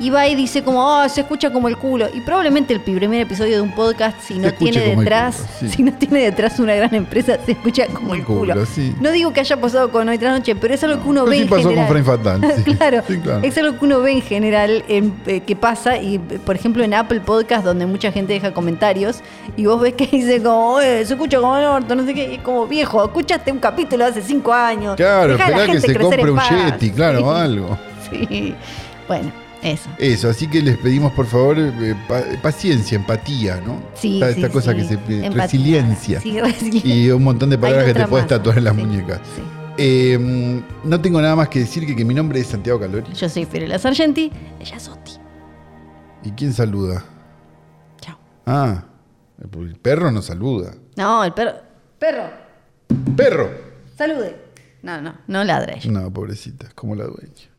Speaker 3: y va y dice como, "Ah, se escucha como el culo." Y probablemente el primer episodio de un podcast si no
Speaker 2: escucha
Speaker 3: tiene
Speaker 2: como el
Speaker 3: detrás,
Speaker 2: culo, sí.
Speaker 3: si no tiene detrás una gran empresa, se escucha como el culo.
Speaker 2: sí.
Speaker 3: No digo que haya pasado con Hoy tras Noche, pero es algo que uno
Speaker 2: Pero
Speaker 3: ve
Speaker 2: sí
Speaker 3: en
Speaker 2: pasó
Speaker 3: general.
Speaker 2: con Frame Fatal. sí.
Speaker 3: claro,
Speaker 2: Sí, claro.
Speaker 3: es algo que uno ve en general en- eh, que pasa y eh, por ejemplo en Apple Podcast donde mucha gente deja comentarios y vos ves que dice como "Eh, se escucha como el orto, no sé qué, y es como viejo, escuchaste un capítulo hace cinco años.
Speaker 2: Claro,
Speaker 3: Dejá a la
Speaker 2: esperá que
Speaker 3: gente
Speaker 2: se
Speaker 3: crecer
Speaker 2: compre
Speaker 3: en
Speaker 2: un
Speaker 3: paz".
Speaker 2: Yeti, claro, o algo.
Speaker 3: Sí. Bueno, eso.
Speaker 2: Eso, así que les pedimos por favor eh, pa- paciencia, empatía, ¿no?
Speaker 3: Sí,
Speaker 2: esta,
Speaker 3: sí,
Speaker 2: esta cosa
Speaker 3: sí.
Speaker 2: que se pide,
Speaker 3: Empatía.
Speaker 2: resiliencia.
Speaker 3: Sí, resiliencia.
Speaker 2: Y un montón de
Speaker 3: Hay
Speaker 2: palabras que te
Speaker 3: otra
Speaker 2: puedes
Speaker 3: más.
Speaker 2: tatuar en las
Speaker 3: Sí,
Speaker 2: muñecas.
Speaker 3: sí.
Speaker 2: Eh, no tengo nada más que decir que, que mi nombre es Santiago Calori.
Speaker 3: Yo soy Fiorella Sargenti, ella es Oti.
Speaker 2: ¿Y quién saluda?
Speaker 3: Chao.
Speaker 2: Ah, el perro no saluda.
Speaker 3: No, el perro. Perro,
Speaker 2: ¡Perro!
Speaker 3: salude. No, no, no ladra ella.
Speaker 2: No, pobrecita, es como la dueña.